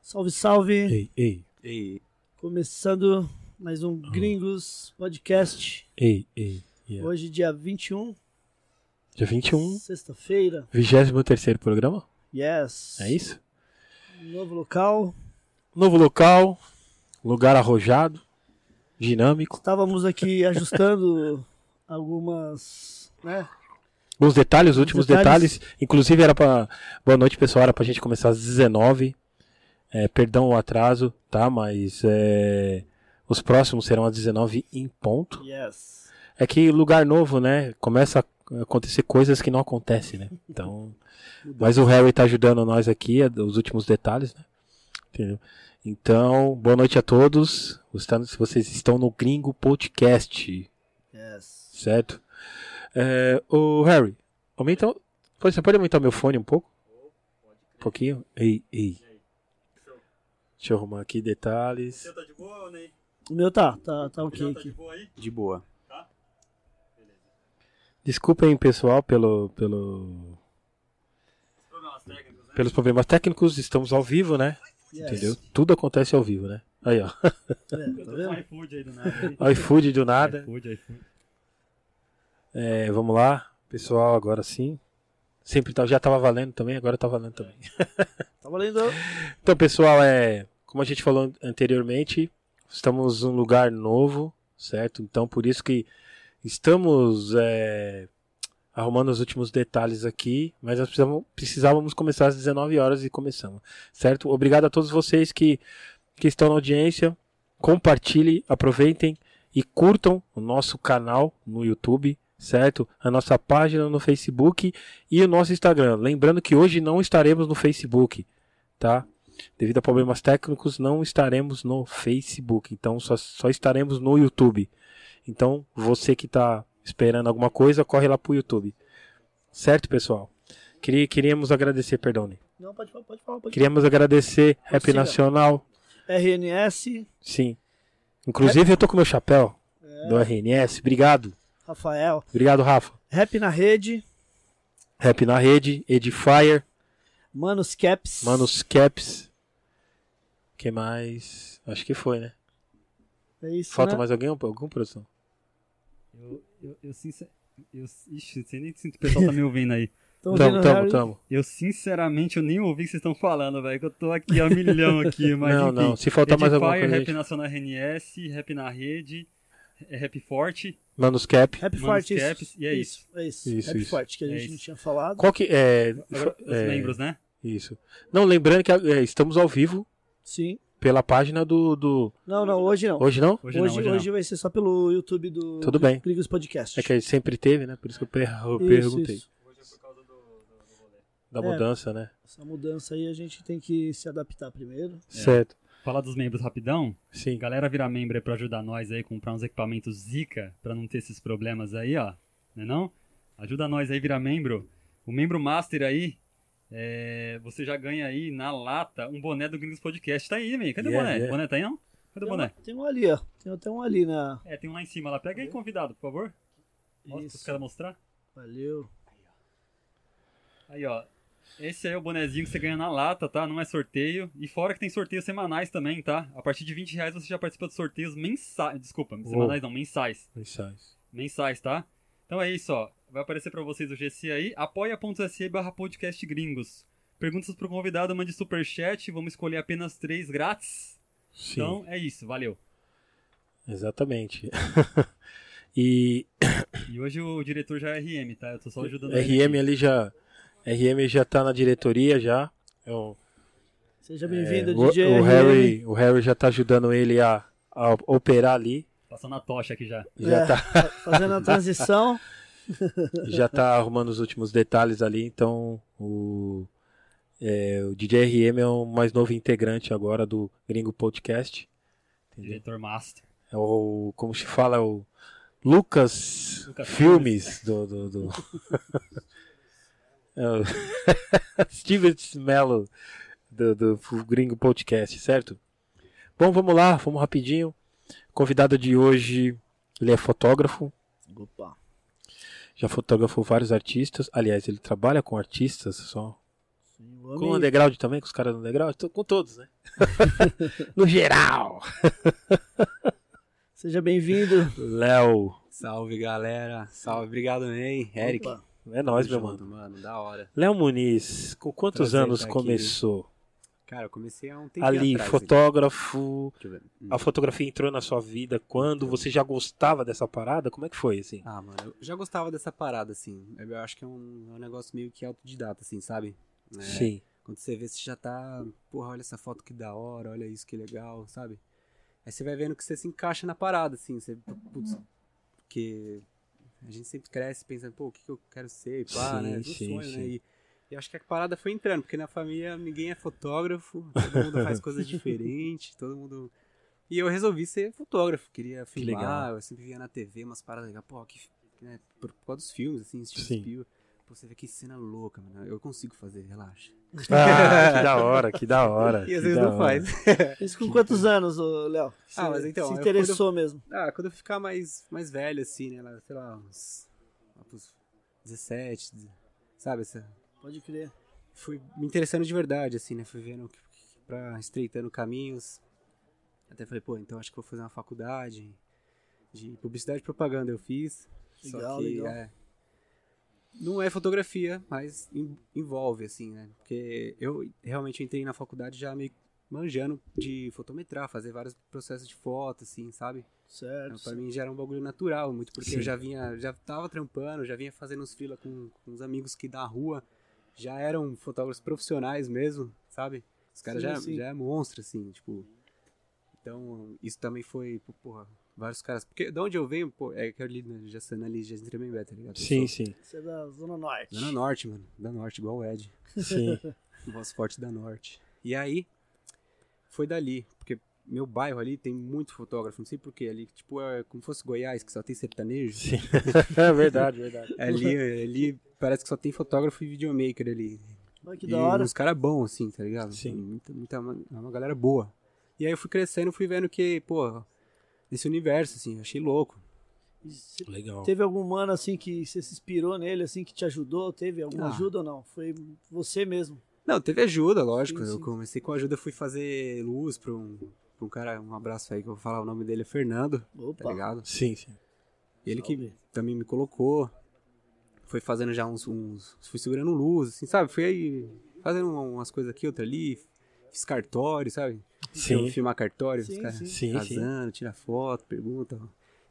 Salve, salve! Ei, ei, E Começando mais um Gringos Podcast. ei, ei. Ah. Yeah. Hoje, dia 21, Dia 21, sexta-feira. 23 programa? Yes! É isso? Novo local. Novo local, lugar arrojado, dinâmico. Estávamos aqui ajustando algumas. né? Os detalhes, os últimos detalhes. detalhes. Inclusive, era pra. Boa noite, pessoal. Era pra gente começar às 19. É, perdão o atraso, tá? Mas é, os próximos serão às 19 em ponto. Yes! É que lugar novo, né? Começa a acontecer coisas que não acontecem, né? Então. mas o Harry tá ajudando nós aqui, é, os últimos detalhes, né? Entendeu? Então, boa noite a todos. Gostando se vocês estão no Gringo Podcast, Yes! certo? É, o Harry, aumenta. Você pode aumentar meu fone um pouco? Um pouquinho? Ei, ei. Deixa eu arrumar aqui detalhes. tá de boa, Ney? O meu tá, tá, tá ok aqui. boa aí? de boa. Desculpem, pessoal, pelo, pelo, Problemas técnicos, né? pelos problemas técnicos. Estamos ao vivo, né? Yes. Entendeu? Tudo acontece ao vivo, né? Aí, ó. É, tá vendo? iFood aí do nada. iFood do nada. iFood, iFood. É, vamos lá, pessoal, agora sim. Sempre tá- já tava valendo também, agora tá valendo também. Tá valendo. Então, pessoal, é, como a gente falou anteriormente, estamos num lugar novo, certo? Então, por isso que estamos é, arrumando os últimos detalhes aqui, mas nós precisamos- precisávamos começar às 19 horas e começamos, certo? Obrigado a todos vocês que, que estão na audiência. Compartilhem, aproveitem e curtam o nosso canal no YouTube, certo? A nossa página no Facebook e o nosso Instagram. Lembrando que hoje não estaremos no Facebook, tá? Devido a problemas técnicos, não estaremos no Facebook. Então, só, só estaremos no YouTube. Então, você que está esperando alguma coisa, corre lá pro YouTube. Certo, pessoal? Queria, queríamos agradecer, perdão, Ney. Não, pode falar, pode falar. Pode... Queríamos agradecer Rap Prossiga. Nacional. RNS, Sim. Inclusive, eu tô com meu chapéu É. do RNS. Obrigado. Rafael. Obrigado, Rafa. Rap na rede, Rap na rede, Edifier, Manos Caps. Manos Caps. que mais? Acho que foi, né? É isso, Falta né? mais alguém? Algum produção? Eu, eu, eu sincer... Eu, ixi, sei nem se o pessoal tá me ouvindo aí. Tamo, tamo, vendo, tamo, Harry? tamo. Eu sinceramente eu nem ouvi o que vocês estão falando, velho. Que eu tô aqui a milhão aqui, mas não, enfim. não. Se faltar mais alguma Edifier, coisa, Rap gente. Nacional RNS, Rap na Rede, é, Rap Forte. Manos Cap. Rap Manos Forte, isso. Caps, e é Isso, é isso. Isso, Rap isso. Forte, que a É gente não isso. tinha falado. Qual que é... Agora, os é, membros, né? Isso. Não, lembrando que é, estamos ao vivo Sim. pela página do... do... Não, não, hoje não. Hoje não? Hoje, Hoje, não, hoje, não. vai ser só pelo YouTube do Tudo bem. Gringos Podcast. É que sempre teve, né? Por isso que eu, per- eu Isso, perguntei. isso. Da É. mudança, né? Essa mudança aí a gente tem que se adaptar primeiro. É. Certo. Falar dos membros rapidão. Sim. Galera virar membro aí pra ajudar nós aí, comprar uns equipamentos zica pra não ter esses problemas aí, ó. Né não? Ajuda nós aí virar membro. O membro master aí, é, você já ganha aí na lata um boné do Gringos Podcast. Tá aí, meio. Cadê Yeah, o boné? yeah. O boné tá aí, não? Cadê Tem, o uma- boné? tem um ali, ó. Tem até um ali na. É, tem um lá em cima lá. Pega aí, convidado, por favor. Mostra pros Isso. caras mostrar. Valeu. Aí, ó. Esse aí é o bonezinho que você ganha na lata, tá? Não é sorteio. E fora que tem sorteios semanais também, tá? A partir de 20 reais você já participa de sorteios mensais. Desculpa, Uou. semanais não, mensais. Mensais. mensais, tá? Então é isso, ó. Vai aparecer pra vocês o GC aí. Apoia.se barra podcast gringos. Perguntas pro convidado, mande superchat. Vamos escolher apenas três grátis. Sim. Então é isso, valeu. Exatamente. e E hoje o diretor já é RM, tá? Eu tô só ajudando ele RM aqui. ali já... RM já tá na diretoria já. Eu... Seja bem-vindo, É, o, DJ. o RM. Harry, o Harry já tá ajudando ele a, a operar ali. Passando a tocha aqui já. Já, É, tá, fa- Fazendo a transição. já tá arrumando os últimos detalhes ali. Então, o, é, o DJ RM é o mais novo integrante agora do Gringo Podcast. Entendeu? Diretor master. É o, como se fala, é o Lucas, Lucas Filmes do. do, do... É o Steven Mello do, do Gringo Podcast, certo? Bom, vamos lá, vamos rapidinho. Convidado de hoje, ele é fotógrafo, Opa. já fotografou vários artistas. Aliás, ele trabalha com artistas, só Sim, o Com o homem underground também, com os caras do underground? Tô com todos, né? no geral! Seja bem-vindo. Léo. Salve, galera. Salve, obrigado, Ney. Eric. Opa, É nóis, meu Tamo mano. junto, mano. Da hora. Léo Muniz, com quantos Prazer anos tá aqui. começou? Cara, eu comecei há um tempo Ali, atrás. fotógrafo. Deixa eu ver. Hum. A fotografia entrou na sua vida quando? Você já gostava dessa parada? Como é que foi, assim? Ah, mano, eu já gostava dessa parada, assim. Eu acho que é um, é um negócio meio que autodidata, assim, sabe? É, Sim. Quando você vê, você já tá... Porra, olha essa foto que da hora, olha isso que legal, sabe? Aí você vai vendo que você se encaixa na parada, assim. Você, putz, porque a gente sempre cresce pensando, pô, o que, que eu quero ser? e Pá, Sim, né? Um sim, sonho, sim. né? E, e acho que a parada foi entrando, porque na família ninguém é fotógrafo, todo mundo faz coisas diferentes, todo mundo... E eu resolvi ser fotógrafo, queria Que filmar, legal. eu sempre via na TV umas paradas legais, pô, que, né, por, por causa dos filmes, assim, Steven Sim. Spielberg. Pô, você vê que cena louca, mano, eu consigo fazer, relaxa. Ah, que da hora, que da hora. e às que vezes da não hora. faz. Isso com quantos anos, ô, Léo? Você Ah, mas então, Se eu- interessou mesmo. Ah, quando eu ficar mais, mais velho, assim, né, lá, sei lá, uns, lá pros 17, de- sabe, essa... Pode crer. fui me interessando de verdade, assim, né? Fui vendo que, que- pra estreitando caminhos. Até falei, pô, então acho que vou fazer uma faculdade de publicidade e propaganda. Eu fiz. Legal, só que, legal. É, não é fotografia, mas en- envolve, assim, né? Porque eu realmente entrei na faculdade já me manjando de fotometrar, fazer vários processos de foto, assim, sabe? Então, Certo. Pra mim já era um bagulho natural, muito porque Sim. eu já vinha, já tava trampando, já vinha fazendo uns fila com, com uns amigos que da rua já eram fotógrafos profissionais mesmo, sabe? Os caras Sim, já, sim. já é monstro, assim, tipo. Então, isso também foi, pô, porra, vários caras. Porque de onde eu venho, pô, é que eu li na Jacena ali, já entrei bem bem, tá ligado? Eu Sim, sou sim, Você é da Zona Norte. Da Norte, mano. Da Norte, igual o Ed. sim. Voz Forte da Norte. E aí, foi dali, porque meu bairro ali tem muito fotógrafo, não sei porquê, ali, tipo, é como se fosse Goiás, que só tem sertanejo. sim. É verdade, verdade. Ali, ali parece que só tem fotógrafo e videomaker ali. Olha que e da hora. uns caras bons, assim, tá ligado? Sim. Muita, muita, é uma galera boa. E aí eu fui crescendo, fui vendo que, pô, esse universo, assim, eu achei louco. E se- Legal. Teve algum mano assim que você se inspirou nele, assim, que te ajudou? Teve alguma Ah. ajuda ou não? Foi você mesmo. Não, teve ajuda, lógico. Sim, sim. Eu comecei com ajuda, fui fazer luz pra um, pra um cara, um abraço aí que eu vou falar o nome dele, é Fernando, tá Opa. ligado? Sim, sim. Ele que Salve. também me colocou. Foi fazendo já uns. uns fui segurando luz, assim, sabe? Fui aí fazendo um, umas coisas aqui, outra ali. Fiz cartório, sabe? Sim. Filmar cartório, Sim, os caras sim. Sim, sim. casando, tira foto, pergunta.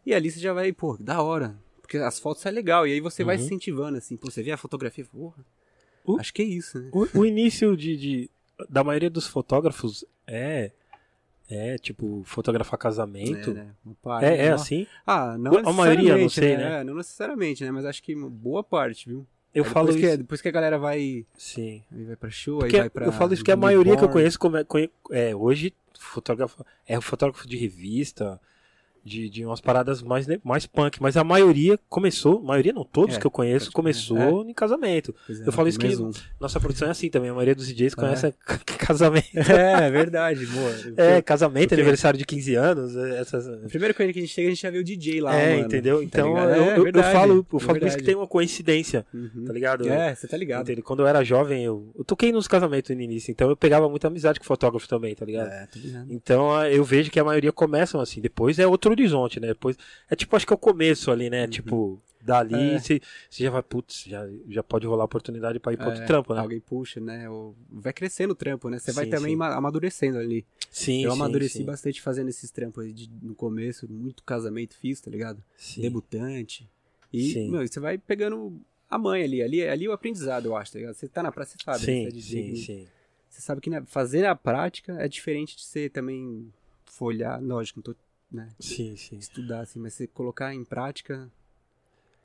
E ali você já vai, pô, da hora. Porque as fotos é legal. E aí você vai Uhum. se incentivando, assim. Pô, você vê a fotografia, porra. Uh. Acho que é isso, né? O, o início de, de- da maioria dos fotógrafos é, é tipo, fotografar casamento. É, É, né? Uma parte, é, uma- assim. Ah, não A maioria, não necessariamente, sei, né? É, não necessariamente, né? Mas acho que boa parte, viu? Eu Aí falo depois isso. Que, é, depois que a galera vai, Sim. aí vai pra show, aí Porque vai pra... eu falo isso que é a newborn, maioria que eu conheço, come- conhe- é, hoje, fotógrafo, é fotógrafo de revista, de, de umas paradas mais, ne- mais punk. Mas a maioria começou, maioria não, todos É, que eu conheço, praticamente. começou em casamento. Pois é, Eu falo isso mais que- um. Nossa produção é assim também, a maioria dos DJs É. conhece ca- casamento. É, é verdade, boa. É, casamento, Porque- aniversário de 15 anos, é, essas, Primeiro com ele que a gente chega, a gente já vê o DJ lá, é, mano. entendeu? Então ligado? eu, É, eu- eu verdade, falo, eu falo por isso verdade. que tem uma coincidência, Uhum. tá ligado? É, você tá ligado. Entendeu? Quando eu era jovem, eu, eu toquei nos casamentos no início, então eu pegava muita amizade com fotógrafo também, tá ligado? É, tá ligado. Então ah, eu vejo que a maioria começam assim, depois é outro horizonte, né? Depois é tipo, acho que é o começo ali, né? Tipo, dali Uhum. É. você você já vai, putz, já, já pode rolar oportunidade pra ir pra outro É, trampo, né? Alguém puxa, né? Ou vai crescendo o trampo, né? Você vai Sim, também sim. ma- amadurecendo ali. Sim, eu sim, amadureci sim. bastante fazendo esses trampos aí de- no começo, muito casamento fiz, tá ligado? Sim. Debutante. E, Sim. meu, você vai pegando a mãe ali. Ali, ali é o aprendizado, eu acho, tá ligado? Você tá na praia, você sabe. né? Sim, Você é sim, DJ, sim, né? Você sabe que né, fazer a prática é diferente de você também folhar, lógico, não tô né, sim, sim. estudar, assim, mas você colocar em prática.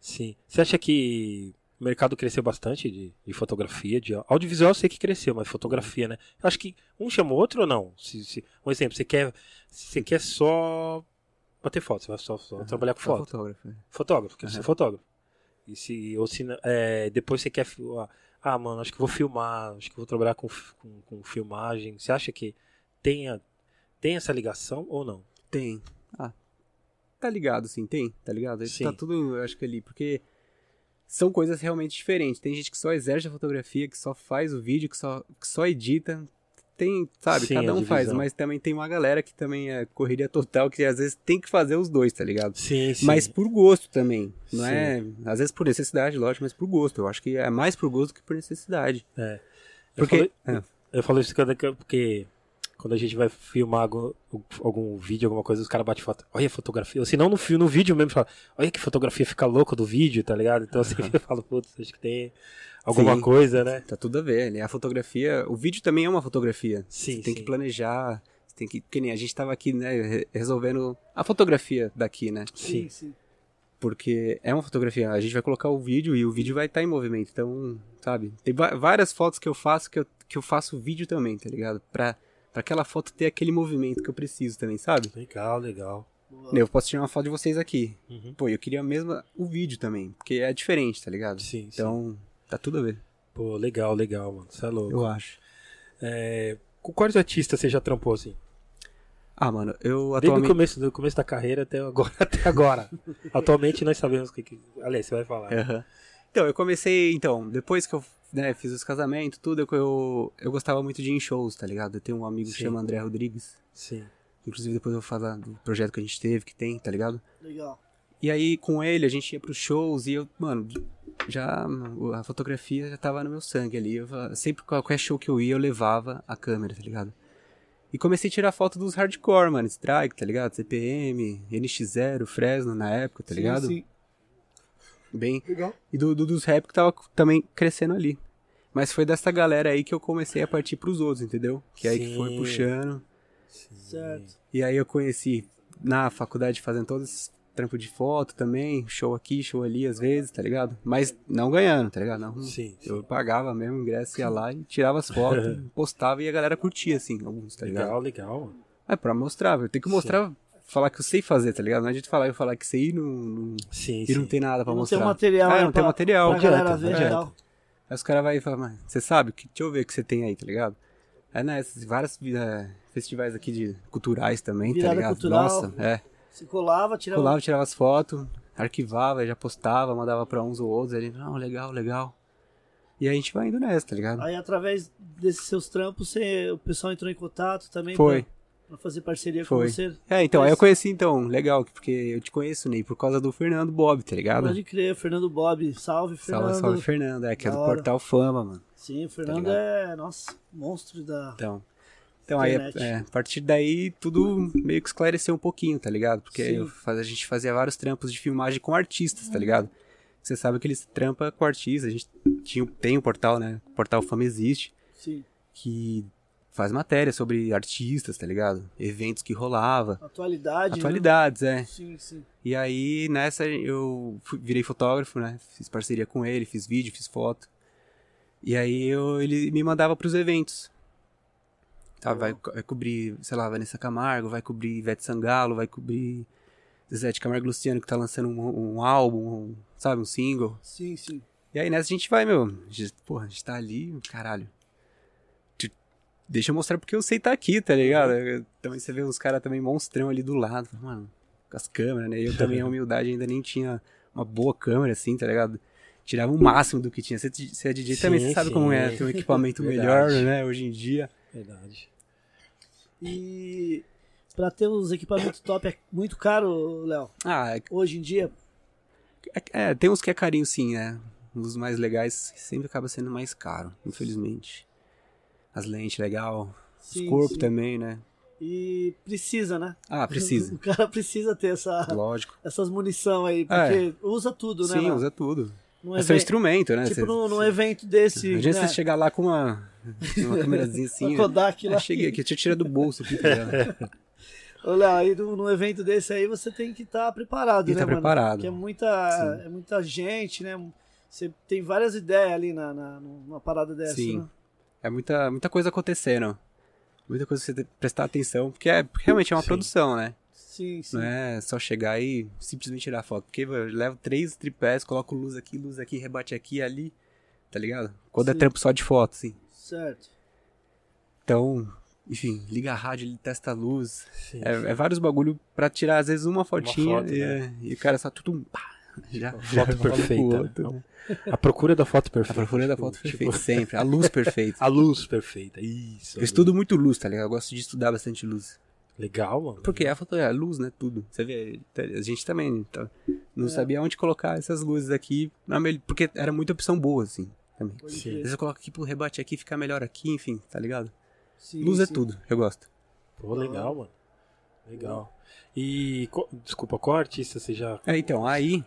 Sim. Você acha que o mercado cresceu bastante de, de fotografia, de au- audiovisual eu sei que cresceu, mas fotografia, né? Eu acho que um chama o outro ou não? Se, se- um exemplo, você quer, você quer só bater foto, você vai só, só trabalhar com só foto. fotógrafo. é. Fotógrafo, quer ser Aham. fotógrafo. E se, ou se não- é, depois você quer filmar, ah, mano, acho que vou filmar, acho que vou trabalhar com, f- com, com filmagem. Você acha que tem, a- tem essa ligação ou não? Tem. Ah, tá ligado, sim, tem, tá ligado? Sim. Tá tudo, eu acho que ali, porque são coisas realmente diferentes. Tem gente que só exerce a fotografia, que só faz o vídeo, que só, que só edita. Tem, sabe, Sim, é cada a um faz, divisão. mas também tem uma galera que também é correria total, que às vezes tem que fazer os dois, tá ligado? Sim, sim. Mas por gosto também. Não Sim. é. Às vezes por necessidade, lógico, mas por gosto. Eu acho que é mais por gosto que por necessidade. Eu Porque. falei- é. Eu falo isso cada que- porque quando a gente vai filmar algum, algum vídeo, alguma coisa, os caras batem foto. Olha a fotografia. Ou se não, no, fi- no vídeo mesmo, fala, olha que fotografia fica louca do vídeo, tá ligado? Então assim, eu falo, putz, acho que tem alguma Sim. coisa, né? Tá tudo a ver, né? A fotografia, o vídeo também é uma fotografia. Sim, Você tem sim. que planejar, você tem que, que nem a gente tava aqui, né, re- resolvendo a fotografia daqui, né? Sim. sim. Porque é uma fotografia, a gente vai colocar o vídeo e o vídeo vai estar em movimento, então, sabe? Tem va- várias fotos que eu faço que eu, que eu faço vídeo também, tá ligado? Pra, pra aquela foto ter aquele movimento que eu preciso também, sabe? Legal, legal. Boa. Né, Eu posso tirar uma foto de vocês aqui. Uhum. Pô, eu queria mesmo o vídeo também, porque é diferente, tá ligado? Sim, então... Então, tá tudo a ver, Pô, legal, legal, mano. Você é louco. eu acho. É, com quais artistas você já trampou, assim? Ah, mano, eu Desde o atualmente... começo, do começo da carreira até agora. Até agora. Atualmente nós sabemos o que. que... Aliás, você vai falar. Aham. Então, eu comecei, então, depois que eu né, fiz os casamentos, tudo, eu- eu, eu gostava muito de ir em shows, tá ligado? Eu tenho um amigo que Sim. chama André Rodrigues, Sim. inclusive depois eu vou falar do projeto que a gente teve, que tem, tá ligado? Legal. E aí, com ele, a gente ia pros shows e eu, mano, já a fotografia já tava no meu sangue ali. Eu, fa- sempre qualquer show que eu ia, eu levava a câmera, tá ligado? E comecei a tirar foto dos hardcore, mano, Strike, tá ligado? CPM, NX0, Fresno na época, tá Sim, ligado? Sim, Bem, Legal. e do, do- dos rap que tava também crescendo ali. Mas foi dessa galera aí que eu comecei a partir pros outros, entendeu? Que é aí que foi Sim. puxando. Certo. E aí eu conheci na faculdade fazendo todos esses trampos de foto também, show aqui, show ali às vezes, tá ligado? Mas não ganhando, tá ligado? Não. Sim. sim. Eu pagava mesmo, o ingresso ia lá e tirava as fotos, Uhum. postava e a galera curtia, assim, alguns, tá ligado? Legal, legal. mano. É pra mostrar, velho. Tem que Sim. mostrar, falar que eu sei fazer, tá ligado? Não adianta falar eu falar que sei e não, não, Sim, e não sim. tem nada pra Não mostrar. tem um material, É, né, não tem pra- material, tá Pra não adianta, galera não ver e adianta. tal. Aí os caras vão e falam, mas você sabe? Que, deixa eu ver o que você tem aí, tá ligado? Aí nesses vários eh, festivais aqui de culturais também, tá Virada ligado? cultural. Nossa, é. Se colava, tirava. Colava, tirava as fotos, arquivava, já postava, mandava pra uns ou outros. Ele, não, legal, legal. E a gente vai indo nessa, tá ligado? Aí através desses seus trampos, você- o pessoal entrou em contato também Foi. Pra, pra fazer parceria Foi. com você. É, então, aí eu então. Mas- conheci, então, legal, porque eu te conheço, Ney, por causa do Fernando Bob, tá ligado? Pode crer, Fernando Bob. Salve, Fernando. Salve, salve, Fernando. É, que é do Da hora. Portal Fama, mano. Sim, o Fernando ligado? é, nossa, monstro da. Então, então aí, Internet. é, a partir daí, tudo meio que esclareceu um pouquinho, tá ligado? Porque Sim. eu faz- a gente fazia vários trampos de filmagem com artistas, tá ligado? Você sabe que eles trampam com artistas. A gente tinha, tem o portal, né? O portal Fama Existe, Sim. que faz matéria sobre artistas, tá ligado? Eventos que rolava, Atualidade. né? atualidades, é. Sim, sim. E aí, nessa, eu fui- virei fotógrafo, né? Fiz parceria com ele, fiz vídeo, fiz foto. E aí, eu, ele me mandava pros eventos. Tá, vai, co- vai cobrir, sei lá, Vanessa Camargo, vai cobrir Ivete Sangalo, vai cobrir Zezé de Camargo e Luciano, que tá lançando um, um álbum, um- sabe, um single. Sim, sim. E aí, nessa, a gente vai, meu. A gente- Porra, a gente tá ali, caralho. Tu- Deixa eu mostrar porque eu sei tá aqui, tá ligado? Eu- Também você vê os caras também monstrão ali do lado, fala, mano, com as câmeras, né? Eu também, a humildade, ainda nem tinha uma boa câmera, assim, tá ligado? Tirava o máximo do que tinha. Você, você é DJ também, Sim, você sabe sim. como é ter um equipamento melhor, Verdade. né? Hoje em dia. Verdade. E pra ter os equipamentos top é muito caro, Léo. Ah, é- Hoje em dia, é, tem uns que é carinho sim, né? Os mais legais sempre acaba sendo mais caro, infelizmente. As lentes, legal. sim. os corpos sim. também, né? E precisa, né? Ah, precisa. O cara precisa ter essa, Lógico. essas munição aí, É. porque usa tudo, né? Sim, lá? usa tudo. Num É seu evento- instrumento, né? Tipo, Você- num, num evento desse, Às vezes né? você chegar lá com uma, uma câmerazinha Uma assim. ó. Kodak lá. Ah, cheguei aqui, deixa eu tirar do bolso aqui. tá ligado? Ô, Léo, aí num num evento desse aí você tem que estar preparado, Tem que né, tá mano? preparado. Porque é muita, é muita gente, né? Você tem várias ideias ali na, na, numa parada dessa, Sim. né? É muita, muita coisa acontecendo. Muita coisa pra você ter- prestar atenção, porque é, porque realmente é uma Sim. produção, né? Sim, sim. Não é só chegar e simplesmente tirar foto. Porque eu levo três tripés, coloco luz aqui, luz aqui, rebate aqui, ali, tá ligado? Quando é Sim. trampo só de foto, sim. Certo. Então, enfim, liga a rádio, ele testa a luz, Sim, É, é vários bagulho pra tirar, às vezes, uma fotinha foto, e, e o cara só tudo. Já. Foto já falo pro perfeita, outro, né? né? A procura da foto A perfeita. procura da Tipo, foto tipo, perfeita, sempre. A luz perfeita. A luz perfeita, isso. Eu estudo muito luz, tá ligado? Eu gosto de estudar bastante luz. Legal, mano. Porque a foto é a luz, né? Tudo. Você vê, tá- a gente também tá- não É. sabia onde colocar essas luzes aqui. na mel- Porque era muita opção boa, assim. Também. Pode Sim. crer. Às vezes eu coloco aqui pro rebate aqui, fica melhor aqui, enfim, tá ligado? Sim, luz é sim. tudo, eu gosto. Pô, legal, mano. Legal. E, co- desculpa, qual artista você já... É, então, aí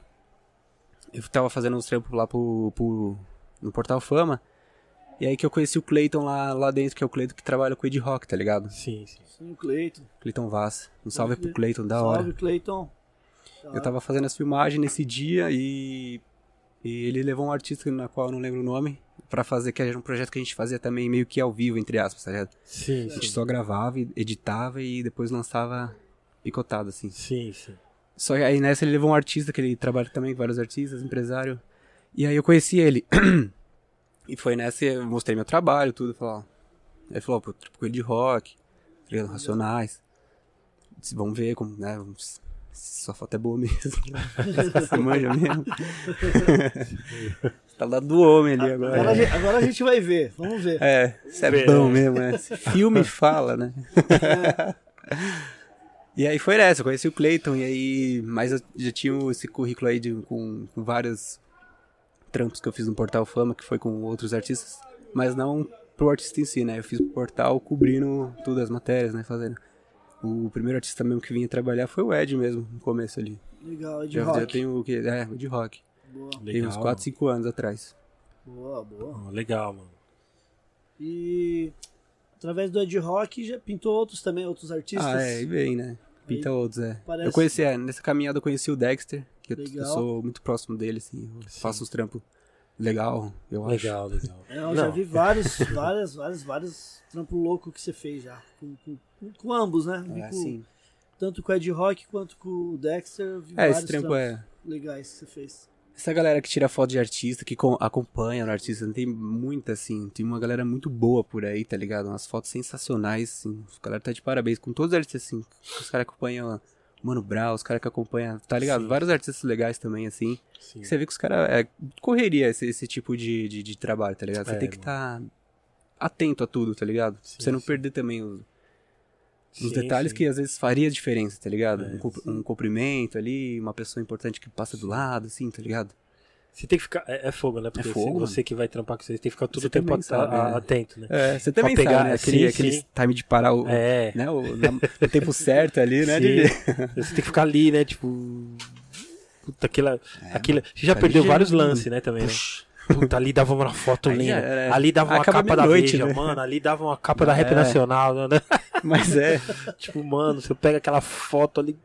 eu tava fazendo uns trampos lá pro, pro- no Portal Fama. E aí que eu conheci o Clayton lá, lá dentro, que é o Clayton que trabalha com o Ed Rock, tá ligado? Sim, sim. Sim, Cleiton. Clayton Vaz. Um salve crer. pro Clayton, da hora. Uhum. Salve, Cleiton. Da Eu hora. tava fazendo as filmagens nesse dia e, e ele levou um artista na qual eu não lembro o nome pra fazer, que era um projeto que a gente fazia também meio que ao vivo, entre aspas, tá ligado? Sim, A gente sim. só gravava, e editava e depois lançava picotado, assim. Sim, sim. Só que aí nessa ele levou um artista, que ele trabalha também com vários artistas, empresário. E aí eu conheci ele. e foi nessa, eu mostrei meu trabalho, tudo. Falei, ó. Aí ele falou, pô, tipo, com ele de rock, tá ligado? racionais. Disse, vamos ver como, né? Vamos... se Sua foto é boa mesmo. Você manja mesmo. Você tá do lado do homem ali agora. Ah, Agora, a gente, agora a gente vai ver. Vamos ver. É, isso é bom mesmo, né? Esse filme fala, né? e aí foi nessa, eu conheci o Clayton, e aí. Mas eu já tinha esse currículo aí de, com, com vários trampos que eu fiz no Portal Fama, que foi com outros artistas, mas não pro artista em si, né? Eu fiz o portal cobrindo todas as matérias, né? Fazendo. O primeiro artista mesmo que vinha trabalhar foi o Ed mesmo, no começo ali. Legal, é de Já, já rock. tenho o que? É, o de rock. Boa, Legal. Tem uns 4, 5 anos atrás. boa, boa. Ó, Legal, mano. E através do Ed Rock já pintou outros também, outros artistas. Ah, é, e bem, né? Pinta outros, é. parece- Eu conheci, é, nessa caminhada eu conheci o Dexter, que eu, eu Legal. sou muito próximo dele, assim, eu Sim. faço uns trampos legal, eu acho. Legal, legal. É, eu já Não, vi vários, vários, vários, vários trampo louco que você fez já. Com, com- com ambos, né? Vi com- É, assim. Tanto com o Ed Rock quanto com o Dexter. eu vi É, vários esse trampo trampos é. legais que você fez. Essa galera que tira foto de artista, que com- acompanha o artista, tem muita, assim, tem uma galera muito boa por aí, tá ligado? Umas fotos sensacionais, assim, a galera tá de parabéns com todos os artistas, assim, os caras que acompanham o Mano Brown, os caras que acompanham, tá ligado? Sim. Vários artistas legais também, assim. Sim. Que Você vê que os caras. É, correria esse, esse tipo de, de, de trabalho, tá ligado? Você É, tem que estar atento a tudo, tá ligado? Pra Sim, você não sim. perder também os, os Sim, detalhes sim. que às vezes faria diferença, tá ligado? É, um, cumpr- um cumprimento ali, uma pessoa importante que passa do lado, assim, tá ligado? Você tem que ficar. É, é fogo, né? Porque É fogo, se você que vai trampar com isso, aí, tem que ficar todo o Você tempo também at- sabe, a- né? atento, né? É, você Pra também pegar, sabe, né? é, Aquele, sim, aquele sim. time de parar o, É. né, o, na- no tempo certo ali, né? Sim. de- Você tem que ficar ali, né? Tipo. Puta, aquela. aquela... Você já tá perdeu ligeiro, vários mano. lances, né, também, né? Puta, ali dava uma foto Aí já linda. era. Ali dava uma Acaba capa da meia-noite, Veja, né? mano. Ali dava uma capa da Rap É. Nacional, né? Mas é, Tipo, mano, você pega aquela foto ali.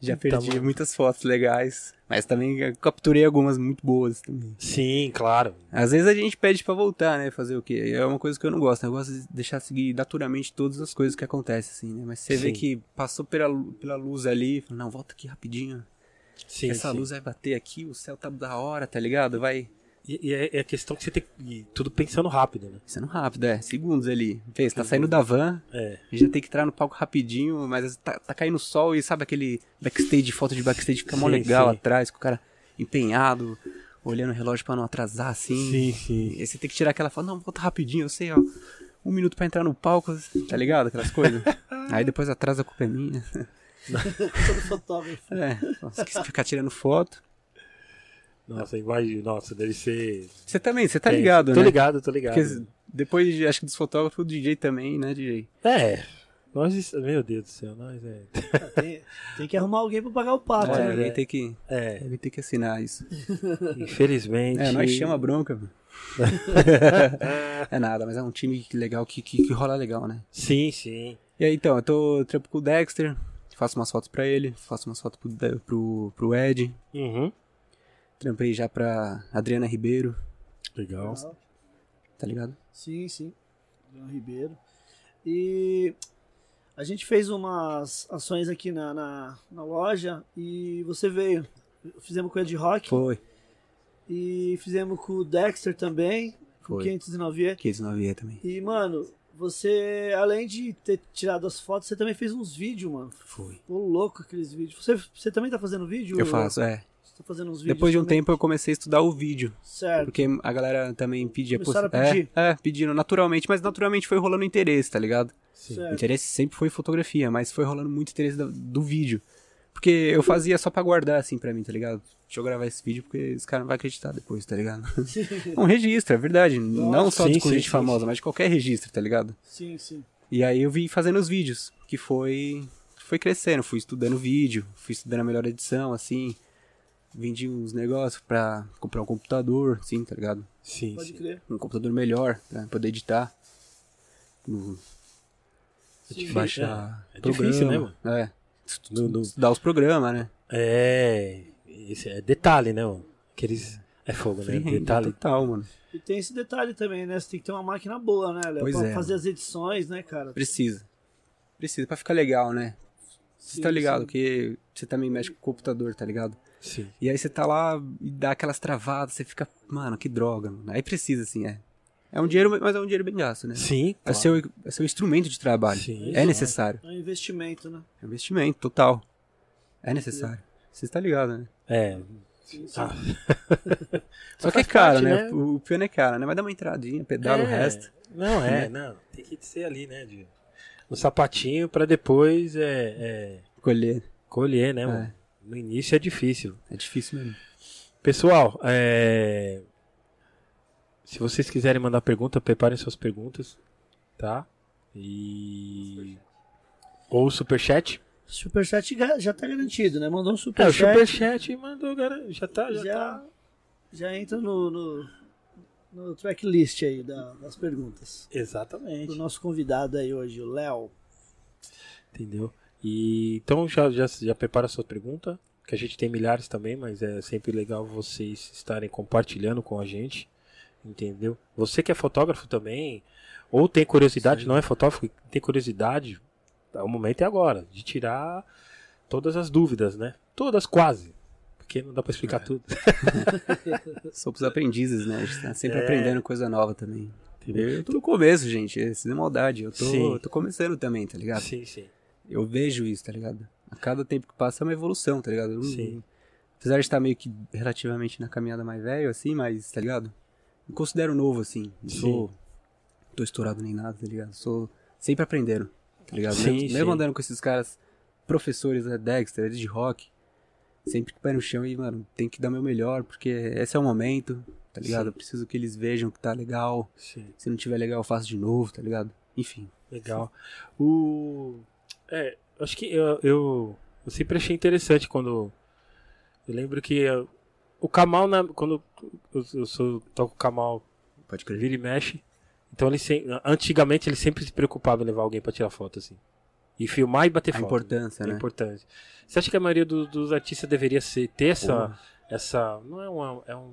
já Puta, perdi Então, mano. muitas fotos legais. Mas também eu capturei algumas muito boas assim. também. Sim, claro. Às vezes a gente pede pra voltar, né? Fazer o quê? É uma coisa que eu não gosto. né? Eu gosto de deixar seguir naturalmente todas as coisas que acontecem, assim, né? Mas você vê Sim. que passou pela, lu- pela luz ali, fala, não, volta aqui rapidinho. Sim, Essa sim. luz vai bater aqui, o céu tá da hora, tá ligado? Vai E, e é, é a questão que você tem que. e Tudo pensando rápido, né? sendo rápido, é. Segundos ali. Vê, você tá saindo da van, É. a gente já tem que entrar no palco rapidinho, mas tá, tá caindo sol e sabe aquele backstage, foto de backstage fica mó Sim, legal sim. atrás, com o cara empenhado, olhando o relógio pra não atrasar, assim. sim. E aí você tem que tirar aquela foto, não, volta rapidinho, eu sei, ó. Um minuto pra entrar no palco, tá ligado? Aquelas coisas. aí depois atrasa a culpa é minha. Todo fotógrafo. É, você quer ficar tirando foto. Nossa, imagina. Nossa, deve ser. Você também, você tá É, ligado, Tô né? ligado, tô ligado. Porque depois, acho que dos fotógrafos, o DJ também, né, DJ? É. Nós. Meu Deus do céu, nós é. Tem, tem que arrumar alguém pra pagar o pato, É, né? alguém, tem que, É, alguém tem que assinar isso. infelizmente. É, nós chama a bronca. mano. é nada, mas é um time que legal, que, que, que rola legal, né? Sim, sim. E aí, então, eu tô eu trampo com o Dexter, faço umas fotos pra ele, faço umas fotos pro, De- pro, pro Ed, Uhum. Trampei já pra Adriana Ribeiro, Legal. Legal. tá ligado? Sim, sim. Adriano Ribeiro. E a gente fez umas ações aqui na, na, na loja e você veio. Fizemos com o Ed Rock Foi. e fizemos com o Dexter também, com o Foi. 509E. 509 e também. E, mano, você, além de ter tirado as fotos, você também fez uns vídeos, mano. Foi. Ficou louco aqueles vídeos. Você, você também tá fazendo vídeo? né? Eu faço, é. Tô fazendo uns vídeos. Depois de um também. tempo eu comecei a estudar o vídeo. Certo. Porque a galera também pedia. pô, Começaram a é, pedir? É, pedindo naturalmente, mas naturalmente foi rolando interesse, tá ligado? Sim. certo. O interesse sempre foi fotografia, mas foi rolando muito interesse do, do vídeo. Porque eu fazia só pra guardar, assim, pra mim, tá ligado? Deixa eu gravar esse vídeo porque os caras não vão acreditar depois, tá ligado? um registro, é verdade. não só Sim, de com sim, gente sim, famosa, sim. mas de qualquer registro, tá ligado? Sim, sim. E aí eu vim fazendo os vídeos, que foi foi crescendo, fui estudando vídeo, fui estudando a melhor edição, assim. Vendi uns negócios pra comprar um computador, assim, tá ligado? Sim, Pode sim. crer. Um computador melhor pra poder editar. No- tipo, Sim. baixar É difícil, né, mano? É. No- no- Estudar os programas, né? É. Esse é detalhe, né, mano? Aqueles. É fogo, né? Sim, então Detalhe. total, mano. E tem esse detalhe também, né? Você tem que ter uma máquina boa, né, Léo? Pois Pra é, fazer as edições, né, cara? Precisa. Precisa pra ficar legal, né? Você Sim, tá ligado sim. que você também mexe com o computador, tá ligado? Sim. E aí você tá lá e dá aquelas travadas, você fica, mano, que droga, mano. Aí precisa, assim, é. É um dinheiro, mas é um dinheiro bem gasto, né? Sim. É, claro. seu, é seu instrumento de trabalho. Sim, é claro. necessário. É um investimento, né? É um investimento total. É necessário. Você tá ligado, né? É. Sim, sim. Ah, Só que é faz caro, parte, né? né? O, o piano é caro, né? Mas dá uma entradinha, pedala o É, resto. Né? Não, é, não. Tem que ser ali, né? De... Um sapatinho pra depois é, é, Colher. colher, né, É. mano? No início é difícil. É difícil mesmo. Pessoal, é, se vocês quiserem mandar pergunta, preparem suas perguntas, tá? E. Ou superchat? Superchat ga- já tá garantido, né? Mandou um É, o superchat. superchat mandou, cara. Já tá, já, tá. já, já entra no, no, no tracklist aí da- das perguntas. Do Exatamente. nosso convidado aí hoje, o Léo. Entendeu? E então já, já, já prepara a sua pergunta, que a gente tem milhares também, mas é sempre legal vocês estarem compartilhando com a gente. Entendeu? Você que é fotógrafo também, ou tem curiosidade, não é fotógrafo, tem curiosidade, tá, o momento é agora, de tirar todas as dúvidas, né? Todas quase. Porque não dá pra explicar tudo. Somos aprendizes, né? A gente tá sempre É. aprendendo coisa nova também. Entendeu? Eu tô no começo, gente. Isso é maldade. Eu tô, Sim. eu tô começando também, tá ligado? Sim, sim. Eu vejo isso, tá ligado? A cada tempo que passa é uma evolução, tá ligado? Eu não- Sim. Apesar de estar meio que relativamente na caminhada mais velho, assim, mas, tá ligado? Me considero novo, assim. Não Sim. sou. Tô estourado nem nada, tá ligado? Sou. Sempre aprendendo, tá ligado? Sim, mesmo, mesmo sim. andando com esses caras professores, né? Dexter, eles de rock. Sempre com o pé no chão e, mano, tem que dar o meu melhor, porque esse é o momento, tá ligado? Sim. Eu preciso que eles vejam que tá legal. Sim. Se não tiver legal, eu faço de novo, tá ligado? Enfim. Legal. O. É, acho que eu, eu, eu sempre achei interessante quando. Eu lembro que eh, o Kamal, na, quando eu, eu sou, toco Kamal, Pode crer. vira e mexe. Então ele se, antigamente ele sempre se preocupava em levar alguém pra tirar foto assim. E filmar e bater A foto. importância, É né? importante. Você acha que a maioria do- dos artistas deveria ser, ter essa. Porra. essa não é uma. É um,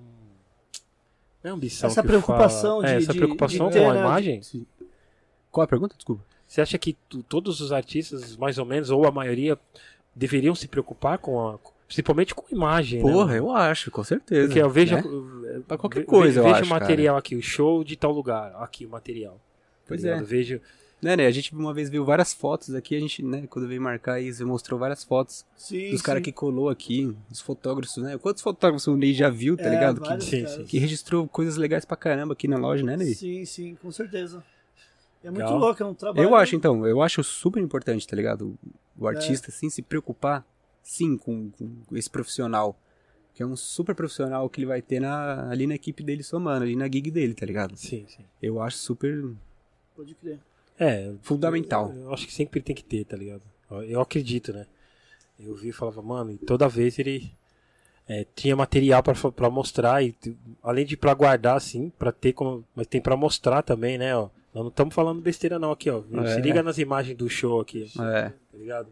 não é ambição. Essa que fala- preocupação é, de- Essa de- preocupação de ter, com a né, de- imagem? Qual a pergunta? Desculpa. Você acha que tu- todos os artistas, mais ou menos, ou a maioria, deveriam se preocupar com a. Principalmente com imagem. né, Porra, mano? eu acho, com certeza. Porque eu vejo. né? eu- Pra qualquer ve- coisa, eu vejo acho, o material aqui, o show de tal lugar. Aqui o material. tá Pois ligado? é. Vejo. Né, né? A gente uma vez viu várias fotos aqui, a gente, né, quando veio marcar isso, mostrou várias fotos Sim, dos caras sim. que colou aqui, dos fotógrafos, né? Quantos fotógrafos o Ney já viu, tá É, ligado? Que- vários Sim, caras. sim. Que, registrou coisas legais pra caramba aqui na loja, né, Ney? Sim, sim, com certeza. É muito Legal. louco, é um trabalho. Eu acho, então, eu acho super importante, tá ligado? O, o artista, assim, se preocupar, sim, com, com esse profissional. Que é um super profissional que ele vai ter na- ali na equipe dele somando, ali na gig dele, tá ligado? Sim, sim. Eu acho super Pode crer. É. fundamental. Eu, eu acho que sempre tem que ter, tá ligado? Eu- Eu acredito, né? Eu vi e falava, mano, e toda vez ele. é, tinha material pra fa- pra mostrar e t- além de pra guardar assim, pra ter como, mas tem pra mostrar também, né, ó. Nós não estamos falando besteira não aqui, ó. É. Se liga nas imagens do show aqui, ó, É, tá ligado?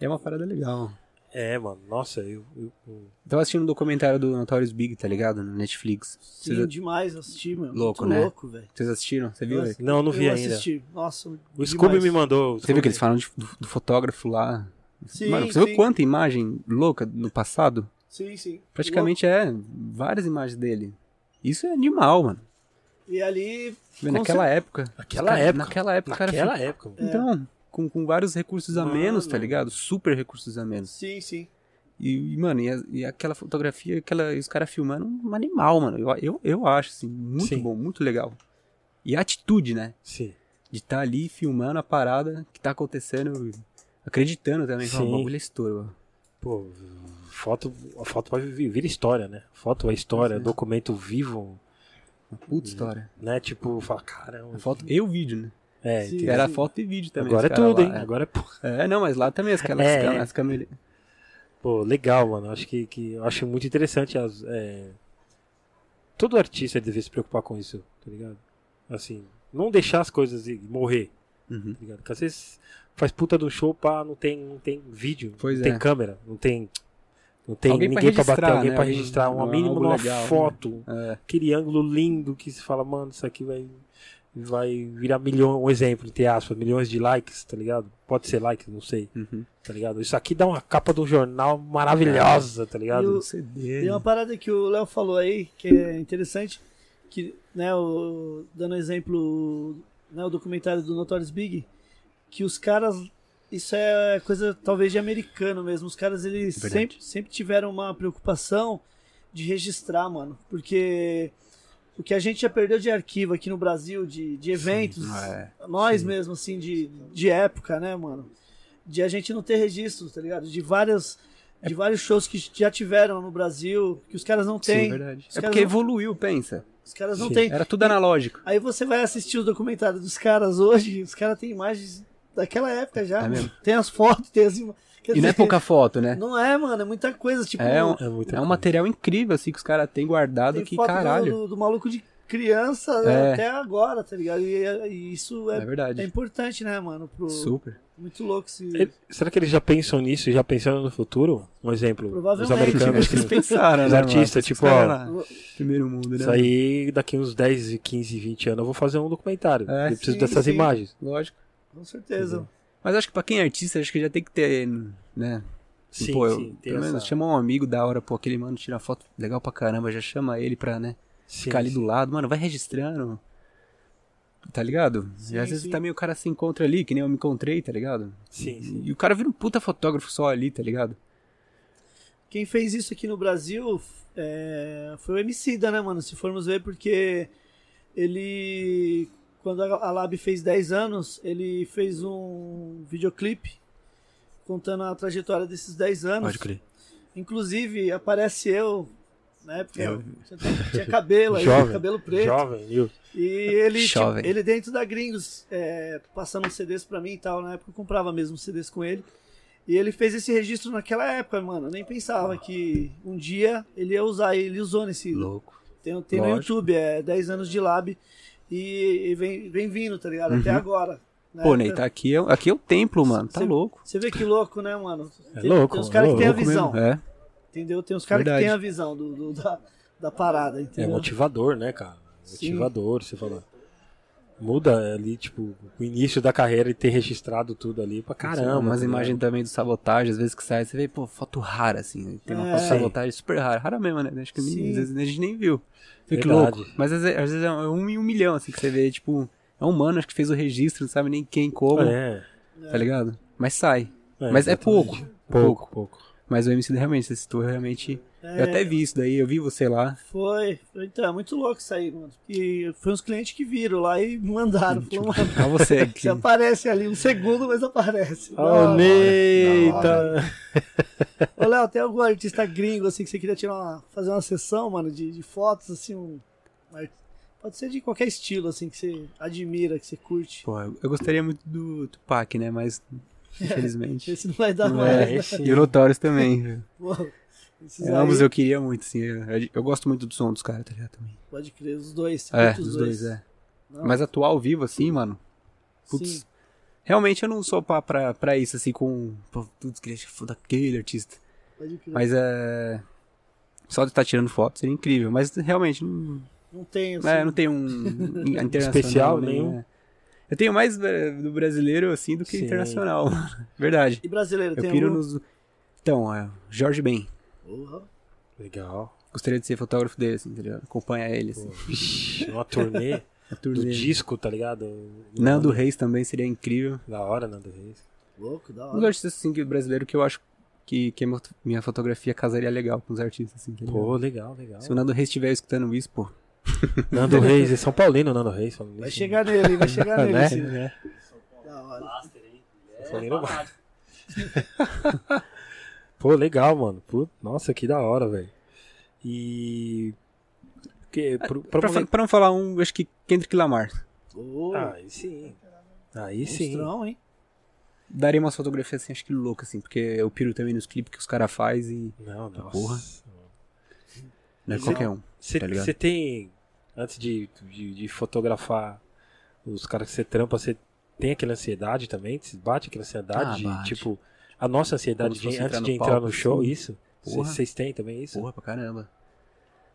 é uma parada legal. É, mano. Nossa, eu, eu- eu- Tava assistindo um documentário do Notorious Big, tá ligado? No Netflix. Sim, Vocês demais assistir, meu. Louco, muito né? louco, velho. vocês assistiram? Você viu? Nossa, velho? não, não vi eu ainda. assisti. Nossa, O Scooby me demais. mandou. o Você viu que eles Scooby- falam de- do, do fotógrafo lá? Sim, Mano, você viu sim. quanta imagem louca no passado? Sim, sim. Praticamente é várias imagens dele. Isso é animal, mano. Louco. E ali, Vê, Com naquela época. Naquela cara- época. Naquela época, o Naquela cara. época. é. fi- Então, com, com vários recursos a Mano. menos, tá ligado? Super recursos a menos. sim, sim. E, e, mano, e, a- e aquela fotografia, aquela, e os caras filmando um animal, mano. Eu, eu, eu acho, assim, muito Sim. bom, muito legal. E a atitude, né? Sim. De estar ali filmando a parada que tá acontecendo, acreditando também. Fala, Sim. O bagulho é estouro, ó. Pô, foto, a foto pode vir- vira história, né? Foto é história, Sim. documento vivo, Uma puta história. né? Tipo, fala, caramba. A foto e o vídeo, né? É, Sim. entendeu? Era sim. foto e vídeo também. Agora é os caras tudo, lá, hein? Agora é. pu- É. É, não, mas lá também as câmeras, É, as câmeras, é. as câmeras- Pô, legal, mano. Acho que, que eu acho muito interessante as. é, Todo artista deve se preocupar com isso, tá ligado? Assim, não deixar as coisas e morrer, Uhum. tá ligado? Porque às vezes faz puta do show, pá, não tem, não tem vídeo, Pois não tem é. câmera, não tem. Não tem Alguém pra ninguém pra bater, registrar, alguém né? pra Algum- registrar, uma algo mínima uma legal, né? foto, É, aquele ângulo lindo que se fala, mano, isso aqui vai, vai virar milhão, um exemplo, entre aspas, milhões de likes, tá ligado? Pode ser likes, não sei, uhum. tá ligado? Isso aqui dá uma capa de um jornal maravilhosa, tá E um ligado? o- CD. Tem uma parada que o Léo falou aí, que é interessante, que, né, o, dando exemplo, né, o documentário do Notorious Big, que os caras, isso é coisa talvez de americano mesmo, os caras eles É Verdade. sempre, sempre tiveram uma preocupação de registrar, mano, porque o que a gente já perdeu de arquivo aqui no Brasil, de, de eventos, é, nós mesmo, assim, de, de época, né, mano? De a gente não ter registro, tá ligado? De várias. De vários shows que já tiveram no Brasil, que os caras não É. Sim, têm. verdade. Os É caras porque não- evoluiu, pensa. os caras não Sim. têm. Era tudo analógico. Aí você vai assistir o documentário dos caras hoje, os caras têm imagens daquela época já. É mesmo. Tem as fotos, tem as imagens. E não é pouca foto, né? Não é, mano, é muita coisa. Tipo, É um- É muito É um material incrível, assim, que os caras têm guardado tem que, foto do- caralho. Do, do maluco de criança É. até agora, tá ligado? E, e isso É é, é verdade. importante, né, mano? Pro, Super. muito louco se. Ele- será que eles já pensam nisso, já pensando no futuro? Um exemplo, os Provavelmente. americanos, Acho que eles assim, pensaram, os né, artistas, mano? tipo, Os caras ó, lá, Primeiro mundo, né? isso aí daqui uns 10, 15, 20 anos eu vou fazer um documentário, É, eu preciso sim, dessas sim. imagens. Lógico. Com certeza. Mas acho que pra quem é artista, acho que já tem que ter, né? Sim, pô, eu- sim, tem pelo menos essa- chama um amigo da hora, pô, aquele mano tira foto legal pra caramba, já chama ele pra, né, sim, ficar ali sim. do lado, mano, vai registrando. Tá ligado? e Sim, às vezes sim. também o cara se encontra ali, que nem eu me encontrei, tá ligado? Sim, sim. E o cara vira um puta fotógrafo só ali, tá ligado? Quem fez isso aqui no Brasil é, foi o Emicida, né, mano? Se formos ver, porque ele, quando a a Lab fez 10 anos, ele fez um videoclipe contando a trajetória desses 10 anos. crer. Inclusive, aparece eu, né? Porque Eu. você tá- tinha cabelo aí, Jovem, cabelo preto. Jovem, viu? E ele, tipo, Jovem. ele dentro da Gringos, é, passando uns CDs pra mim e tal, na época eu comprava mesmo os CDs com ele. E ele fez esse registro naquela época, mano. Eu nem pensava que um dia ele ia usar, e ele usou nesse. Louco. Tem, tem no Lógico. YouTube, é 10 anos de lab e, e vem, vem vindo, tá ligado? Até Uhum. agora. né? Pô, Ney, tá aqui, é, aqui é o templo, mano, tá Cê- louco. Você vê que louco, né, mano? É Tem- louco, Tem os é caras que louco. têm a Louco mesmo, visão, É, entendeu? Tem os caras que Verdade. têm a visão do, do- da, da parada, É entendeu? motivador, né, cara? Sim. Motivador, você fala. Muda ali, tipo, o início da carreira e ter registrado tudo ali pra caramba. Umas tá ligado? imagens também do sabotagem, às vezes que sai, você vê, pô, foto rara, assim. Tem uma É. foto Sim. de sabotagem super rara. Rara mesmo, né? Acho que nem- Sim. às vezes a gente nem viu. Você vê que Verdade. louco. Mas às vezes, às vezes é um em um milhão, assim, que você vê, tipo, é um mano, acho que fez o registro, não sabe nem quem, como, É, tá ligado? Mas sai. é, Mas é pouco. Pouco, pouco. Mas o MC realmente, você citou realmente. É, Eu até vi isso daí, eu vi você lá. Foi, então, é muito louco isso aí, mano. E foi uns clientes que viram lá e mandaram. Falou, mano, Pra você aqui. você aparece ali um segundo, mas Ah, aparece. Da Oh, hora. Neita! Ô, Léo, tem algum artista gringo assim que você queria tirar uma, fazer uma sessão, mano, de, de fotos, assim, um. um art- Pode ser de qualquer estilo, assim, que você admira, que você curte. Pô, eu eu gostaria muito do Tupac, né? Mas, infelizmente. Esse não vai dar Não mais. É, esse- E o Notorious também, viu? Pô, esses É, aí, ambos eu queria muito, sim. Eu, eu gosto muito do som dos caras, tá ligado? Também. Pode crer, os dois. É, curte dos dois, é. Não, Mas atuar ao vivo, assim, mano. Putz. sim. Realmente eu não sou pra, pra, pra isso, assim, com. pô, Putz, queria ser foda aquele artista. Pode crer. Mas é. Só de estar tirando foto seria incrível. Mas realmente, não, não tem, assim. é, não tem um. internacional. Especial nem, nenhum. né? Eu tenho mais é, do brasileiro, assim, do que Sim. internacional. mano. Verdade. E brasileiro, Eu tem piro algum? nos. Então, é, Jorge Ben. Porra. Legal. Gostaria de ser fotógrafo dele, assim, tá ligado? Acompanhar ele, assim. Vixe, Uma turnê A do turnê. disco, tá ligado? Nando Reis também seria incrível. Da hora, Nando Reis. Louco, da Um dos hora. artistas assim, que- brasileiro que eu acho que, que minha- minha fotografia casaria legal com os artistas, assim, tá ligado? Pô, legal, legal. Se o Nando Reis estiver escutando isso, pô. Nando Reis, é São Paulino, Nando Reis. São Vai chegar nele, vai chegar nele. né? sim. né? Da hora. Master, hein? Paulino vai. Pô, legal, mano. Pô, nossa, que da hora, velho. E. Que, pro, pro Pra, fa- momento- pra não falar um, acho que Kendrick Lamar. Ô, Aí sim. Ah, Aí Um sim. monstrão, hein? Daria umas fotografias assim, acho que louca, assim, porque eu piro também nos clipes que os caras fazem e Não, nossa. Porra. não é Mas qualquer um. Você Tá ligado? tem. Antes de, de, de fotografar os caras que você trampa, você tem aquela ansiedade também? Você bate aquela ansiedade? Ah, de, bate. Tipo, a nossa Como ansiedade se de- fosse antes entrar de no entrar palco, no show, assim. isso? Cê- Porra. Vocês têm também isso? Porra, pra caramba.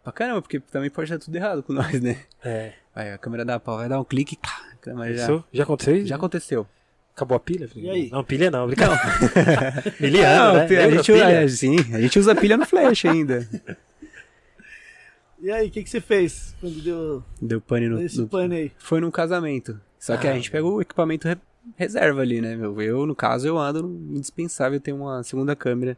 Pra caramba, porque também pode dar tudo errado com nós, né? É. Aí a câmera dá pau, vai dar um clique, pá, a câmera já, Isso? Já aconteceu isso? já aconteceu. Acabou a pilha? Felipe? E aí? Não, pilha não, brincadeira. Miliano, Não, né? a, Lembra gente, pilha? é, sim, a gente usa pilha no flash ainda. E aí, o que, que você fez quando deu Deu pane no, esse no- pane aí? Foi num casamento. Só Ah, que a gente pega o equipamento re- reserva ali, né, meu? Eu, no caso, eu ando no indispensável ter uma segunda câmera.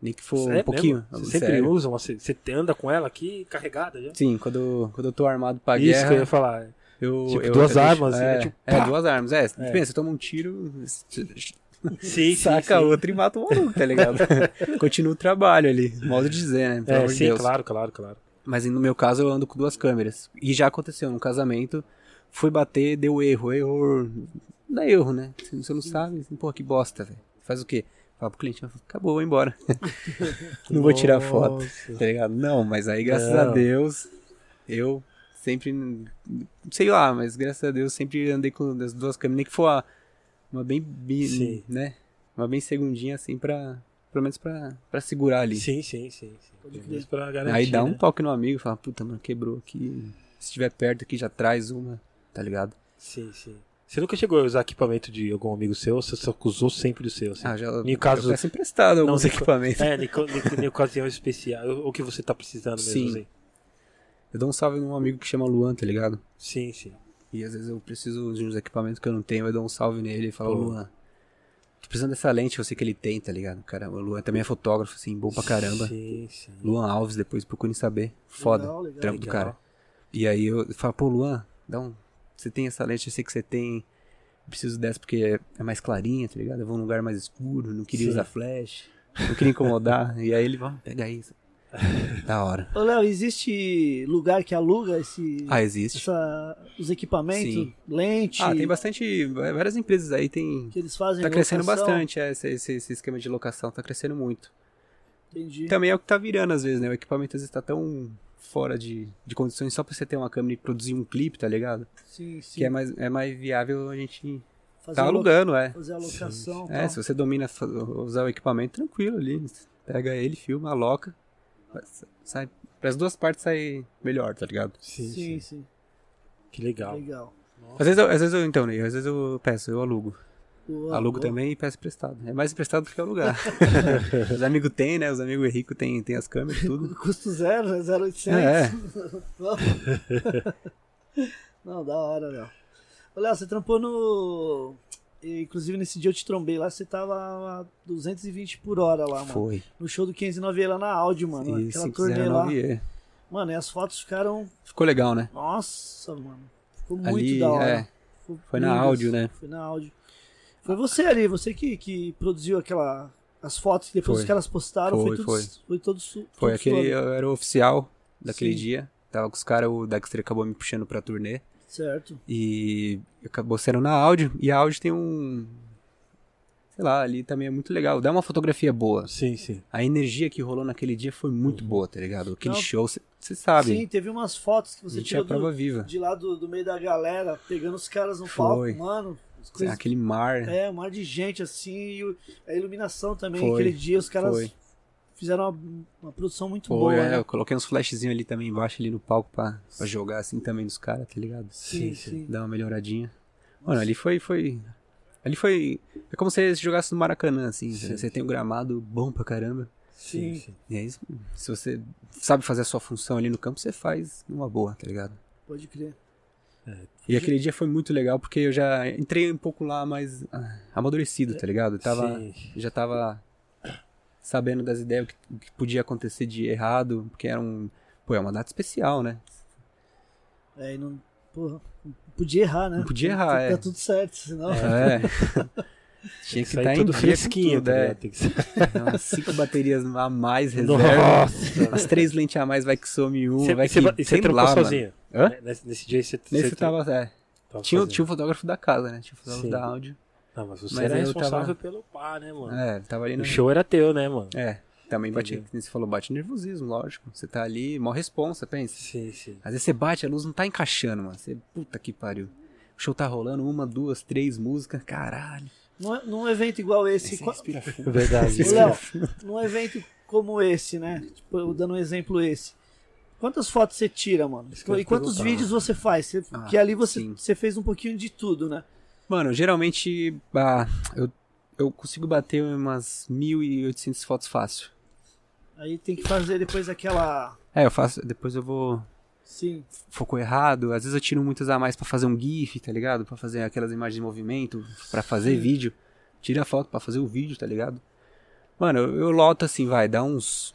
Nem que for Sério um é mesmo? pouquinho. Vocês sempre sério. usam? Você você anda com ela aqui carregada já? Sim, quando, quando eu tô armado pra Isso guerra. que eu ia falar. Eu, Tipo, eu duas até deixo- armas, É, né? Tipo, é, pá! duas armas. É, É. pensa, toma um tiro, Sim, saca sim, sim. outro e mata o maluco, tá ligado? Continua o trabalho ali, modo de dizer, né? Pelo É, amor de sim, Deus. claro, claro, claro. Mas no meu caso eu ando com duas câmeras. E já aconteceu, num casamento, fui bater, deu erro, erro. Dá erro, né? Se você não sabe, assim, pô, que bosta, velho. Faz o quê? Fala pro cliente, acabou, vou embora. não vou tirar foto. Nossa. tá ligado? Não, mas aí, graças Não. a Deus, eu sempre. Sei lá, mas graças a Deus sempre andei com as duas câmeras, nem que for a- uma bem. bi- Sim. né? Uma bem segundinha assim pra. Pelo menos pra, pra segurar ali. Sim, sim, sim. sim. Pelo menos pra garantir, aí dá um né? toque no amigo e fala, puta, mano, quebrou aqui. Se estiver perto aqui, já traz uma, tá ligado? Sim, sim. Você nunca chegou a usar equipamento de algum amigo seu, ou você só usou sempre do seu, assim? Ah, já. No caso- Eu peço emprestado alguns Nico- equipamentos. É, em co- em- em ocasião especial, ou que você tá precisando mesmo, Sim. assim. Eu dou um salve num amigo que chama Luan, tá ligado? Sim, sim. E às vezes eu preciso de uns equipamentos que eu não tenho, eu dou um salve nele e falo, Pô. Luan, tô precisando dessa lente, eu sei que ele tem, tá ligado? Cara, o Luan também é fotógrafo, assim, bom pra caramba. Sim, sim. Luan Alves, depois procurem saber. Foda. Legal, legal. trampo do Legal. cara. E aí eu falo, pô, Luan, dá um. Você tem essa lente, eu sei que você tem. Eu preciso dessa porque é- é mais clarinha, tá ligado? Eu vou num lugar mais escuro, não queria Sim. usar flash, não queria incomodar. e aí ele, vai, pega isso. da hora. Ô, Léo, existe lugar que aluga esse, Ah, existe. essa- os equipamentos, Sim. lente, Ah, tem bastante. Várias empresas aí tem. que eles fazem Tá crescendo locação? bastante, é, esse, esse- esse esquema de locação tá crescendo muito. Entendi. E também é o que tá virando às vezes, né? O equipamento às vezes tá tão fora de, de condições só pra você ter uma câmera e produzir um clipe, tá ligado? sim, sim. Que é mais, é mais viável a gente fazer tá a lo- alugando, é. Fazer a locação. É, se você domina fa- usar o equipamento, tranquilo ali. Pega ele, filma, aloca. mas Sai, pras duas partes sai melhor, tá ligado? Sim, sim. sim, sim. Que legal. Legal. Às vezes, eu, às vezes eu, então, Ney, às vezes eu peço, eu alugo. Boa, Alugo boa. também e peço emprestado. É mais emprestado do que alugar. Os amigos têm, né? Os amigos ricos têm, têm as câmeras, tudo. Custo zero, né? 0,800. É, é. Não, da hora, Léo. Ô, Léo, você trampou no... e, Inclusive, nesse dia eu te trombei lá, você tava a 220 por hora lá, mano. Foi. No show do 509 lá na áudio, mano. E Tá Aquela turnê lá. 509E. Mano, e as fotos ficaram... é. Ficou legal, né? Nossa, mano. Ficou muito Ali, da hora. é. Ficou Foi na lindas. áudio, né? Foi na áudio. Foi você ali, você que, que produziu aquela... As fotos que depois Foi. os caras postaram, foi, Foi, tudo, foi. foi todo su- Foi tudo aquele. suado. Eu era o oficial daquele Sim. dia. Tava com os caras, o Dexter acabou me puxando pra turnê. Certo. E acabou sendo na áudio. E a áudio tem um. Sei lá, ali também é muito legal. Dá uma fotografia boa. Sim, sim. A energia que rolou naquele dia foi muito boa, tá ligado? Aquele Uhum. Não. show, você sabe. Sim, teve umas fotos que a você gente é tirou a prova do, viva. de lá do, do meio da galera, pegando os caras no Foi. palco, mano. as Tem coisas- Aquele mar. é, um mar de gente assim, e o- a iluminação também. Foi, Aquele dia os caras foi. fizeram uma, uma produção muito Foi, boa. é, né? eu coloquei uns flashzinhos ali também embaixo, ali no palco, pra, pra jogar assim também nos caras, tá ligado? Sim, sim. Dar uma melhoradinha. Mano, ali foi, foi... Ali foi... É como se você jogasse no Maracanã, assim. Sim, você sim. tem um gramado bom pra caramba. Sim. E é isso. Se você sabe fazer a sua função ali no campo, você faz uma boa, tá ligado? Pode crer. E aquele dia foi muito legal, porque eu já entrei um pouco lá mais ah, amadurecido, tá ligado? Eu tava... Sim. Já tava sabendo das ideias, o que, o que podia acontecer de errado, porque era um. Pô, é uma data especial, né? É, e não. Porra, não podia errar, né? Não podia Tem- errar, tem- é. Tá tudo certo, senão. É. Tinha que Isso aí estar em tudo dia com fresquinho, tudo, tá é. ligado? Tem que ser- Não, cinco baterias a mais reserva. Nossa! As três lentes a mais vai que some uma, Você- vai e você, que e você sei trampou lá, mano. sozinho? Hã? Né? Nesse, nesse dia você, Nesse você tava, é. tava Tinha, sozinho. tinha o fotógrafo da casa, né? Tinha o fotógrafo Sim. da áudio. Não, mas você Mas era aí eu tava- responsável pelo pá, né, mano? É, ele tava ali no... O show era teu, né, mano? É, também bate, Entendeu. que nem você falou, bate nervosismo, lógico. Você tá ali, mó responsa, pensa. Sim, sim. Às vezes você bate, a luz não tá encaixando, mano. Você, puta que pariu. O show tá rolando, uma, duas, três músicas, caralho. Num, num é um evento igual esse. qual- Verdade. Ô, Léo, num evento como esse, né? Tipo, eu dando um exemplo esse. Quantas fotos você tira, mano? Isso que eu ia E quantos perguntar, vídeos você faz? Você- é né? Ah, que ali você, sim. você fez um pouquinho de tudo, né? Mano, geralmente, ah, eu, eu consigo bater umas 1.800 fotos fácil. Aí tem que fazer depois aquela. É, eu faço, depois eu vou Sim. focou errado. Às vezes eu tiro muitas a mais pra fazer um GIF, tá ligado? Pra fazer aquelas imagens de movimento, pra fazer vídeo. Tira a foto pra fazer o vídeo, tá ligado? Mano, eu, eu loto assim, vai, dá uns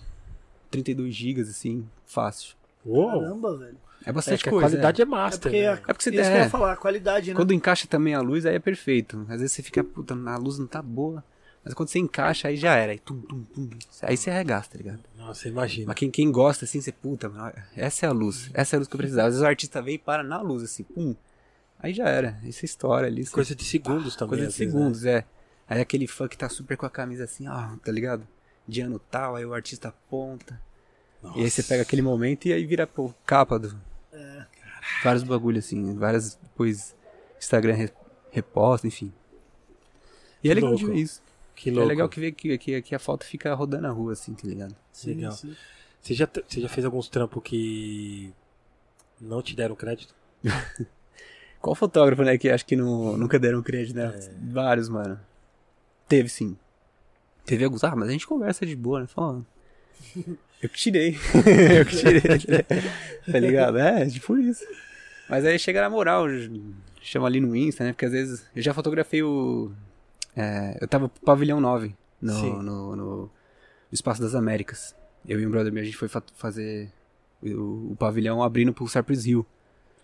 32 gigas assim, fácil. Uou! Caramba, velho. É É bastante que a coisa. qualidade é, É master. porque, a- né? É porque você isso que der- eu ia falar, a qualidade, é. né? Quando encaixa também a luz, aí é perfeito. Às vezes você fica, puta, a luz não tá boa. Mas quando você encaixa, aí já era. Aí, tum, tum, tum. aí você arregaça, tá ligado? Nossa, imagina. Mas quem, quem gosta, assim, você, puta, mano, essa é a luz. Essa é a luz que eu precisava. Às vezes o artista vem e para na luz, assim, pum. Aí já era. Essa história ali. você- Coisa de segundos também. Coisa de às vezes, né? segundos, é. Aí aquele fã que tá super com a camisa assim, ó, tá ligado? De ano tal, aí o artista aponta. né? E aí você pega aquele momento e aí vira pô, capa do. Vários bagulho assim, várias. Depois Instagram re- reposta, enfim. E Que é legal louco. de ver isso. Que É louco. legal que ver que, que, que a foto fica rodando a rua, assim, tá ligado? Sim, Legal. sim. Você já, t- você já fez alguns trampos que não te deram crédito? Qual fotógrafo, né, que acho que não, nunca deram crédito, né? Vários, mano. Teve sim. Teve alguns. Ah, mas a gente conversa de boa, né? Fala. "Ah, Eu que tirei. eu que tirei. tá ligado? É, tipo isso. Mas aí chega na moral, j- chama ali no Insta, né? Porque às vezes. Eu já fotografei o. é, eu tava pro pavilhão 9 Sim. no, no, no Espaço das Américas. Eu e um brother meu, a gente foi fa- fazer o, o pavilhão abrindo pro Cypress Hill.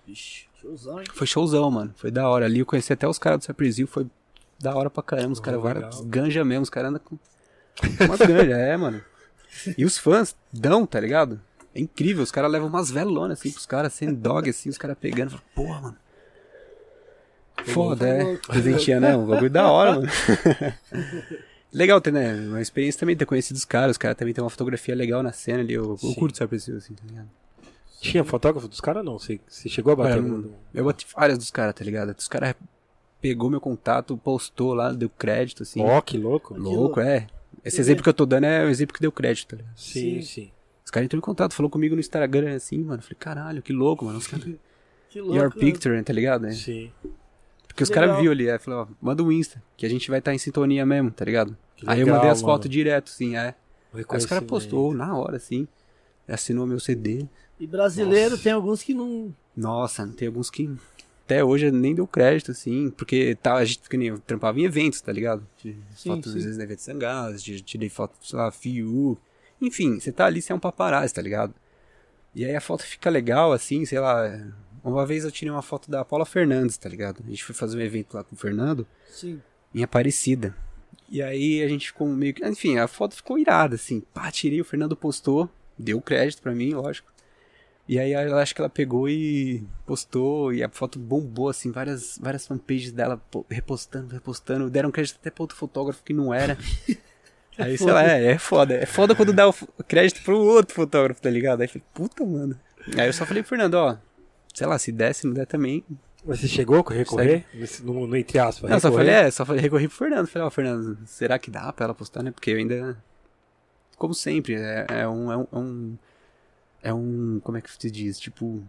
Ixi, showzão, hein? Foi showzão, mano. Foi da hora ali. Eu conheci até os caras do Cypress Hill. Foi da hora pra caramba. Os Oh, caras legal. vários ganja mesmo. Os caras andam com umas ganja, é, mano. E os fãs dão, tá ligado? É incrível. Os caras levam umas velonas assim pros caras, sem dog assim, os caras pegando. Fala, Porra, mano. um Foda, é. Presentinha, né? Um bagulho da hora, mano. legal ter, né? Uma experiência também ter conhecido os caras. Os caras também tem uma fotografia legal na cena ali. Eu, eu Sim. curto o Cypress Hill, assim, tá ligado? Tinha fotógrafo dos caras não? Você, você chegou a bater Olha, algum não- do- Eu bati várias dos caras, tá ligado? Os caras pegou meu contato, postou lá, deu crédito, assim. Ó, que louco. louco, é. Esse Quer exemplo que eu tô dando é o exemplo que deu crédito, tá ligado? Sim, Sim. sim. Os caras entrou em contato, falou comigo no Instagram, assim, mano. Falei, caralho, que louco, mano. Os caras... Que louco. Your né? picture, tá ligado? É. Sim. Porque os Legal. caras viu ali, é, falou, ó, manda um Insta, que a gente vai estar em sintonia mesmo, tá ligado? Que Aí eu legal, mandei as mano. fotos direto, assim, é. Aí os caras Reconhecimento. postou na hora, assim. Assinou meu CD. E brasileiro tem alguns que não. Nossa, tem alguns que até hoje nem deu crédito, assim, porque tá, a gente que nem eu trampava em eventos, tá ligado? De Sim, fotos, sim. às vezes, na evento de Sangás, de- tirei foto, sei lá, Fiu. Enfim, você tá ali, você é um paparazzi, tá ligado? E aí a foto fica legal, assim, sei lá. Uma vez eu tirei uma foto da Paula Fernandes, tá ligado? A gente foi fazer um evento lá com o Fernando, Sim. em Aparecida. E aí a gente ficou meio que. Enfim, a foto ficou irada, assim. Pá, tirei, o Fernando postou, deu crédito pra mim, lógico. E aí eu acho que ela pegou e postou, e a foto bombou, assim, várias, várias fanpages dela pô, repostando, repostando, deram crédito até pra outro fotógrafo que não era. Aí, sei lá, é, é foda. É foda quando dá o f- crédito pro outro fotógrafo, tá ligado? Aí eu falei, puta, mano. Aí eu só falei pro Fernando, ó, sei lá, se der, se não der também, Mas você chegou a recorrer? Nesse- No, no entre aspas. não, só recorrer? falei, é, só falei, recorri pro Fernando. Falei, ó, Fernando, será que dá pra ela postar, né? Porque eu ainda. Como sempre, é, é um, é um- é um. É um. Como é que se diz? Tipo.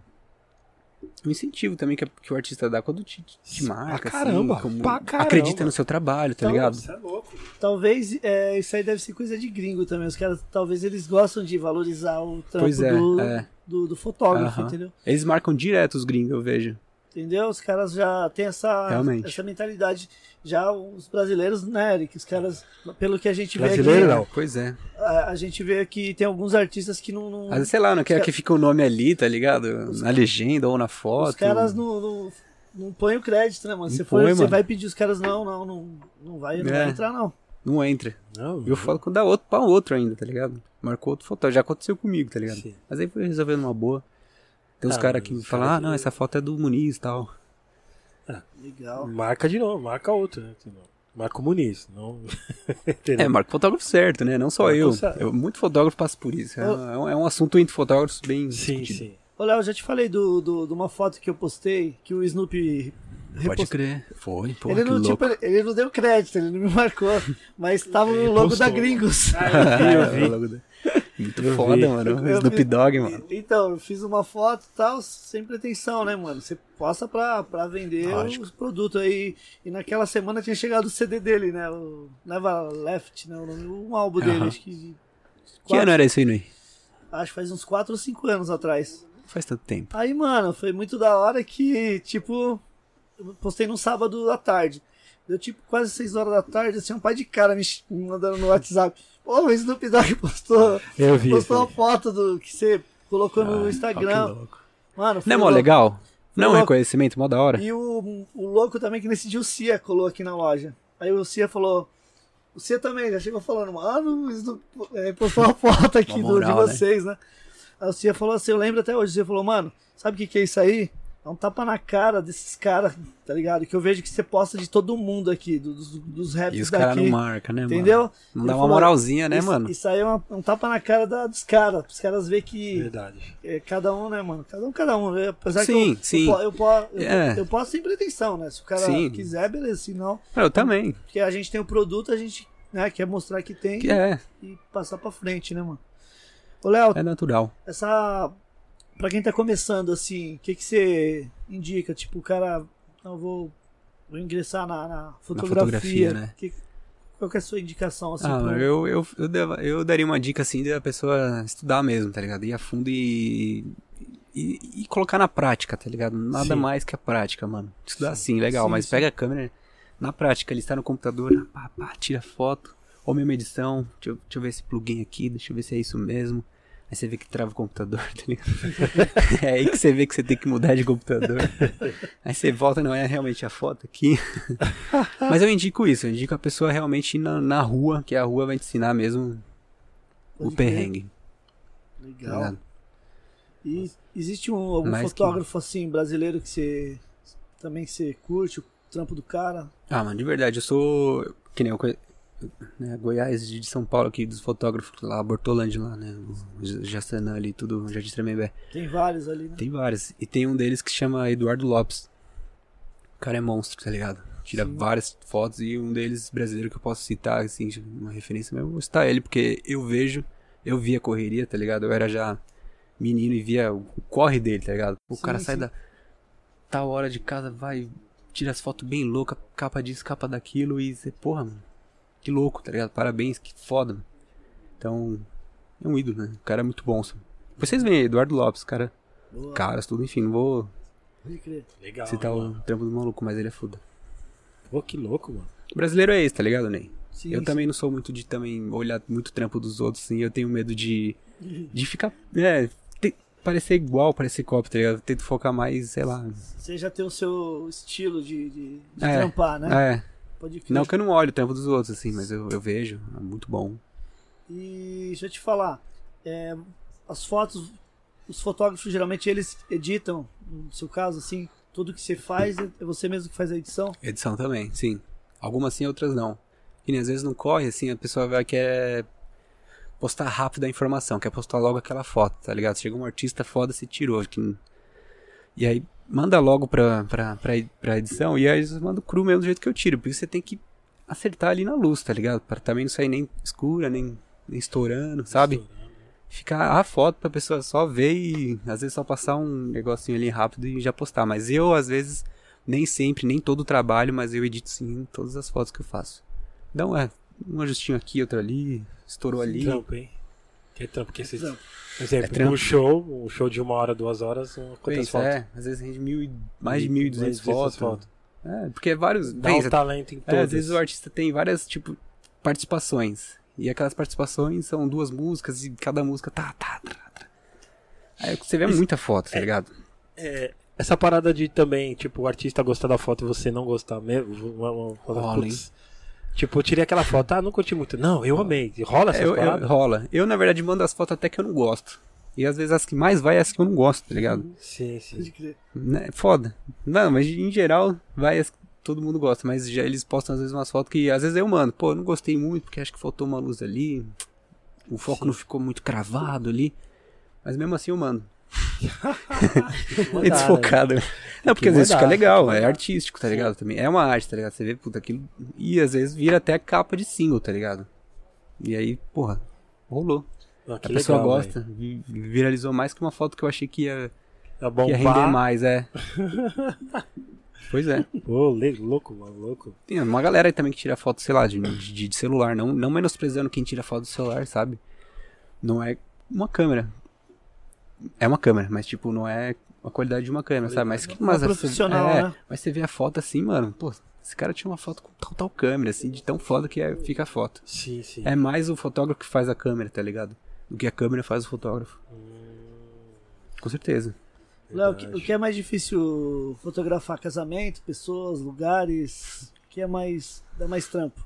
Um incentivo também que, que o artista dá quando te, te Pra marca. caramba, assim, como pra caramba. Acredita no seu trabalho, tá Então, ligado? Você é louco. Talvez é, isso aí deve ser coisa de gringo também. Os caras, talvez eles gostam de valorizar o trampo Pois é, do, é. do, do fotógrafo, Aham. assim, entendeu? Eles marcam direto os gringos, eu vejo. Entendeu? Os caras já têm essa, Realmente. essa mentalidade. Já os brasileiros, né, Eric? Os caras, pelo que a gente vê Brasileiro aqui, não. Pois é. a, a gente vê que tem alguns artistas que não. não- Às vezes, sei lá, não quero que fique o nome ali, tá ligado? Na legenda ou na foto. os caras não, não, não põem o crédito, né, mano? Você, Não for, põe, você mano. vai pedir os caras, não, não, não, não vai, não É. vai entrar, não. Não entra. Não, E é. eu falo quando dá outro pra outro ainda, tá ligado? Marcou outro fotógrafo. Já aconteceu comigo, tá ligado? Sim. Mas aí foi resolvendo uma boa. Tem uns Ah, caras que os falam, caras ah, não, que- essa foto é do Muniz e tal. Legal. Marca de novo, marca outro, né? Marca o Muniz. Não... É, Entendeu? marca o fotógrafo certo, né? Não só Marca eu. o certo. eu. Muito fotógrafo passa por isso. É, Eu- um- é um, é um assunto entre fotógrafos bem. sim, discutido. sim. Ô, Léo, eu já te falei do, do- de uma foto que eu postei, que o Snoopy Pode repostou. crer. Foi, pô. Ele que não, tipo, louco. ele, ele não deu crédito, ele não me marcou, mas tava o logo da postou. Gringos. eu vi. É, logo da- Muito Eu foda, vi. mano. Eu Snoop vi- Dogg, mano. E- Então, eu fiz uma foto e tal, sem pretensão, né, mano? Você posta pra, pra vender Lógico. os produtos aí. E naquela semana tinha chegado o CD dele, né? O Never Left, né? o nome- Um álbum dele, Aham. acho que. de Que ano quatro- era isso aí, Nui? Acho que faz uns 4 ou 5 anos atrás. Faz tanto tempo. Aí, mano, foi muito da hora que, tipo, eu postei num sábado à tarde. Deu tipo quase 6 horas da tarde, assim, um pai de cara me ch- me mandando no WhatsApp. Pô, o Snoop Dogg postou, Eu vi. postou isso uma aí. foto do que você colocou no Ah, que Instagram. louco. Mano, foi Não é mó louco. legal? né? Não louco. é reconhecimento, mó da hora. E o, o louco também que nesse dia o Cia colou aqui na loja. Aí o Cia falou. O Cia também já chegou falando, mano, o Snoop, é, postou uma foto aqui Uma do- de moral, né? vocês, né? Aí o Cia falou assim, eu lembro até hoje, o Cia falou, mano, sabe o que, que é isso aí? É um tapa na cara desses caras, tá ligado? Que eu vejo que você posta de todo mundo aqui, do- dos, dos raps E os caras não daqui. marcam, né, mano? entendeu? Não Ele dá uma falou, moralzinha, né, isso, mano? Isso aí é uma- um tapa na cara da- dos caras. Os caras verem que Verdade. é, cada um, né, mano? Cada um, cada um. né? Apesar Sim, que eu, sim. Eu, po- eu, po- eu, É. eu posso sem pretensão, né? Se o cara Sim. quiser, beleza. Se não, Eu também. porque a gente tem o produto, a gente né, quer mostrar que tem Que é, e passar pra frente, né, mano? Ô, Léo, é natural. essa. Pra quem tá começando, assim, o que, que você indica? Tipo, o cara, eu vou, vou ingressar na, na fotografia. fotografia, né? Que- qual que é a sua indicação, assim? Ah, pro- mano, eu, eu, eu, dava- eu daria uma dica assim da pessoa estudar mesmo, tá ligado? Ir a fundo e, e, e colocar na prática, tá ligado? Nada Sim. mais que a prática, mano. Estudar Sim. sim, legal, Sim, mas sim. pega a câmera na prática, ele está no computador, pá, pá, tira foto, ou mesma edição, deixa eu, deixa eu ver esse plugin aqui, deixa eu ver se é isso mesmo. Aí você vê que trava o computador, tá ligado? é aí que você vê que você tem que mudar de computador. Aí você volta, não é realmente a foto aqui. Mas eu indico isso, eu indico a pessoa realmente ir na, na rua, que a rua vai te ensinar mesmo Pode o crer. perrengue. tá um Legal. ligado? E existe um, algum Mais que- fotógrafo assim brasileiro que você também que você curte o trampo do cara? Ah, mano, de verdade, eu sou. Que nem eu. conhe- Né, Goiás de São Paulo aqui, dos fotógrafos lá, Bortolândia lá, né? O J- Jaçanã ali, tudo, Jardim Tremembé. Tem vários ali, né? Tem vários. E tem um deles que chama Eduardo Lopes. O cara é monstro, tá ligado? Tira Sim. várias fotos e um deles brasileiro que eu posso citar, assim, uma referência mesmo, eu vou citar ele, porque eu vejo, eu via a correria, tá ligado? Eu era já menino e via o corre dele, tá ligado? O Sim, cara sai sim. da tal hora de casa, vai, tira as fotos bem louca, capa disso, capa daquilo, e você, porra, mano, que louco, tá ligado? Parabéns, que foda, mano. Então, é um ídolo, né? O cara é muito bom, sabe? Vocês veem aí, Eduardo Lopes, cara Boa, caras, tudo, enfim, não vou pode crer. Legal. citar hein, o trampo do maluco, mas ele é foda. Pô, que louco, mano. O brasileiro é esse, tá ligado, Ney? Sim, eu sim. também não sou muito de também olhar muito trampo dos outros, sim, eu tenho medo de, de ficar, é, te- parecer igual, parecer copy, tá ligado? Eu tento focar mais, sei lá, Você já tem o seu estilo de, de, de É, trampar, né? é, Pode crer. não que eu não olho o trampo dos outros, assim, mas eu, eu vejo, é muito bom. E deixa eu te falar, é, as fotos, os fotógrafos geralmente eles editam, no seu caso, assim, tudo que você faz, é você mesmo que faz a edição? Edição também, sim. Algumas sim, outras não. E às vezes não corre, assim, a pessoa vai quer postar rápido a informação, quer postar logo aquela foto, tá ligado? Chegou um artista foda, se tirou. Que... E aí manda logo pra, pra, pra, pra edição e aí eles mandam cru mesmo do jeito que eu tiro, porque você tem que acertar ali na luz, tá ligado? Pra também não sair nem escura, nem, nem estourando, sabe? Ficar a foto pra pessoa só ver e às vezes só passar um negocinho ali rápido e já postar. Mas eu, às vezes, nem sempre, nem todo o trabalho, mas eu edito sim todas as Então, então, fotos que eu faço. Dá um, é, um ajustinho aqui, outro ali, estourou ali. Trampo, hein? Que trampo, que vocês. Trampo. Por exemplo, É trampo. um show, um show de uma hora, duas horas, um- quantas Pensa, fotos? é, às vezes rende mil e, mais de 1.200 duzentas fotos. É, porque é vários. Dá pensa, um talento em É, todos. às vezes o artista tem várias, tipo, participações. E aquelas participações são duas músicas e cada música tá, tá, tá, tá. Aí você vê muita foto, tá ligado? Essa parada de também, tipo, o artista gostar da foto e você não gostar mesmo. uma- uma- uma- Rola, putz. Tipo, eu tirei aquela foto, ah, não curti muito. Não, eu amei. Rola essa É, Eu, eu- parada? rola. Eu, na verdade, mando as fotos até que eu não gosto. E às vezes as que mais vai é as que eu não gosto, tá ligado? Sim, sim. Pode crer. Né? Foda. Não, mas em geral vai as que todo mundo gosta. Mas já eles postam às vezes umas fotos que às vezes eu mando. Pô, eu não gostei muito porque acho que faltou uma luz ali. O foco Sim. não ficou muito cravado ali. Mas mesmo assim eu mando. Mandar, É desfocado. Não, porque às vezes fica mandar, legal, tem né? que é mandar. artístico, tá ligado? Também é uma arte, tá ligado? Você vê, puta, aquilo. E às vezes vira até capa de single, tá ligado? E aí, porra, rolou. Né? Ah, que a pessoa legal, gosta, vi- viralizou mais que uma foto que eu achei que ia, velho. Tá que ia render bom, mais, é. pois é. Pô, le- louco, mano, louco. Tem uma galera aí também que tira foto, sei lá, de, de, de celular, não, não menosprezando quem tira foto do celular, sabe? Não é uma câmera. É uma câmera, mas tipo, não é a qualidade de uma câmera, sabe? Mas que mas É Uma profissional, é, né? Mas você vê a foto assim, mano, pô, esse cara tira uma foto com tal tal câmera, assim, de tão foda que é- fica a foto. Sim, sim. É mais o fotógrafo que faz a câmera, tá ligado? Do que a câmera faz o fotógrafo. Com certeza. Léo, o que- Verdade. o que é mais difícil fotografar casamento, pessoas, lugares? O que é mais. dá mais trampo?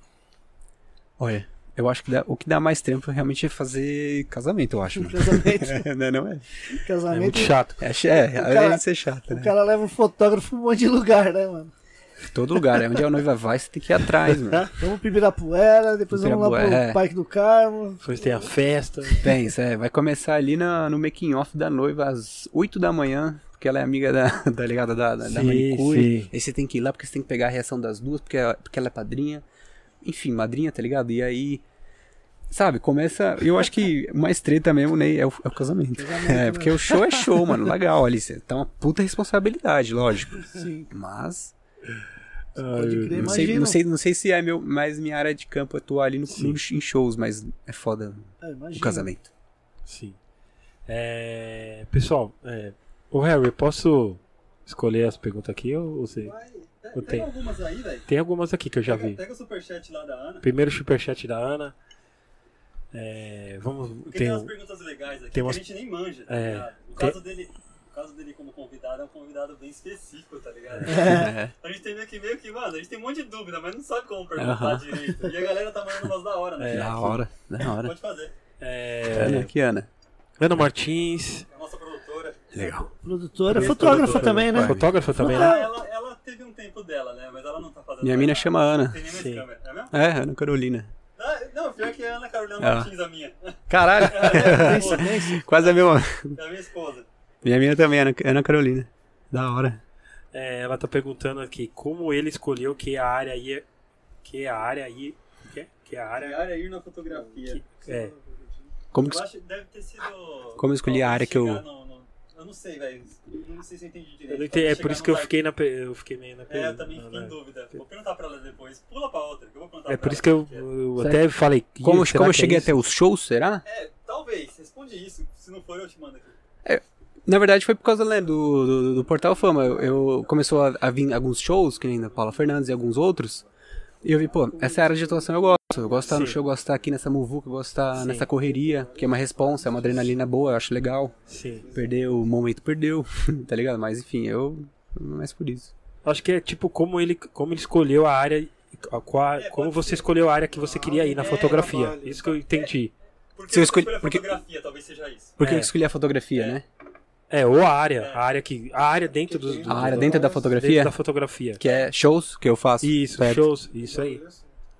Olha, eu acho que dá- o que dá mais tempo realmente é fazer casamento, eu acho. mano. Casamento. não é, não é? É casamento muito chato. É, che- é, O além cara- de ser chato, o né? cara leva um fotógrafo pra um monte de lugar, né, mano? Tá? Todo lugar, é onde a noiva vai, você tem que ir atrás, mano. Vamos pro Ibirapuera, depois vamos lá pro Ibirapuera, é. Parque do Carmo. Depois tem a festa. Pensa, é, vai começar ali na- no making off da noiva às 8 da manhã, porque ela é amiga da, da ligada da, da, da Sim, manicure. sim. Aí você tem que ir lá porque você tem que pegar a reação das duas, porque ela, porque ela é padrinha. Enfim, madrinha, tá ligado? E aí, sabe, começa. Eu acho que o mais treta mesmo, né, é o, é o casamento. É, porque o show é show, mano. Legal, ali. Você tá uma puta responsabilidade, lógico. Sim, Mas. pode crer, Não sei, imagina. não, sei, não sei se é meu, mas minha área de campo é atuar ali no, Sim. no- em shows, mas é foda É, imagina. o casamento. Sim. É, Pessoal, é... ô Harry, posso escolher as perguntas aqui ou ou você. Eu Tem tenho. algumas aí, velho. Tem algumas aqui que eu já vi. Pega o superchat lá da Ana. Primeiro superchat da Ana. É, vamos. Porque tem, Tem, umas perguntas legais aqui tem que umas- a gente nem manja, tá É, ligado? O tem- caso, dele, o caso dele como convidado é um convidado bem específico, tá ligado? É. A gente tem meio que, meio que, mano, a gente tem um monte de dúvida, mas não sabe como perguntar Aham. É, direito. E a galera tá mandando umas da hora, né? Da hora, da hora. Pode fazer. Ana, é, aqui, Ana. Ana Martins. É a nossa produtora. Legal. Produtora, fotógrafa Produtora. também, né? Vai. Fotógrafa também, né? Ah, ela, ela teve um tempo dela, né? Mas ela não tá fazendo. Minha mais mina nada. chama Não Ana. tem nem mais Sim. câmera, é mesmo? É, Ana Carolina. Ah, Não, pior que é a Ana Carolina Ah. Martins, a minha. Caralho, Coincidência. quase a mesma. É a minha esposa. Minha mina também, Ana, Ana Carolina. Da hora. É, ela tá perguntando aqui como ele escolheu que é a área ia. Que é a área ia. Que, é? que a área. área ir na fotografia. É. Como que. Eu acho que deve ter sido. Como eu escolhi a área que eu- chegar no- no- Eu não sei, velho. Não sei se eu entendi direito. Eu não entendi, é Chegar por isso no que eu lugar- fiquei, na, pe- eu fiquei meio na É, pergunta. eu também fiquei né? em dúvida. Vou perguntar pra ela depois. Pula pra outra, que eu vou perguntar É pra por ela isso que eu, como é. eu Será até falei. "Ih, Como, será como eu que é cheguei isso?" até os shows, será? É, talvez. Responde isso. Se não for, eu te mando aqui. Na verdade foi por causa né, do, do, do Portal Fama. Eu, eu- começou a, a vir alguns shows, que nem da Paula Fernandes e alguns outros. E eu vi, pô, essa é área de atuação eu gosto. Eu gosto de estar no Sim. show, eu gosto de estar aqui nessa muvuca, eu gosto de estar Sim. nessa correria, porque é uma responsa, é uma adrenalina boa, eu acho legal. Sim. Perdeu, o momento perdeu, tá ligado? Mas enfim, eu. Mas por isso. Acho que é tipo como ele, como ele escolheu a área. e a qual- É, como pode você escolheu a área que você queria ir na é, fotografia. trabalho. Isso que eu entendi. Por que Se você eu escolhi- escolheu a porque- fotografia, talvez seja isso. Por que É. eu escolhi a fotografia, né? É, ou a área. A área que. A área dentro dos. do- A área dentro da fotografia, dentro da fotografia. que é shows que eu faço. Isso, perto. shows, isso aí.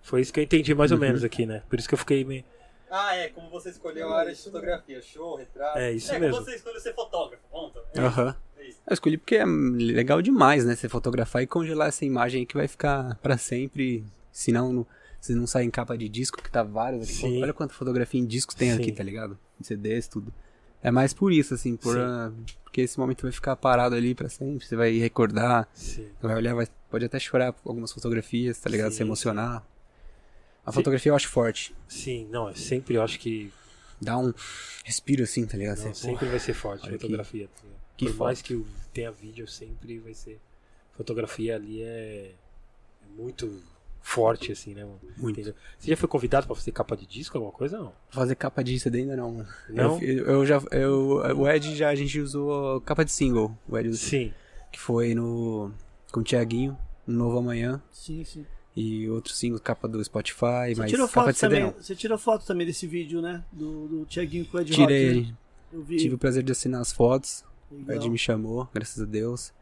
Foi isso que eu entendi mais Uhum. ou menos aqui, né? Por isso que eu fiquei meio. Ah, é, como você escolheu a área de fotografia, show, retrato. É, isso é, mesmo. Como você escolheu ser fotógrafo, ponto. É, Aham. isso, é isso. Eu escolhi porque é legal demais, né? Você fotografar e congelar essa imagem aí que vai ficar pra sempre. Senão, não, se não sai em capa de disco, que tá vários aqui. Sim. Olha quanta fotografia em discos tem Sim. aqui, tá ligado? CDs, tudo. É mais por isso, assim, por, Sim. ah, porque esse momento vai ficar parado ali pra sempre. Você vai recordar, Sim. vai olhar, vai- pode até chorar por algumas fotografias, tá ligado? Sim, Se emocionar. A Sim. fotografia eu acho forte. Sim, não, é eu sempre acho que dá um respiro assim, tá ligado? Não, Você, pô, sempre vai ser forte a olha que- fotografia. tá ligado? que Por mais foto. que eu tenha vídeo, sempre vai ser. Fotografia ali é, é muito forte, assim, né, mano? muito. Entendeu? Você já foi convidado pra fazer capa de disco, alguma coisa? Não. Fazer capa de CD ainda não, mano. Não? Eu, eu já. Eu, o Ed já a gente usou capa de single. O Ed usou, Sim. que foi no. Com o Thiaguinho, no Novo Amanhã. Sim, sim. E outro single, capa do Spotify, Você mas tirou capa foto de CD também. não. Você tirou foto também desse vídeo, né? Do, do Tiaguinho com o Ed Rock, Tirei, né? Eu vi. tive o prazer de assinar as fotos. O Legal. Ed me chamou, graças a Deus.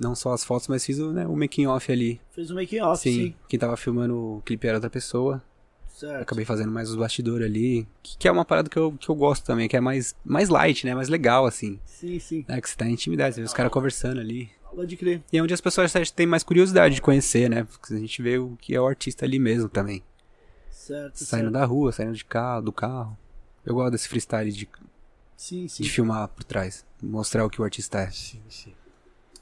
Não só as fotos, mas fiz o, né, o making off ali. Fez o making off, Ah, sim. Sim, quem tava filmando o clipe era outra pessoa. Certo. Acabei fazendo mais os bastidores ali. Que, que é uma parada que eu, que eu gosto também, que é mais, mais light, né? Mais legal, assim. Sim, sim. Né? Que você tá em intimidade, você vê os caras conversando ali. Pode crer. E é onde as pessoas acho, têm mais curiosidade de conhecer, né? Porque a gente vê o que é o artista ali mesmo também. Certo. Saindo certo. da rua, saindo de carro, do carro. Eu gosto desse freestyle de, Sim, sim. de filmar por trás. Mostrar o que o artista é. Sim, sim.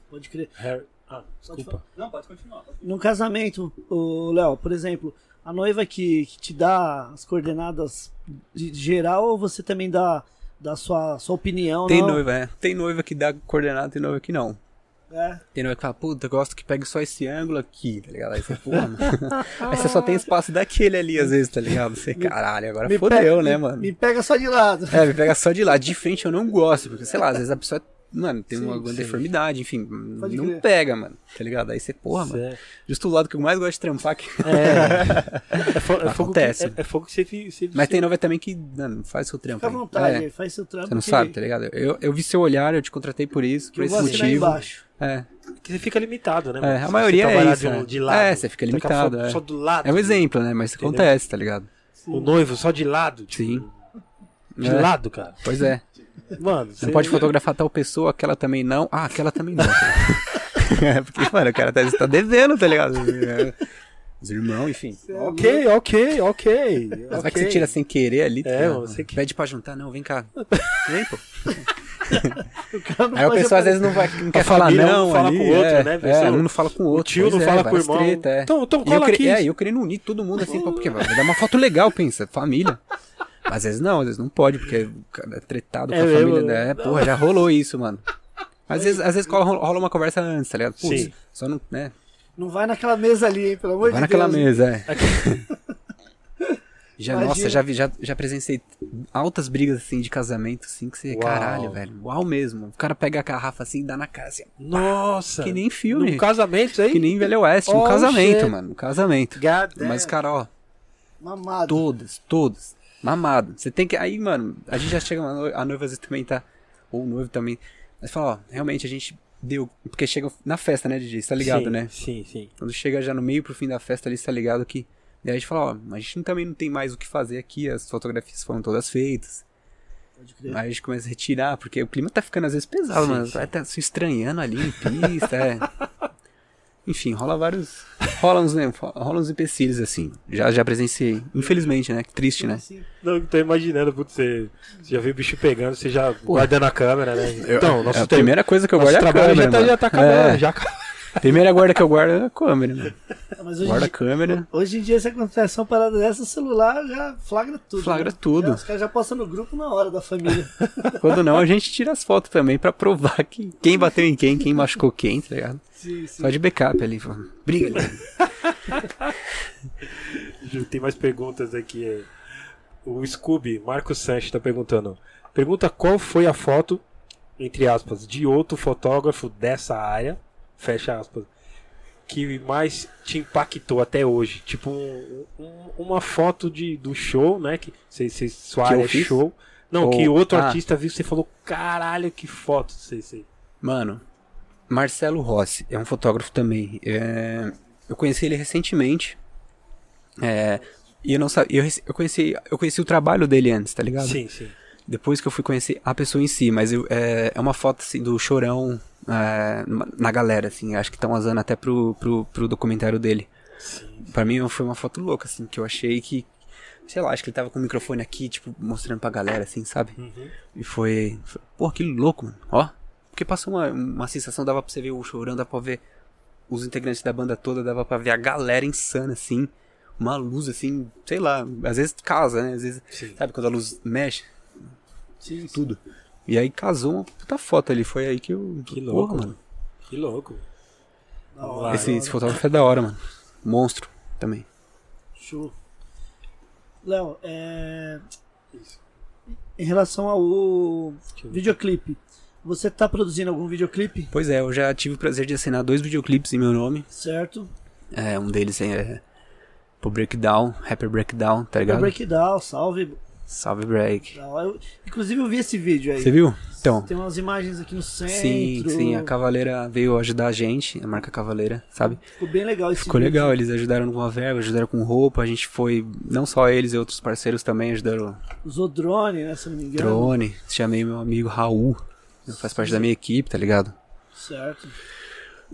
Pode crer. Harry... Ah, Pode desculpa. Não, pode continuar. pode continuar. Num casamento, o Léo, por exemplo, a noiva que, que te dá as coordenadas de de geral ou você também dá, dá sua, sua opinião? Tem não? noiva, é. Tem noiva que dá coordenada, tem noiva que não. É. Tem noiva que fala, puta, eu gosto que pegue só esse ângulo aqui, tá ligado? Aí você, pô, mano. Aí você só tem espaço daquele ali, às vezes, tá ligado? Você, caralho, agora fodeu, pega- né, me- mano? Me pega só de lado. É, me pega só de lá. De frente eu não gosto, porque, sei lá, às vezes a pessoa, mano, tem Sim, uma alguma sim. deformidade, enfim, Pode não crer. pega, mano, tá ligado? Aí você, porra, mano, Cê- justo o lado que eu mais gosto de trampar aqui. É, fo- é fogo que, Acontece. é, é fogo que você, fi- você Mas tem noiva também que, mano, faz seu trampo. Fica à aí. vontade, É, aí, faz seu trampo. Você não que- sabe, tá ligado? Eu, eu vi seu olhar, eu te contratei por isso, que por eu esse vou assinar motivo. embaixo. É, que você fica limitado, né? É, mano? a Se você maioria é trabalhar isso, de, um- né? de lado. É, você fica tacar limitado, fogo é. Só do lado. é um exemplo, né? Mas isso Entendeu? acontece, tá ligado? O noivo só de lado. Tipo, Sim. De É. lado, cara. Pois é. Mano, Você não pode fotografar tal pessoa, aquela também não. Ah, aquela também não. é porque, mano, o cara tá, tá devendo, tá ligado? É. Os irmãos, enfim. Ok, ok, ok. Mas vai ok. que você tira sem querer ali, tá É, ligado? você que- Pede pra juntar, não, vem cá. Vem, pô. O cara não Aí o pode pessoal às aparecer. vezes não, vai, não quer falar família, não, um fala ali, com o outro, é, né, É, pessoal? um não fala com o O outro. tio não pois é, fala com o várias irmão. treta, é. Então, então E eu, cola queria, é, aqui. eu querendo unir todo mundo assim, pô, porque vai dar uma foto legal, pensa, família. Mas às vezes não, às vezes não pode, porque o cara é tretado com É a mesmo? família, né? Porra, já rolou isso, mano. Às vezes, às vezes cola- rola, uma conversa antes, tá ligado? Putz, Sim. só não, né? Não vai naquela mesa ali, hein, pelo amor Vai de naquela Deus. mesa, é. Já, Imagina. nossa, já, vi- já, já presenciei altas brigas assim de casamento, assim, que você. Uau. Caralho, velho. Uau mesmo. O cara pega a garrafa assim e dá na cara, assim, Nossa. que nem filme. Num casamento aí. Que nem Velho Oeste, um Oh, casamento, shit. é. mano. Um casamento. God damn. Mas, cara, ó, Mamado. todas, todas. Mamado. Você tem que. Aí, mano, a gente já chega, uma no- a noiva às vezes também tá. Ou o noivo também. Mas fala, ó, realmente a gente deu. Porque chega na festa, né, DJ? Você tá ligado, Sim, né? Sim, sim. Quando chega já no meio pro fim da festa ali, você tá ligado que. E aí a gente fala, ó, a gente também não tem mais o que fazer aqui, as fotografias foram todas feitas. Pode crer. Aí a gente começa a retirar, porque o clima tá ficando às vezes pesado, Sim, mano. sim. Vai tá se estranhando ali em pista, é. Enfim, rola vários. Rola uns, né, rola uns empecilhos, assim. Já, já presenciei. Infelizmente, né? Que Triste, né? Sim. Não, tô imaginando, putz, você, você já viu o bicho pegando, você já guardando a câmera, né? Então, nosso É, a tempo- primeira coisa que eu nosso guardo é a trabalho câmera. já tá, mano. já tá acabando, É, já acabou. a primeira guarda que eu guardo é a câmera, mano. tá, Mas hoje, Guarda em a dia, câmera, hoje em dia, se acontece uma parada dessa, o celular já flagra tudo. flagra né? tudo. Já, os caras já postam no grupo na hora da família. Quando não, a gente tira as fotos também pra provar que quem bateu em quem, quem machucou quem, tá ligado? sim, sim. Só de backup ali, pô. briga né?" ali. Ju, Tem mais perguntas aqui. é. O Scooby, Marcos Sanches, tá perguntando. Pergunta qual foi a foto, entre aspas, de outro fotógrafo dessa área, fecha aspas, que mais te impactou até hoje. Tipo, um- um- uma foto de, do show, né? Que cê, cê, sua Que eu área é fiz? show. Não, Ou- que outro ah. artista viu, você falou, caralho, que foto. Cê, cê. Mano, Marcelo Rossi é um fotógrafo também. É, eu conheci ele recentemente. É, e eu não sabia. Eu, rece- eu conheci, eu conheci o trabalho dele antes, tá ligado? Sim, sim. Depois que eu fui conhecer a pessoa em si, mas eu- é, é uma foto assim, do chorão é, numa- na galera, assim. Acho que estão usando até pro, pro, pro documentário dele. sim. Pra mim foi uma foto louca, assim, que eu achei que. Sei lá, acho que ele tava com o microfone aqui, tipo, mostrando pra galera, assim, sabe? Uhum. E foi. foi- Porra, que louco, mano. Ó. Porque passou uma, uma sensação, dava pra você ver o chorando, dava pra ver os integrantes da banda toda, dava pra ver a galera insana, assim. uma luz assim, sei lá, às vezes casa, né? Às vezes, Sim. sabe quando a luz mexe, Sim, sim. tudo. E aí casou uma puta foto ali, foi aí que eu. Que louco, Porra, mano. Que louco. Da Vamos hora, lá. Esse, da esse hora. fotógrafo é da hora, mano. Monstro também. Show. Léo, é, em relação ao Deixa eu ver. videoclipe, você tá produzindo algum videoclipe? Pois é, eu já tive o prazer de assinar dois videoclipes em meu nome. Certo? É, um deles é pro Breakdown, Rapper Breakdown, tá O ligado? Breakdown, salve. Salve Break. Da hora. Eu- inclusive eu vi esse vídeo aí. Você viu? Então, Tem umas imagens aqui no centro. sim, sim, a Cavaleira veio ajudar a gente, a marca Cavaleira, sabe? Ficou bem legal esse Ficou vídeo. legal, eles ajudaram com a verba, ajudaram com roupa, a gente foi, não só eles e outros parceiros também ajudaram Usou drone, né, se eu não me o engano. drone, chamei meu amigo Raul, que faz parte da minha equipe, tá ligado? Certo.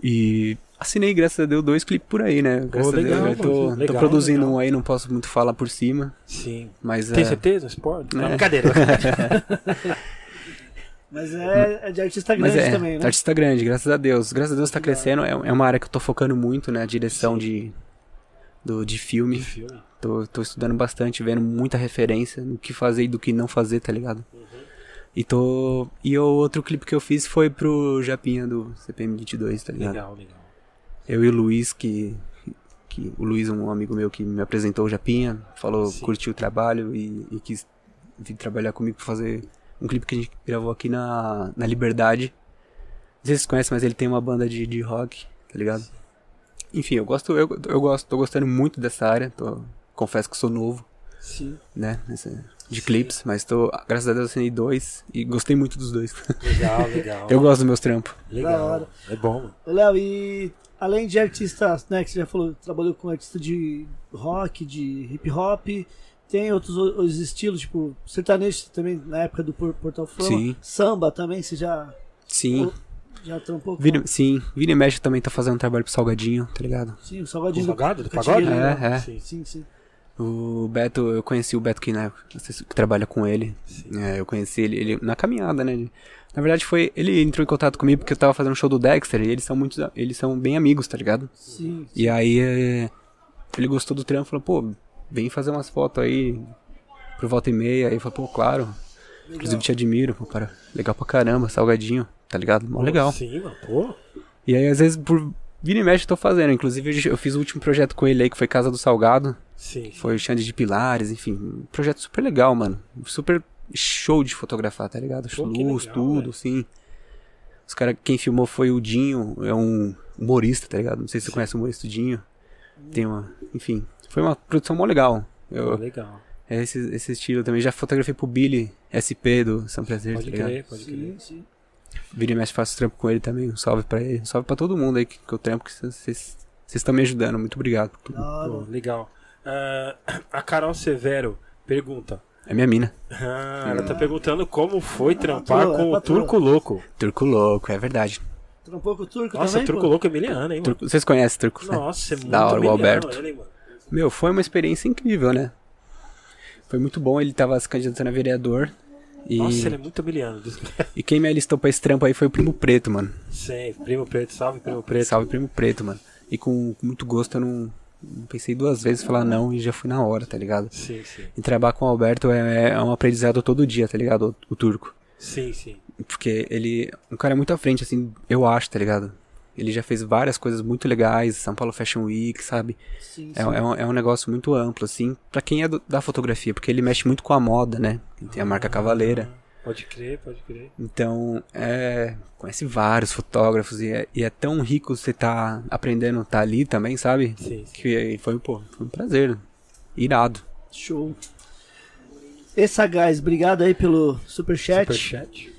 E assinei, graças a Deus, dois clipes por aí, né? Graças legal, a Deus, eu tô, mano, legal, tô produzindo legal. um aí, não posso muito falar por cima, Sim. mas Tem é... certeza? Esporte? É. Não, brincadeira. Mas é, é de artista Hum. Mas grande é, também, né? artista grande, graças a Deus. Graças a Deus tá crescendo, é, é uma área que eu tô focando muito, né? A direção de, do, de Que filme. filme. Tô, tô estudando bastante, vendo muita referência no que fazer e do que não fazer, tá ligado? Uhum. E tô. E o outro clipe que eu fiz foi pro Japinha do CPM22, tá ligado? Legal, legal. Eu e o Luiz, que, que. O Luiz, um amigo meu que me apresentou o Japinha, falou, Sim. curtiu o trabalho e, e quis vir trabalhar comigo pra fazer um clipe que a gente gravou aqui na, na Liberdade. Não sei se vocês conhecem, mas ele tem uma banda de, de rock, tá ligado? Enfim, eu gosto, eu, eu gosto, tô gostando muito dessa área, tô- confesso que sou novo, Sim. né? nessa- de clipes, mas tô, graças a Deus, assinei dois e gostei muito dos dois. Legal, legal. eu gosto dos meus trampos. Legal. Da hora. É bom, mano. Ô, Léo, e além de artista, né, que você já falou, trabalhou com artista de rock, de hip hop, tem outros, outros estilos, tipo sertanejo também, na época do Por- Portal Fama. Sim. Samba também, você já, Sim. já trampou com... Vira, sim, Vira e Mexe também tá fazendo um trabalho pro Salgadinho, tá ligado? Sim, o Salgadinho Do do... pagode? Do pagode? Cantilheiro, né? É, é. Sim, Sim, sim. O Beto, eu conheci o Beto que, né, vocês que trabalha com ele. sim. É, eu conheci ele, ele na caminhada, né? ele- Na verdade foi, ele entrou em contato comigo porque eu tava fazendo um show do Dexter e eles são muito, eles são bem amigos, tá ligado? Sim, E aí é, ele gostou do trampo, falou, pô, vem fazer umas fotos aí por volta e meia. Aí eu falei, pô, claro. Inclusive te admiro, pô, cara. Legal pra caramba, salgadinho, tá ligado? Mó legal. Sim, mano. Pô. E aí às vezes por vira e mexe eu tô fazendo. Inclusive eu fiz o último projeto com ele aí que foi Casa do Salgado. Sim. Foi o Xande de Pilares, enfim. Um projeto super legal, mano. Super show de fotografar, tá ligado? Pô, que Luz, legal, tudo, velho. sim. Os cara, quem filmou foi o Dinho, é um humorista, tá ligado? Não sei se você conhece o humorista Dinho. Tem uma. Enfim, foi uma produção mó legal. Pô, Eu, legal. é esse, esse estilo também. Já fotografei pro Billy SP do São Prazer, tá Pode ligado? crer, pode crer. sim, sim. Vira e mexe, faço trampo com ele também. Um salve pra ele. Um salve pra todo mundo aí que, que eu trampo, que vocês- vocês vocês estão me ajudando. Muito obrigado. Da hora. Pô, legal. Ah, a Carol Severo pergunta. É minha mina. Ah, ela Hum. tá perguntando como Ah, foi trampar patroa, com é o patroa. Turco Louco. Turco louco, é verdade. Trampou com o Turco Nossa, também? Turco pô? Louco é miliano, hein, mano? Turco- vocês conhecem Turco, né? Nossa, é muito Da hora, o miliano Alberto. ele, mano. Meu, foi uma experiência incrível, né? Foi muito bom, ele tava se candidatando a vereador. E, Nossa, ele é muito miliano. e quem me alistou pra esse trampo aí foi o Primo Preto, mano. Sim, Primo Preto, salve Primo Preto. Salve Primo Preto, mano. E com, com muito gosto eu não, não pensei duas vezes em falar não e já fui na hora, tá ligado? Sim, sim. E trabalhar com o Alberto é, é um aprendizado todo dia, tá ligado? O, o turco. Sim, sim. Porque ele. Um cara muito à frente, assim, eu acho, tá ligado? Ele já fez várias coisas muito legais, São Paulo Fashion Week, sabe? Sim, sim. É, é um, é um negócio muito amplo, assim, pra quem é do- da fotografia, porque ele mexe muito com a moda, né? Ele tem a marca Cavaleira. Pode crer, pode crer. Então, é, conhece vários fotógrafos e é, e é tão rico você tá aprendendo, tá ali também, sabe? Sim, sim. Que foi, pô, foi um prazer. Irado. Show. Essa guys, obrigado aí pelo superchat. Superchat.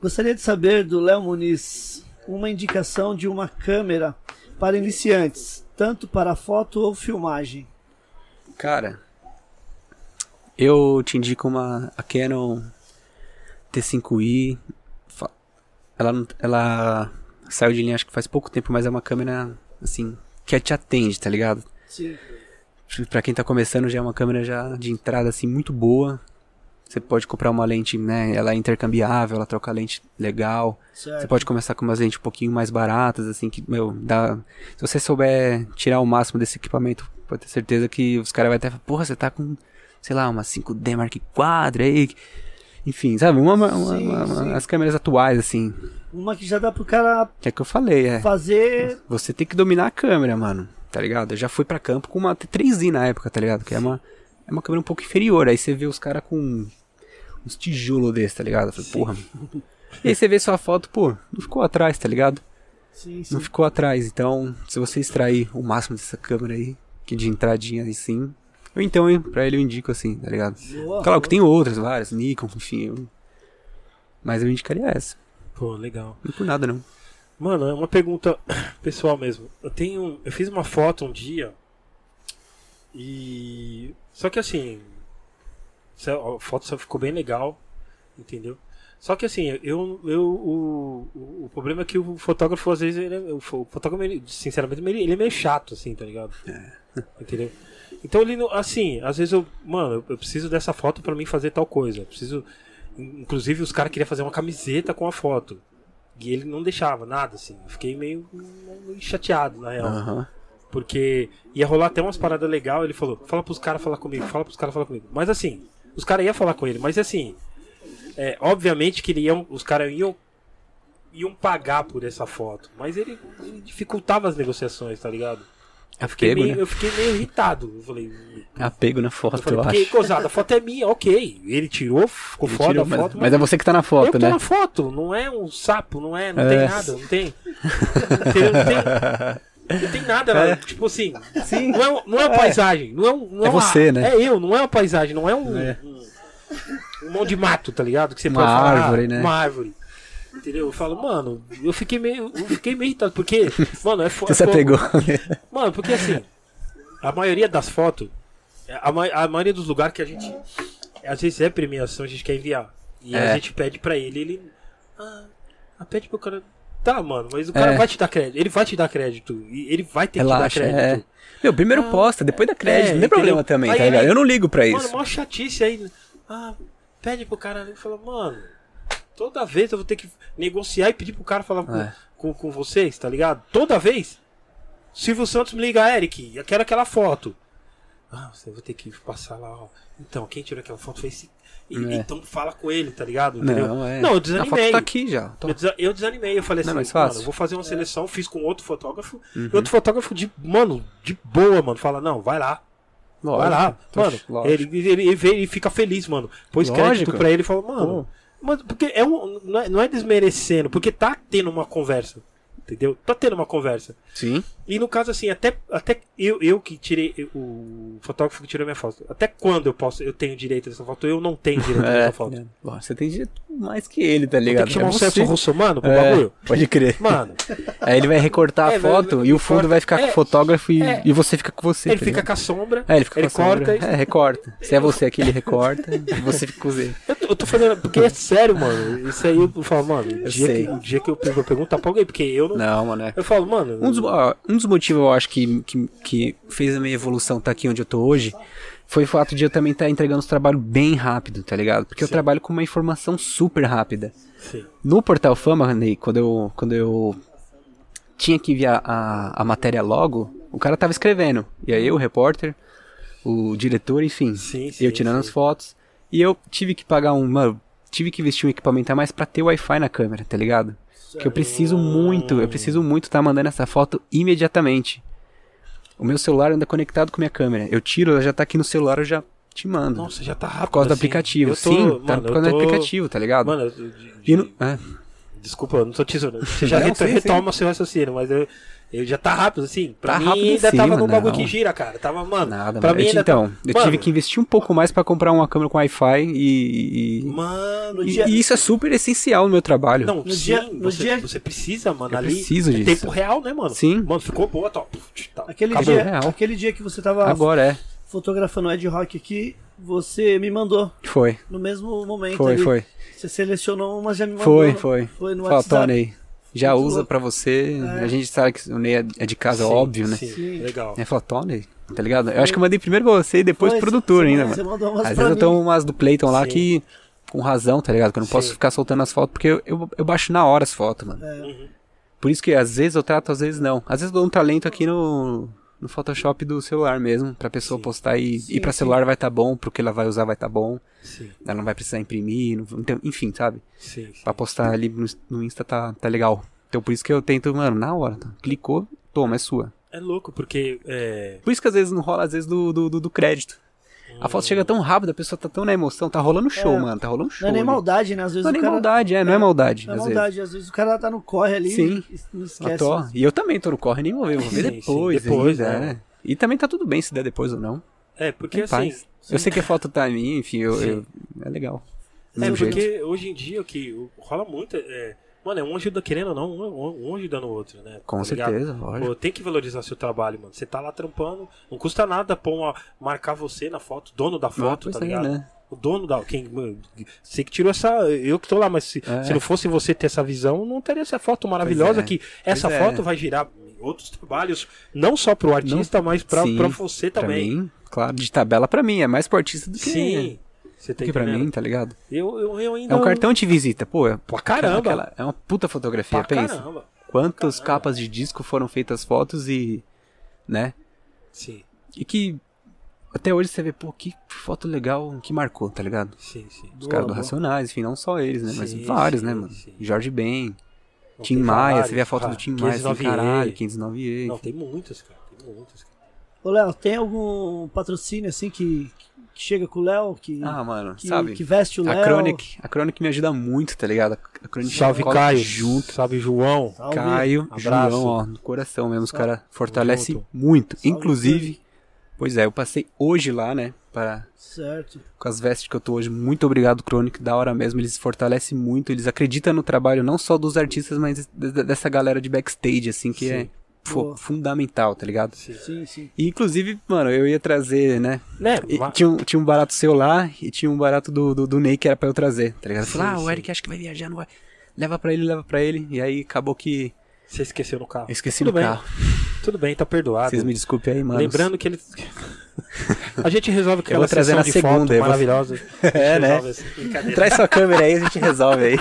Gostaria de saber do Léo Muniz uma indicação de uma câmera para iniciantes, tanto para foto ou filmagem. Cara, eu te indico uma a Canon T5i. Fa- Ela, não- ela saiu de linha acho que faz pouco tempo, mas é uma câmera assim que te atende, tá ligado? Sim, Pra quem tá começando já é uma câmera já de entrada assim muito boa. Você pode comprar uma lente, né? Ela é intercambiável, ela troca lente legal. Você certo. pode começar com umas lentes um pouquinho mais baratas, assim, que, meu, dá. Se você souber tirar o máximo desse equipamento Pode ter certeza que os caras vão até falar, porra, você tá com, sei lá, uma 5D Mark IV aí. Enfim, sabe? Uma, uma- uma- Sim, uma- uma- sim. as câmeras atuais, assim. Uma que já dá pro cara É que eu falei, é. fazer. Você tem que dominar a câmera, mano. Tá ligado? Eu já fui pra campo com uma T3i na época, tá ligado? Que é uma, é uma câmera um pouco inferior. Aí você vê os caras com uns tijolos desse, tá ligado? Eu falei, porra. mano. E aí você vê sua foto, pô, não ficou atrás, tá ligado? Sim, sim. Não ficou atrás. Então, se você extrair o máximo dessa câmera aí, que de entradinha aí sim. Ou então, hein, pra ele eu indico assim, tá ligado? Boa, Claro que boa. tem outras, várias, Nikon, enfim. eu- Mas eu indicaria essa. Pô, legal. Não por nada, não. Mano, é uma pergunta pessoal mesmo. Eu tenho. Eu fiz uma foto um dia. E. Só que assim. essa- A foto só ficou bem legal. Entendeu? Só que assim, eu, eu o, o, o problema é que o fotógrafo, às vezes, ele é- o fo- o fotógrafo, ele, sinceramente, ele, ele é meio chato, assim, tá ligado? Entendeu? Então ele não. Assim, às vezes eu. Mano, eu, eu preciso dessa foto pra mim fazer tal coisa. Eu preciso. in- Inclusive, os caras queriam fazer uma camiseta com a foto. E ele não deixava nada, assim. Eu fiquei meio, meio chateado, na real. Aham. Porque ia rolar até umas paradas legais. Ele falou: fala pros caras falar comigo, fala pros caras falar comigo. Mas assim, os caras iam falar com ele, mas assim, é, obviamente que ele iam, os caras iam, iam pagar por essa foto. Mas ele, ele dificultava as negociações, tá ligado? Eu fiquei, Apego, meio, né? eu fiquei meio irritado. Eu falei, Apego na eu foto, falei eu porque, acho. cozada, a foto é minha, ok. Ele tirou, ficou Ele foda tirou, a mas, foto, mas é você que tá na eu foto, tô né? na foto, não é um sapo, não é, não É. tem nada, não tem. Não tem, um não tem- não tem nada, né? tipo assim. Não é, um- não é uma paisagem, não é um. não É uma- você, né? É eu, não é uma paisagem, não é um. É. um- um monte de mato, tá ligado? Que você Uma pode falar, árvore, né? Uma árvore. Entendeu? Eu falo, mano, eu fiquei meio. Eu fiquei meio irritado, porque. Mano, é foda. Você se apegou. Mano, porque assim, a maioria das fotos, a, ma- a maioria dos lugares que a gente. Às vezes é premiação, a gente quer enviar. E É. a gente pede pra ele, ele. Ah, ah, pede pro cara. Tá, mano, mas o cara É. vai te dar crédito. Ele vai te dar crédito. E ele vai ter Relaxa, que te dar é. crédito. Meu, primeiro posta, depois da crédito, é, não tem problema entendeu? também, Aí tá ligado? ele- Eu não ligo pra Mano, isso. mó chatice aí. Ah, pede pro cara. Ele fala, mano, toda vez eu vou ter que negociar e pedir pro cara falar com, É. com, com vocês, tá ligado? Toda vez. Silvio Santos me liga, Eric, eu quero aquela foto. Ah, você vai ter que passar lá, ó. Então, quem tirou aquela foto foi esse. E- É. Então fala com ele, tá ligado? Entendeu? Não, é. Não, eu A foto desanimei. tá aqui já. Tô- Eu, desa- eu desanimei, eu falei Não Uhum. é assim, mais mano, fácil? eu vou fazer uma seleção, fiz com outro fotógrafo, e outro fotógrafo de, mano, de boa, mano, fala, não, vai lá, Lógico. Vai lá, Tô- mano. lógico. Ele, ele, ele, vê- ele fica feliz, mano. Pôs Lógico. crédito pra ele e falou, mano. Mano, porque é um, não, é, não é desmerecendo, porque tá tendo uma conversa. Entendeu? Tá tendo uma conversa. Sim. E no caso, assim, até, até eu, eu que tirei, eu- o fotógrafo que tirou minha foto, até quando eu posso, eu tenho direito a essa foto? Eu não tenho direito a É. essa foto. Lógico, Você tem jeito mais que ele, tá Tem ligado? que chamar É um você. Celso Russo, mano, pro É, bagulho. Pode crer. Mano, Aí ele vai recortar É, a vai- foto e o fundo corta. vai ficar com o É. fotógrafo e, É. e você fica com você. ele tá fica ligado? com a sombra, É, ele fica ele com a sombra. corta e- É, recorta. Se é você aqui, ele recorta. e você fica com você. Eu tô, eu tô fazendo. Porque é sério, mano. Isso aí eu falo, mano, o dia, sei. que, o dia que eu vou perguntar pra alguém, porque eu não. Não, mano, é Eu falo, mano. Um dos, ó, um dos motivos, eu acho, que, que, que fez a minha evolução estar aqui onde eu tô hoje foi o fato de eu também estar entregando os trabalhos bem rápido, tá ligado? Porque eu Sim. trabalho com uma informação super rápida. Sim, No Portal Fama, Ney, quando eu, quando eu tinha que enviar a, a matéria logo, o cara tava escrevendo. E aí eu, o repórter, o diretor, enfim, sim. sim eu tirando sim. as fotos. E eu tive que pagar um... Mano, tive que investir um equipamento a mais pra ter Wi-Fi na câmera, tá ligado? Que eu preciso muito, eu preciso muito estar mandando essa foto imediatamente. O meu celular anda conectado com minha câmera. Eu tiro, ela já tá aqui no celular, eu já te mando. Nossa, já tá por rápido. causa do assim. aplicativo. Eu tô- Sim, mano, tá eu por causa tô- do aplicativo, tá ligado? Mano, eu- de- de- E no- é, desculpa, eu não tô te zoando. Você já Não, reto- sim, sim. retoma seu raciocínio, mas eu, eu já tá rápido, assim. Pra Tá mim rápido em ainda cima, tava num bagulho não. que gira, cara. Tava, mano. nada, pra mano. mim Eu ti- ainda tá- então, eu Mano. tive que investir um pouco mais pra comprar uma câmera com Wi-Fi e, e- Mano, e- dia... e isso é super essencial no meu trabalho. Não, No sim, dia- você, no dia- você precisa, mano, Eu ali. preciso é disso. tempo real, né, mano? Sim. Mano, ficou boa, top. Tá. Aquele Acabou. dia, Real. aquele dia que você tava Agora é. fotografando o Ed Rock aqui, você me mandou Foi, no mesmo momento. foi, ali. foi. Você selecionou uma, já me mandou. Foi, né? foi. Foi no Faltou, WhatsApp. Ney. Já Muito usa louco. pra você. É. A gente sabe que o Ney é é de casa, Sim, óbvio, né? Sim, Sim. legal. É Flatone, tá ligado? Eu acho que eu mandei primeiro pra você e depois Foi, pro produtor você ainda, mandou- mano. Você mandou umas Às pra vezes eu mim. tenho umas do Playton lá Sim. que. Com razão, tá ligado? Que eu não posso Sim. ficar soltando as fotos, porque eu, eu, eu baixo na hora as fotos, mano. É. Uhum. Por isso que às vezes eu trato, às vezes não. Às vezes eu dou um talento aqui no. no Photoshop do celular mesmo, pra pessoa Sim. postar e, Sim, e pra sim. celular vai estar bom, porque ela vai usar vai estar bom, Sim, ela não vai precisar imprimir, não- então, enfim, sabe? sim. sim. Pra postar ali no, no Insta tá, tá legal. Então por isso que eu tento, mano, na hora, tá? clicou, toma, é sua. É louco, porque. É... Por isso que às vezes não rola, às vezes, do, do, do- do crédito. A foto chega tão rápido, a pessoa tá tão na emoção, tá rolando show, É. mano, tá rolando show. Não é nem ali. maldade, né? Às vezes Não é o nem cara... maldade, é, não é maldade. Não é às vezes. maldade, às vezes o cara tá no corre ali Sim. e não Ah, esquece. né? tô. E eu também tô no corre, nem vou ver, vou ver é Sim, sim, depois. depois, ainda, né? né? E também tá tudo bem se der depois ou não. É, porque Em assim. paz. Eu sei que é foto tá minha, enfim, eu, eu- é legal. É, Do mesmo jeito. porque hoje em dia o que o- rola muito é. Mano, é um ajuda querendo ou não, um, um ajuda no outro, né? Com Tá ligado? certeza, Pô, lógico. tem que valorizar seu trabalho, mano. Você tá lá trampando, não custa nada pôr uma- marcar você na foto, dono da Ah, foto, pois tá é, ligado? né? O dono da. Quem, mano, você que tirou essa. Eu que tô lá, mas se, É. se não fosse você ter essa visão, não teria essa foto maravilhosa é. que essa Pois é. foto vai girar outros trabalhos, não só pro artista, mas pra, Sim, pra você Pra também. mim, claro, de tabela pra mim, é mais pro artista do que, Sim. Você do tem que pra mim, tá ligado? Eu, eu, eu ainda. É um cartão de visita, pô. É, Pra caramba. aquela- é uma puta fotografia, pra pensa. caramba. Quantas caramba. capas de disco foram feitas fotos e. né? Sim, E que até hoje você vê, pô, que foto legal que marcou, tá ligado? sim, sim. Os Boa, caras do boa. Racionais, enfim, não só eles, né? Sim, mas vários, sim, né, mano? sim. Jorge Ben, Não, Tim tem Maia, você vários, Ah, vê a foto cara. do Tim Maia, assim, 509E. caralho, 509E. Não, enfim. tem muitos, cara. Tem muitos. cara. Ô, Léo, tem algum patrocínio assim que, que chega com o Léo? Que, Ah, mano, que, sabe? que veste o Léo? a Chronic, a Chronic me ajuda muito, tá ligado? A Chronic Salve, cola Caio. junto. Salve, João. Salve. Caio, Abraço. João, ó, no coração mesmo, os Salve. caras fortalecem Junto. muito. Salve, Inclusive, pois é, eu passei hoje lá, né, para Certo. com as vestes que eu tô hoje. Muito obrigado, Crônico, da hora mesmo. Eles se fortalecem muito, eles acreditam no trabalho não só dos artistas, mas de- de- dessa galera de backstage, assim, que Sim. é fo- Boa. fundamental, tá ligado? Sim, sim. E, inclusive, mano, eu ia trazer, né? Né? E ma- tinha, um, tinha um barato seu lá e tinha um barato do, do, do Ney que era pra eu trazer, tá ligado? Eu falei, Sim, ah, o sim. Eric acho que vai viajar, não vai. Leva pra ele, leva pra ele. E aí acabou que Você esqueceu no carro. eu esqueci Tudo no bem. carro. Tudo bem, tá perdoado. Vocês me desculpem aí, mano. Lembrando que ele. a gente resolve aquela vou trazer sessão na de segunda, foto eu vou- maravilhosa. É, né? né? Traz sua câmera aí, a gente resolve aí.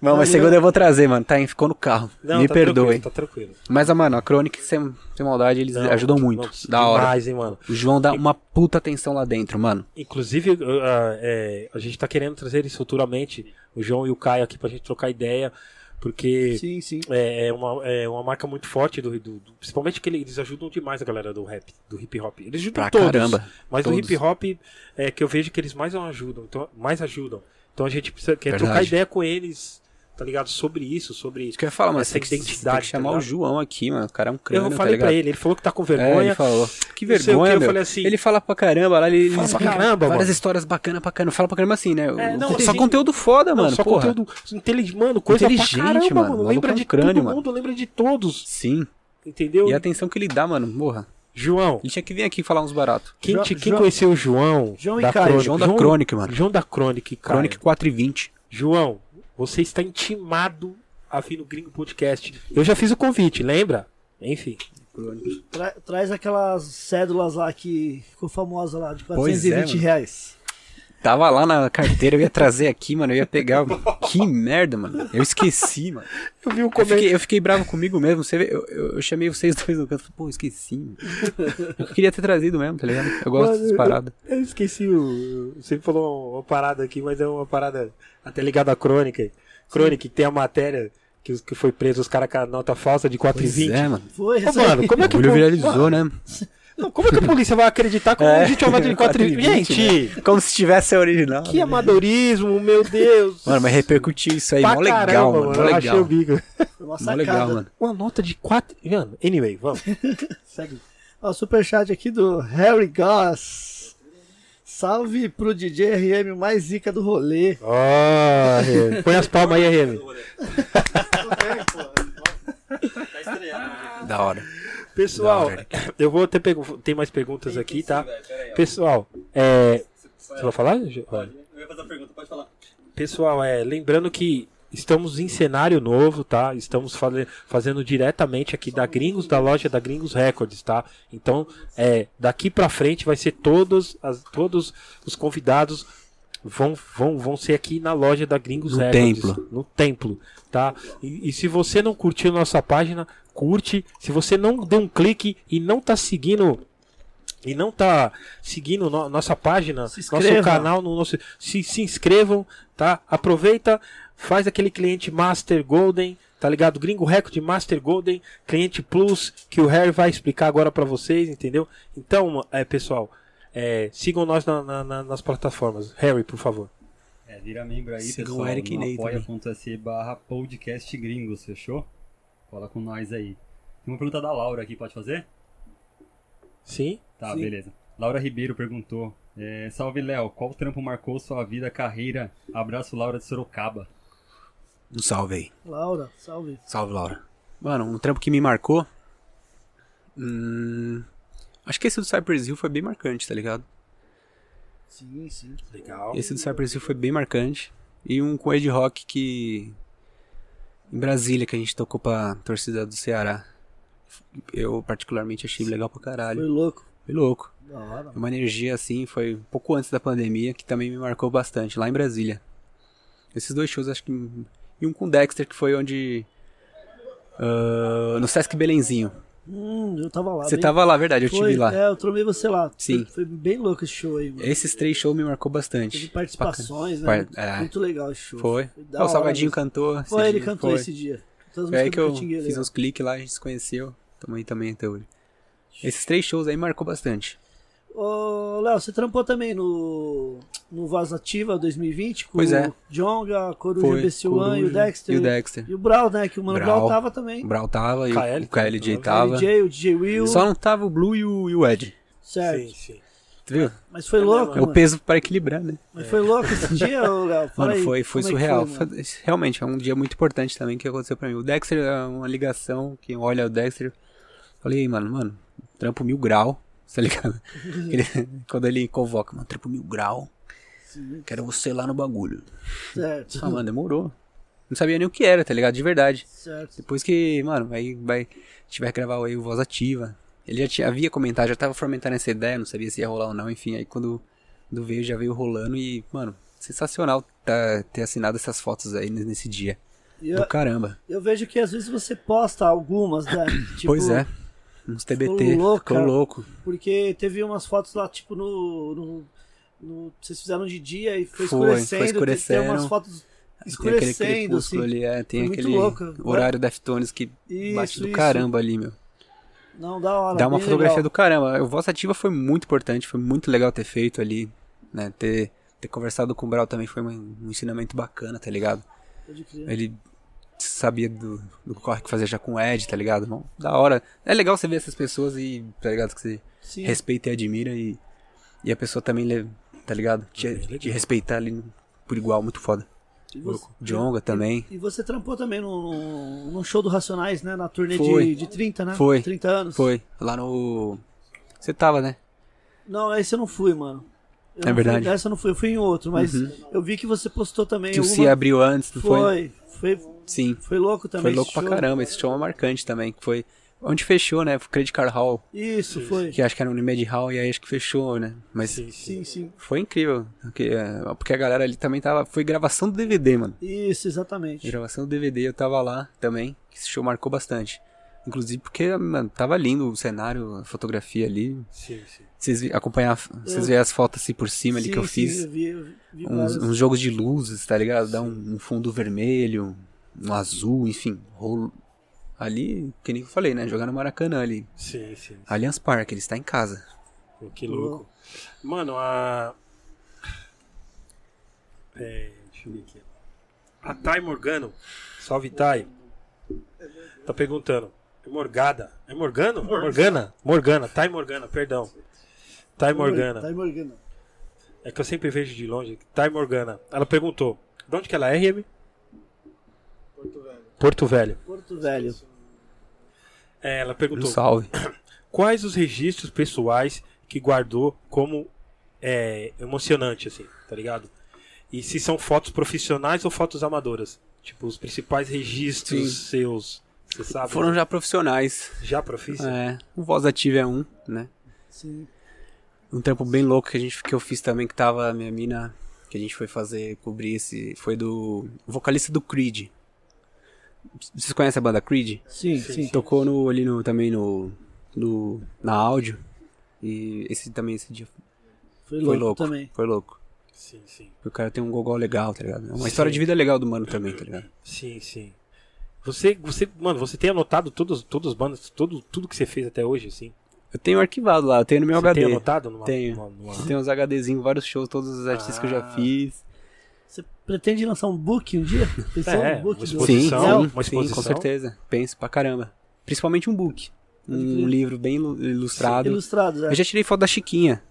Mano, mas segunda eu vou trazer, mano. Tá, hein? ficou no carro. Me perdoem. Tá tranquilo. Mas, ah, mano, a Chronic, sem, sem maldade, eles Não, ajudam muito. não, da hora. Demais, hein, mano. O João dá uma puta atenção lá dentro, mano. Inclusive, uh, uh, é, a gente tá querendo trazer eles futuramente, o João e o Caio aqui pra gente trocar ideia, porque Sim, sim. é, é uma, é uma marca muito forte do, do- do- principalmente que ele- eles ajudam demais a galera do rap, do hip hop. Eles ajudam Pra todos, caramba. mas do todos. hip hop é que eu vejo que eles mais ajudam, então mais ajudam. Então a gente precisa quer Verdade. trocar ideia com eles, tá ligado? Sobre isso, sobre Isso que eu ia falar, mano. Essa Você tem que, você identidade, tem que chamar tá o ligado? João aqui, mano. O cara é um Eu crânio, tá falei ligado? pra ele, ele falou que tá com vergonha. É, ele falou. Que Não sei o vergonha, que, eu meu. falei assim, Ele fala pra caramba lá, ele, ele Fala pra explica caramba, várias mano. histórias bacana, bacana. Fala pra caramba assim, né? É, não, só assim, conteúdo foda, Não, mano. só porra. conteúdo inteligente, mano, coisa Inteligente, pra caramba, mano. mano. Maluco Lembra é um de crânio, todo mano. mundo, lembra de todos, Sim. entendeu? E a atenção que ele dá, mano. Porra. João, Ele tinha que vir aqui falar uns baratos. quem, Jo- te- quem Jo- conheceu o João? João e da Caio, Crônica? João da Crônica, mano. João da Crônica, cara. Crônica 4 e 20. João, você está intimado a vir no Gringo Podcast. Eu já fiz o convite, lembra? Enfim. Tra- traz aquelas cédulas lá que ficou famosa lá, de Pois 420 é, mano. reais. Tava lá na carteira, eu ia trazer aqui, mano. Eu ia pegar. que merda, mano. Eu esqueci, mano. Eu vi o Eu comentário. fiquei, eu fiquei bravo comigo mesmo. Você vê, eu, eu- eu chamei vocês dois no canto. falei, Pô, esqueci. Mano. Eu queria ter trazido mesmo, tá ligado? Eu gosto Mano, dessas paradas. Eu esqueci o. Você falou uma parada aqui, mas é uma parada até ligada à crônica. Crônica, que tem a matéria que, os- que foi preso os caras com a nota falsa de Pois 4,20. é, mano. Foi, Ô, essa aí. mano, como O é que bagulho pô- viralizou, né? Não, como é que a polícia vai acreditar quando É. né? a gente é uma nota de 4,20? 4,20, Gente, Como se tivesse a original. né? que amadorismo, meu Deus. Mano, mas repercutiu isso aí. Pra Mó legal, caramba, mano. Mó Eu achei o legal. bico. Foi uma Mó sacada. legal, mano. Uma nota de 4. Mano, anyway, vamos. Segue. Ó, superchat aqui do Harry Goss. Salve pro DJ RM mais zica do rolê. Ah, Remy. Põe as palmas aí, Remy. Da hora. Pessoal, Da hora. eu vou ter pego... tem mais perguntas aqui, tá? Pessoal, é... você vai falar? Ju? Eu ia fazer a pergunta, pode falar. Pessoal, é... lembrando que estamos em cenário novo, tá? Estamos fale- fazendo diretamente aqui da Gringos, da loja da Gringos Records, tá? Então, é... daqui pra frente vai ser todos, as... todos os convidados vão, vão, vão ser aqui na loja da Gringos No Records, templo. No templo, tá? E, e se você não curtiu nossa página, curte. Se você não deu um clique e não tá seguindo e não tá seguindo no- nossa página, Se nosso inscreva. canal, no nosso se, se inscrevam, tá? Aproveita, faz aquele cliente Master Golden, tá ligado? Gringo Record Master Golden, cliente Plus, que o Harry vai explicar agora pra vocês, entendeu? Então, é, pessoal, é, sigam nós na- na- na- nas plataformas. Harry, por favor. É, vira membro aí, Sigam pessoal. o Eric e no Ney também. apoia.se barra podcast gringos, fechou? Cola com nós aí. Tem uma pergunta da Laura aqui, pode fazer? Sim? Tá, Sim. beleza. Laura Ribeiro perguntou. é, salve, Léo. Qual trampo marcou sua vida, carreira? Abraço, Laura de Sorocaba. Um salve aí. Laura, salve. Salve, Laura. Mano, um trampo que me marcou. Hum, acho que esse do Cypress Hill foi bem marcante, tá ligado? Sim, sim. Legal. Esse do Cypress Hill foi bem marcante. E um com Ed Rock que. Em Brasília, que a gente tocou pra torcida do Ceará. Eu, particularmente, achei legal pra Foi caralho. louco. Foi louco. Da hora. Uma energia assim, foi um pouco antes da pandemia, que também me marcou bastante, lá em Brasília. Esses dois shows, acho que. E um com Dexter, que foi onde. ah, no Sesc Belenzinho. Hum, eu tava lá. Você bem- tava lá, verdade, eu Foi, estive lá. É, eu tromei você lá. Sim. Foi, foi bem louco esse show aí, mano. Esses três shows me marcou Teve bastante. participações, Bacana. né? Par- é. Muito legal esse show. Foi. da Ó, o hora, Salgadinho mas- cantou. esse Foi, ele dia, cantou foi. esse dia. Todas as Foi aí músicas que do eu Catinguele, fiz né? uns cliques lá, a gente se conheceu. Tamo aí também até hoje. Esses três shows aí marcou bastante. Ô, Léo, você trampou também no, no Vazativa 2020 com Pois é. o Jonga, Coruja Foi. BC1 e o Coruja Dexter. E o Dexter. E o Brau, né? Que o Mano Brau, Brau. tava também. O Brau tava, e o- KL o KLJ tava. tava. O DJ, o DJ Will. Só não tava o Blue e o, e o Ed. Certo. é Sim, sim. Tu viu? Mas foi louco, É o mano. peso pra equilibrar, né? Mas foi louco esse dia, ô, Léo. Fala Mano, aí, foi, foi como é que surreal. foi, mano? Foi- Realmente, é um dia muito importante também que aconteceu pra mim. O Dexter é uma ligação, quem olha o Dexter. Falei, "Ei, mano, mano, trampo mil grau, tá ligado? Ele- quando ele convoca, mano, trampo mil grau, Sim, quero você lá no bagulho. certo. Ah, mano, demorou. Não sabia nem o que era, tá ligado? De verdade. Certo. Depois que, mano, vai, vai, a gente vai gravar aí o Voz Ativa. Ele já tinha, havia comentado, já tava fomentando essa ideia, não sabia se ia rolar ou não, enfim. Aí quando do veio, já veio rolando e, mano, sensacional tá, ter assinado essas fotos aí n- nesse dia. E Do eu, caramba. eu vejo que às vezes você posta algumas, né? Tipo, pois é. Uns TBT. ficou louco, Ficou cara. louco. Porque teve umas fotos lá, tipo, no. no- no- vocês fizeram de dia e foi, Foi, escurecendo. foi tem- Tem umas escurecendo. fotos Tem aquele escurecendo, crepúsculo assim. ali, é, tem Foi muito aquele louco, né? horário Deftones que Isso, bate do isso. caramba ali, meu. Não, da hora. Dá uma bem fotografia legal. do caramba. O Voz Ativa foi muito importante, foi muito legal ter feito ali, né? Ter, ter conversado com o Brau também foi um, um ensinamento bacana, tá ligado? Pode crer. Ele sabia do, do corre que fazia já com o Ed, tá ligado? Mó Da hora. É legal você ver essas pessoas e, tá ligado? Que você Sim, respeita e admira e, e a pessoa também, le- tá ligado? Te, É legal. te respeitar ali no- por igual, muito foda. e você, Jonga também. e você trampou também num, num show do Racionais, né? Na turnê de, Foi. de 30, né? Foi. 30 anos. Foi. Lá no. Você tava, né? Não, esse eu não fui, mano. Eu É não verdade. Uhum. Fui, essa eu não fui, eu fui em outro, mas eu vi que você postou também. Que o alguma- se abriu antes, não foi? foi, foi. Sim. Foi louco também. Foi esse louco pra show. caramba, esse show é marcante também, que foi onde fechou, né? Foi o Credit Card Hall, Isso, foi. que acho que era no Med Hall e aí acho que fechou, né? Mas Sim, sim. foi incrível, porque, é, porque a galera ali também tava, foi gravação do DVD, mano. Isso, exatamente. Gravação do DVD, eu tava lá também, que esse show marcou bastante. Inclusive porque, mano, tava lindo o cenário, a fotografia ali. Sim, sim. Vocês vi- acompanhar, vocês Eu- verem as fotos assim por cima ali Sim, que eu sim, fiz. eu vi, eu vi uns, várias. uns jogos de luzes, tá ligado? Dá um, um fundo vermelho, um azul, enfim. Rolo... Ali, que nem eu falei, né? Jogar no Maracanã ali. Sim, sim. Allianz Parque, ele está em casa. Pô, que louco. Mano, a. É, deixa eu ver aqui. A Thay Morgano. Salve, Thay. Tá perguntando. É Morgada. É Morgano? Morgana? Morgana. Thay Morgana, perdão. Thay Morgana. Tá em Morgana. É que eu sempre vejo de longe. Thay Morgana. Ela perguntou. De onde que ela é, Remy? Porto Velho. Porto Velho. Porto Velho. É, ela Um perguntou. salve. quais os registros pessoais que guardou como é, emocionante, assim, tá ligado? E se são fotos profissionais ou fotos amadoras? Tipo, os principais registros seus, você sabe? Foram já profissionais. já profissionais? É, o Voz Ativa é um, né? Sim. Um trampo bem louco que, a gente, que eu fiz também, que tava a minha mina, que que a gente foi fazer, cobrir esse. Foi do vocalista do Creed. Vocês conhecem a banda Creed? Sim, sim. Então, Tocou no, ali no, também no, no. Na áudio. E esse também, esse dia Foi foi louco, louco. também. Foi louco. Sim, sim. Porque o cara tem um gogol legal, tá ligado? É uma Sim. história de vida legal do mano também, tá ligado? Sim, sim. Você, você, mano, você tem anotado todos, todos os bandas, todo, tudo que você fez até hoje, assim? Ah. Eu tenho arquivado lá, eu tenho no meu você HD. tem anotado numa, Tenho. numa- numa- Tem uns HDzinhos, vários shows, todos os artistas que eu já Ah. fiz. Você pretende lançar um book um dia? Pensou É, um book? uma do- exposição. Não, uma sim, exposição. com certeza. Penso pra caramba. Principalmente um book. Pode Um crer. livro bem ilu- ilustrado. Ilustrados, é. Eu já tirei foto da Chiquinha.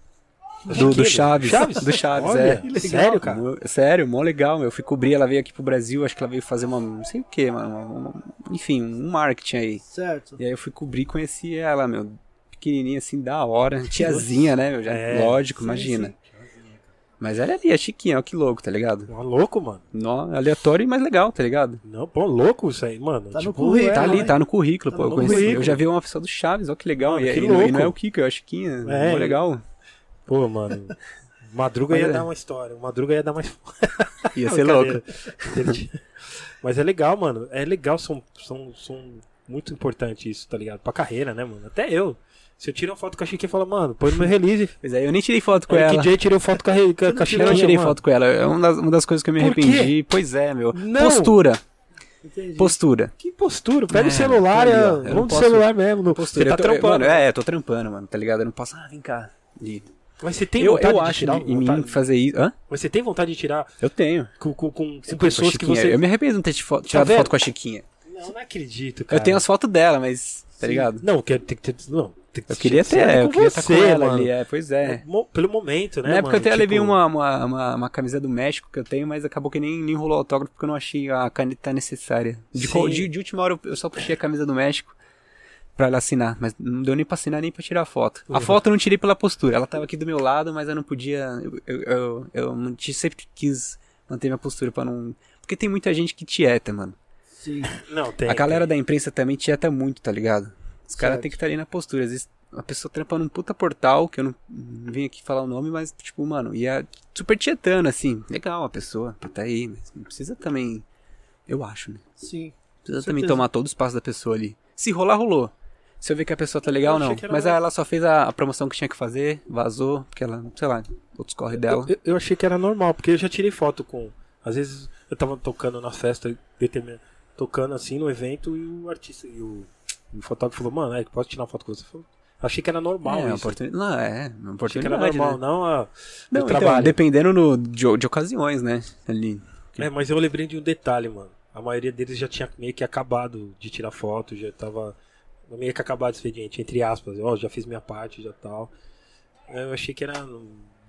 Do, do Chaves. Chaves? Do Chaves, Olha, é. que legal, Sério, cara? Mó- Sério, mó legal, meu. Eu fui cobrir, ela veio aqui pro Brasil, acho que ela veio fazer uma. não sei o que, enfim, um marketing aí. Certo. E aí eu fui cobrir conheci ela, meu. Pequenininha assim, da hora. Tiazinha, né, meu? Já, É. lógico, imagina. Mas ela é ali, a Chiquinha, ó, que louco, tá ligado? Mó louco, mano. Nó, aleatório, mas legal, tá ligado? Não, pô, louco isso aí, mano. Tipo, Tá no currículo, Tá É, ali, né? tá no currículo, Tá pô. no Eu, conheci- currículo. eu já vi uma pessoa do Chaves, ó que legal. Mano, e, que e não, e não louco. é o Kiko, é o Chiquinha. É. mó legal. Pô, mano. Madruga Mas ia é. dar uma história. o Madruga ia dar uma história. Ia ser louco. Mas é legal, mano. É legal, são, são, são muito importante isso, tá ligado? Pra carreira, né, mano? Até eu. Se eu tiro uma foto com a Chiquinha e falo, mano, põe no meu release. Pois é, eu nem tirei foto com Aí o ela. DJ tirou foto com a, re- com a- com a Eu Chiquinha. não tirei mano. foto com ela. É uma das, uma das coisas que eu me Por quê? arrependi. Pois é, meu. Não. Postura. Entendi. Postura. Que postura. Pega É, o celular, tá ali, ó. é, Eu não vamos do posso- celular mesmo. não- Postura. Você tá Eu tô- eu- trampando. mano, é, eu tô trampando, mano, tá ligado? Eu não posso. Ah, vem cá. E- Mas você tem eu vontade eu de acho tirar. em mim vontade- fazer isso. Hã? Mas você tem vontade de tirar Eu tenho. com, com, com- com Com a pessoas que Chiquinha. você. Tá Eu me arrependo de não ter tirado tirado vendo? foto com a Chiquinha. Não, não acredito, Eu tenho as fotos dela, mas. Tá ligado? Não, quero ter que ter. Não, tem que Eu queria ser sincero ter, eu tá com queria estar com ela mano. ali. É, pois é. Mo- Pelo momento, né? Na época mano? eu até Tipo, levei uma, uma, uma, uma camisa do México que eu tenho, mas acabou que nem, nem rolou autógrafo porque eu não achei a caneta necessária. De, co- Sim. de, de última hora eu- eu só puxei a camisa do México pra ela assinar, mas não deu nem pra assinar nem pra tirar a foto. A Uhum. foto eu não tirei pela postura, ela tava aqui do meu lado, mas eu não podia. Eu, eu, eu, eu manti- sempre quis manter minha postura pra não. Porque tem muita gente que tieta, mano. Sim. Não, tem. a galera tem. da imprensa também tieta muito, tá ligado? Os caras Certo. têm que estar ali na postura. Às vezes a pessoa trampa num puta portal, que eu não não vim aqui falar o nome, mas, tipo, mano, ia super tietando, assim. Legal a pessoa, tá aí, mas não precisa também. Eu acho, né? Sim. Não Precisa Com também certeza. tomar todo o espaço da pessoa ali. Se rolar, rolou. Se eu ver que a pessoa tá legal, Eu achei não. que era Mas mais- ela só fez a, a promoção que tinha que fazer, vazou, porque ela, sei lá, outros corre dela. Eu, eu achei que era normal, porque eu já tirei foto com. Às vezes eu tava tocando na festa, determin- tocando assim no evento, e o artista, e o, e o fotógrafo falou, mano, é, posso tirar uma foto com você? Eu falei, achei que era normal é, uma isso. oportunidade. Não, é, uma Achei que era oportunidade. normal, né? não a Não, do então, trabalho. dependendo no- de, de ocasiões, né? Ali. É, mas eu lembrei de um detalhe, mano. A maioria deles já tinha meio que acabado de tirar foto, já tava meio que acabado o expediente, entre aspas. Ó, já fiz minha parte, já tal. É, Eu achei que era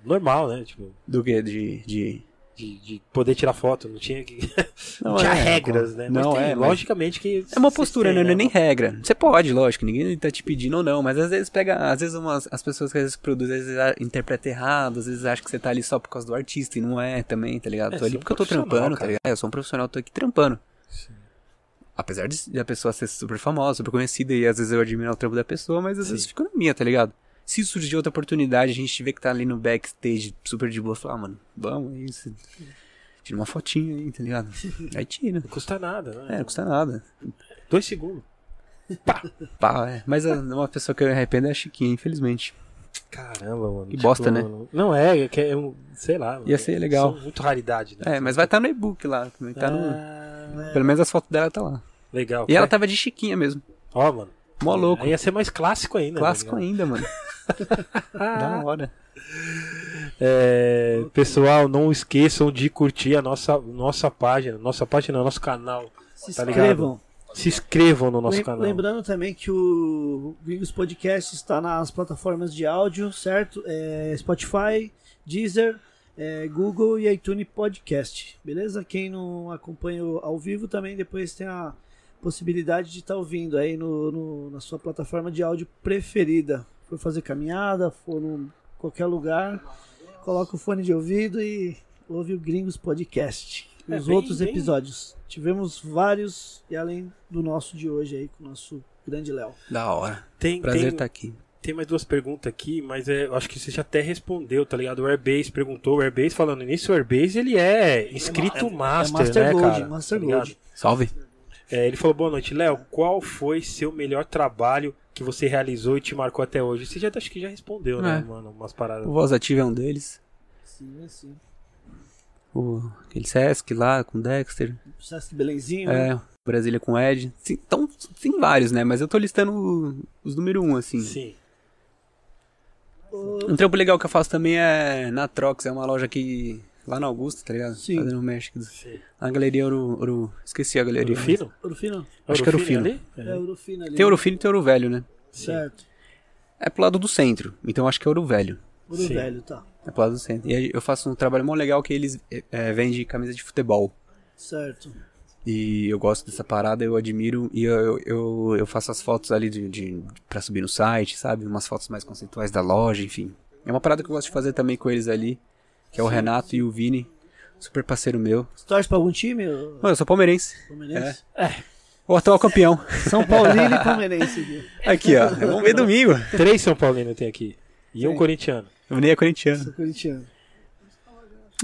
normal, né? Tipo, Do que? De. de... de, de poder tirar foto, não tinha que. Não, tinha é, regras, né? Mas Não, tem, é, mas- logicamente que. É uma vocês postura, têm, né? Não é nem regra. Você pode, lógico, ninguém tá te pedindo ou não, mas às vezes pega. Às vezes umas, as pessoas que às vezes produzem, às vezes a- interpretam errado, às vezes acham que você tá ali só por causa do artista e não é também, tá ligado? É, tô ali sou um porque eu tô profissional, trampando, tá cara. ligado? Eu sou um profissional, tô aqui trampando. Sim. Apesar de, de a pessoa ser super famosa, super conhecida, e às vezes eu admiro o trampo da pessoa, mas às vezes fica na minha, tá ligado? Se surgir outra oportunidade, a gente vê que tá ali no backstage, super de boa, fala, ah, mano, vamos aí, você tira uma fotinha aí, tá ligado? Aí tira. Não custa nada, É, né? não custa nada. Dois segundos. Pá, é. Mas a- uma pessoa que eu me arrependo é a Chiquinha, infelizmente. Caramba, mano. Que bosta, né? mano, Não é, é que é um. Sei lá. mano, ser legal. São muito raridade, né? É, mas vai estar no e-book lá. também, Tá no... Ah, Pelo menos as fotos dela tá lá. Legal. E ela tava de Chiquinha mesmo. Ó, mano. Mó louco. É, Aí ia ser mais clássico ainda. Clássico né? ainda, mano. da hora. É, pessoal, não esqueçam de curtir a nossa, nossa página, nossa página, nosso canal. Se Tá ligado? inscrevam. Se inscrevam no nosso Lem- canal. Lembrando também que o Gringos Podcast está nas plataformas de áudio, certo? É, Spotify, Deezer, é, Google e iTunes Podcast, beleza? Quem não acompanha o- ao vivo também depois tem a possibilidade de estar ouvindo aí no, no- na sua plataforma de áudio preferida. For fazer caminhada, for em qualquer lugar, coloca o fone de ouvido e ouve o Gringos Podcast. E É, os bem- outros bem- episódios. Tivemos vários, e além do nosso de hoje aí, com o nosso grande Léo. Da hora. Tem, Prazer tem, tá aqui. tem mais duas perguntas aqui, mas é, eu acho que você já até respondeu, tá ligado? O Airbase perguntou, o Airbase falando nisso, o Airbase ele é inscrito master, Master né, Gold, cara? Master ligado? Gold. Salve. É, ele falou, boa noite, Léo, qual foi seu melhor trabalho que você realizou e te marcou até hoje? Você já acho que já respondeu, né, É. mano? Umas paradas. O Voz Ativa é um deles. Sim, sim. O, aquele Sesc lá com o Dexter. Sesc Belenzinho. né? É, Brasília com Ed. Sim, Então, tem vários, né? Mas eu tô listando os número um, assim. Sim. Ô, Um trampo legal que eu faço também é na Trox, é uma loja aqui lá na Augusta, tá ligado? Sim. Fazendo o México. Sim. Na galeria Ouro, Ouro- Esqueci a galeria. Orofino? Urufino? Acho que era Orofino Orofino. ali? É, Urufino ali. Tem Ouro Fino e tem Ouro Velho, né? Certo. É pro lado do centro, então acho que é Ouro Velho. Ouro Sim. Velho, tá. É pro lado do centro. E aí eu faço um trabalho mó legal que eles é, é, vendem camisa de futebol. Certo. E eu gosto dessa parada, eu admiro. E eu, eu- eu, eu faço as fotos ali de, de, pra subir no site, sabe? Umas fotos mais conceituais da loja, enfim. É uma parada que eu gosto de fazer também com eles ali, que é o Renato e o Vini, super parceiro meu. Você torce pra algum time, ô, Mano, eu sou palmeirense, Palmeirense? o atual campeão. São Paulino e Palmeirense. viu? Aqui, ó, vamos ver domingo. Três São Paulino tem aqui. E um Sim. corintiano. O Vini é corintiano. Sou corintiano.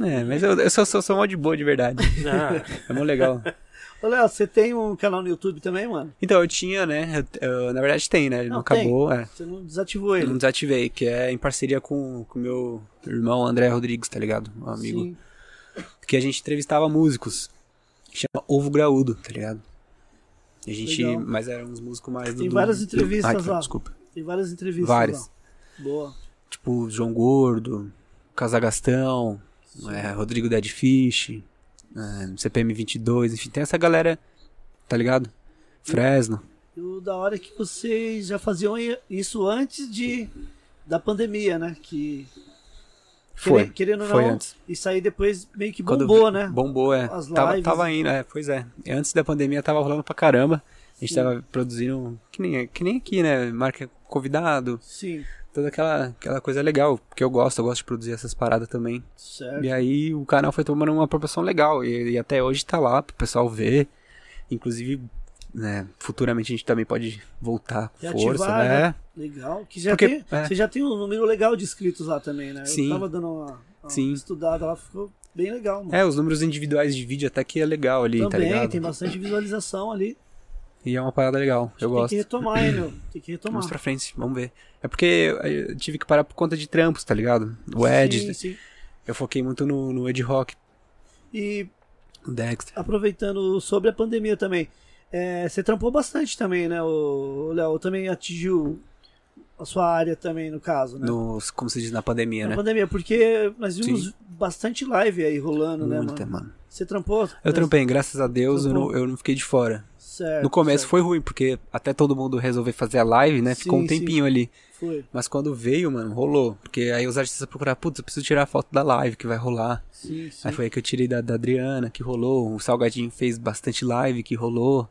É, mas eu, eu sou, sou, sou mó de boa de verdade. Ah, É mó legal. Ô, Léo, você tem um canal no YouTube também, mano? Então, eu tinha, né? eu- eu- na verdade tem, né? Ele não, Não, tem. acabou, é. Você não desativou Eu não ele. desativei, que é em parceria com o meu irmão André Rodrigues, tá ligado? Um amigo. Sim. que a gente entrevistava músicos. Chama Ovo Graúdo, tá ligado? E a gente. Legal. Mas eram uns músicos mais Tem várias entrevistas Ai, lá. Desculpa. Tem várias entrevistas. Várias. lá. Boa. Tipo, João Gordo, Casagastão, é, Rodrigo Dead Fish, é, CPM22, enfim, tem essa galera, tá ligado? Fresno. E o da hora é que vocês já faziam i- isso antes de da pandemia, né? Que Foi. querendo- querendo ou foi não, antes. isso aí depois meio que Quando- bombou, né? Bombou, é. As Tava, lives. tava indo, é, pois é. Antes da pandemia tava rolando pra caramba. A gente Sim. tava produzindo, um, que nem, que nem aqui, né? Marca convidado, Sim, toda aquela, aquela coisa legal, porque eu gosto, eu gosto de produzir essas paradas também. certo. E aí o canal foi tomando uma proporção legal, e, e até hoje tá lá pro pessoal ver. Inclusive, né, futuramente a gente também pode voltar com Reativar, força, né? né? Legal. Que já Porque- tem, é. Você já tem um número legal de inscritos lá também, né? Sim. Eu tava dando uma, uma Sim. estudada lá, ficou bem legal, mano. É, os números individuais de vídeo até que é legal ali, tá também, ligado? tem bastante visualização ali. E é uma parada legal, eu tem gosto. que retomar, hein, meu? Tem que retomar. Vamos pra frente, vamos ver. É porque eu tive que parar por conta de trampos, tá ligado? O Ed, Sim, sim. eu foquei muito no, no Ed Rock, E o Dexter. aproveitando sobre a pandemia também, é, você trampou bastante também, né, o o Léo? Também atingiu a sua área também, no caso, né? Nos, como se diz na pandemia, Na né? pandemia, porque nós vimos bastante live aí rolando, né, Muita, mano? mano. Você trampou? Eu trampei, graças a Deus eu não, eu não fiquei de fora. Certo, No começo É, certo. foi ruim, porque até todo mundo resolver fazer a live, né? Ficou Sim, um tempinho ali. Foi, Mas quando veio, mano, rolou. Porque aí os artistas procuraram, putz, eu preciso tirar a foto da live que vai rolar. sim, sim. Aí foi aí que eu tirei da, da Adriana, que rolou. O Salgadinho fez bastante live, que rolou.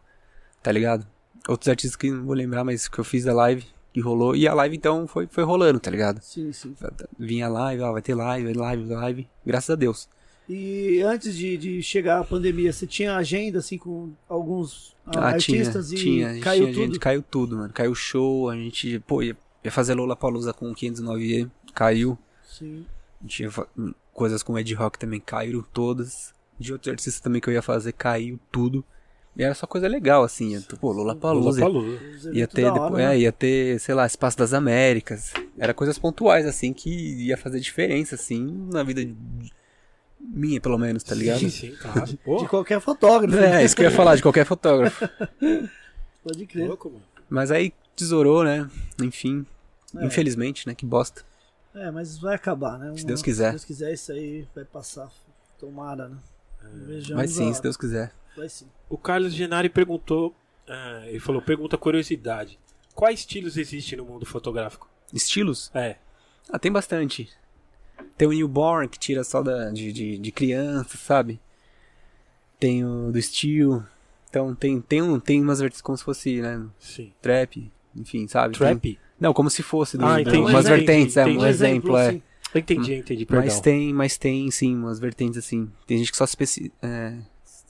Tá ligado? Outros artistas que não vou lembrar, mas que eu fiz a live, que rolou. E a live, então, foi, foi rolando, tá ligado? Sim, sim. Vinha live, ó, vai ter live, live, live. Graças a Deus. E antes de, de chegar a pandemia, você tinha agenda, assim, com alguns ah, Ah, tinha, artistas e tinha, a gente caiu tinha, tudo? gente, caiu tudo, mano. Caiu show, a gente, pô, ia, ia fazer Lola Palusa com 509E, caiu. Sim, A gente ia fa- hum, coisas com Ed Rock também caíram todas. De outros artistas também que eu ia fazer, caiu tudo. E era só coisa legal, assim. eu tô, Pô, Lola Palusa. Lollapalooza. os Ia eventos ter, da hora, depois, né? é, ia ter, sei lá, Espaço das Américas. Era coisas pontuais, assim, que ia fazer diferença, assim, na vida de- minha, pelo menos, tá ligado? Sim, sim, claro. De Pô, qualquer fotógrafo, É, isso que eu ia falar de qualquer fotógrafo. pode crer. louco, mano. Mas aí tesourou, né? Enfim. É. Infelizmente, né? Que bosta. É, mas vai acabar, né? Se Um- Deus quiser. Se Deus quiser, isso aí vai passar. Tomara, né? Vejamos Mas sim, a- se Deus quiser. Vai sim. O Carlos Genari perguntou, ah, ele falou, pergunta curiosidade. Quais estilos existem no mundo fotográfico? Estilos? É, Ah, tem bastante. Tem o Newborn, que tira só da, de, de, de criança, sabe? Tem o do Steel. Então tem, tem, um, tem umas vertentes como se fosse, né? sim. Trap, enfim, sabe? Tem- Trap? não, como se fosse. Do, Ah, do- entendi, Umas entendi, vertentes, é, um entendi. exemplo, é. Entendi, entendi, perdão. Mas tem, mas tem sim, umas vertentes assim. Tem gente que só se especi- é,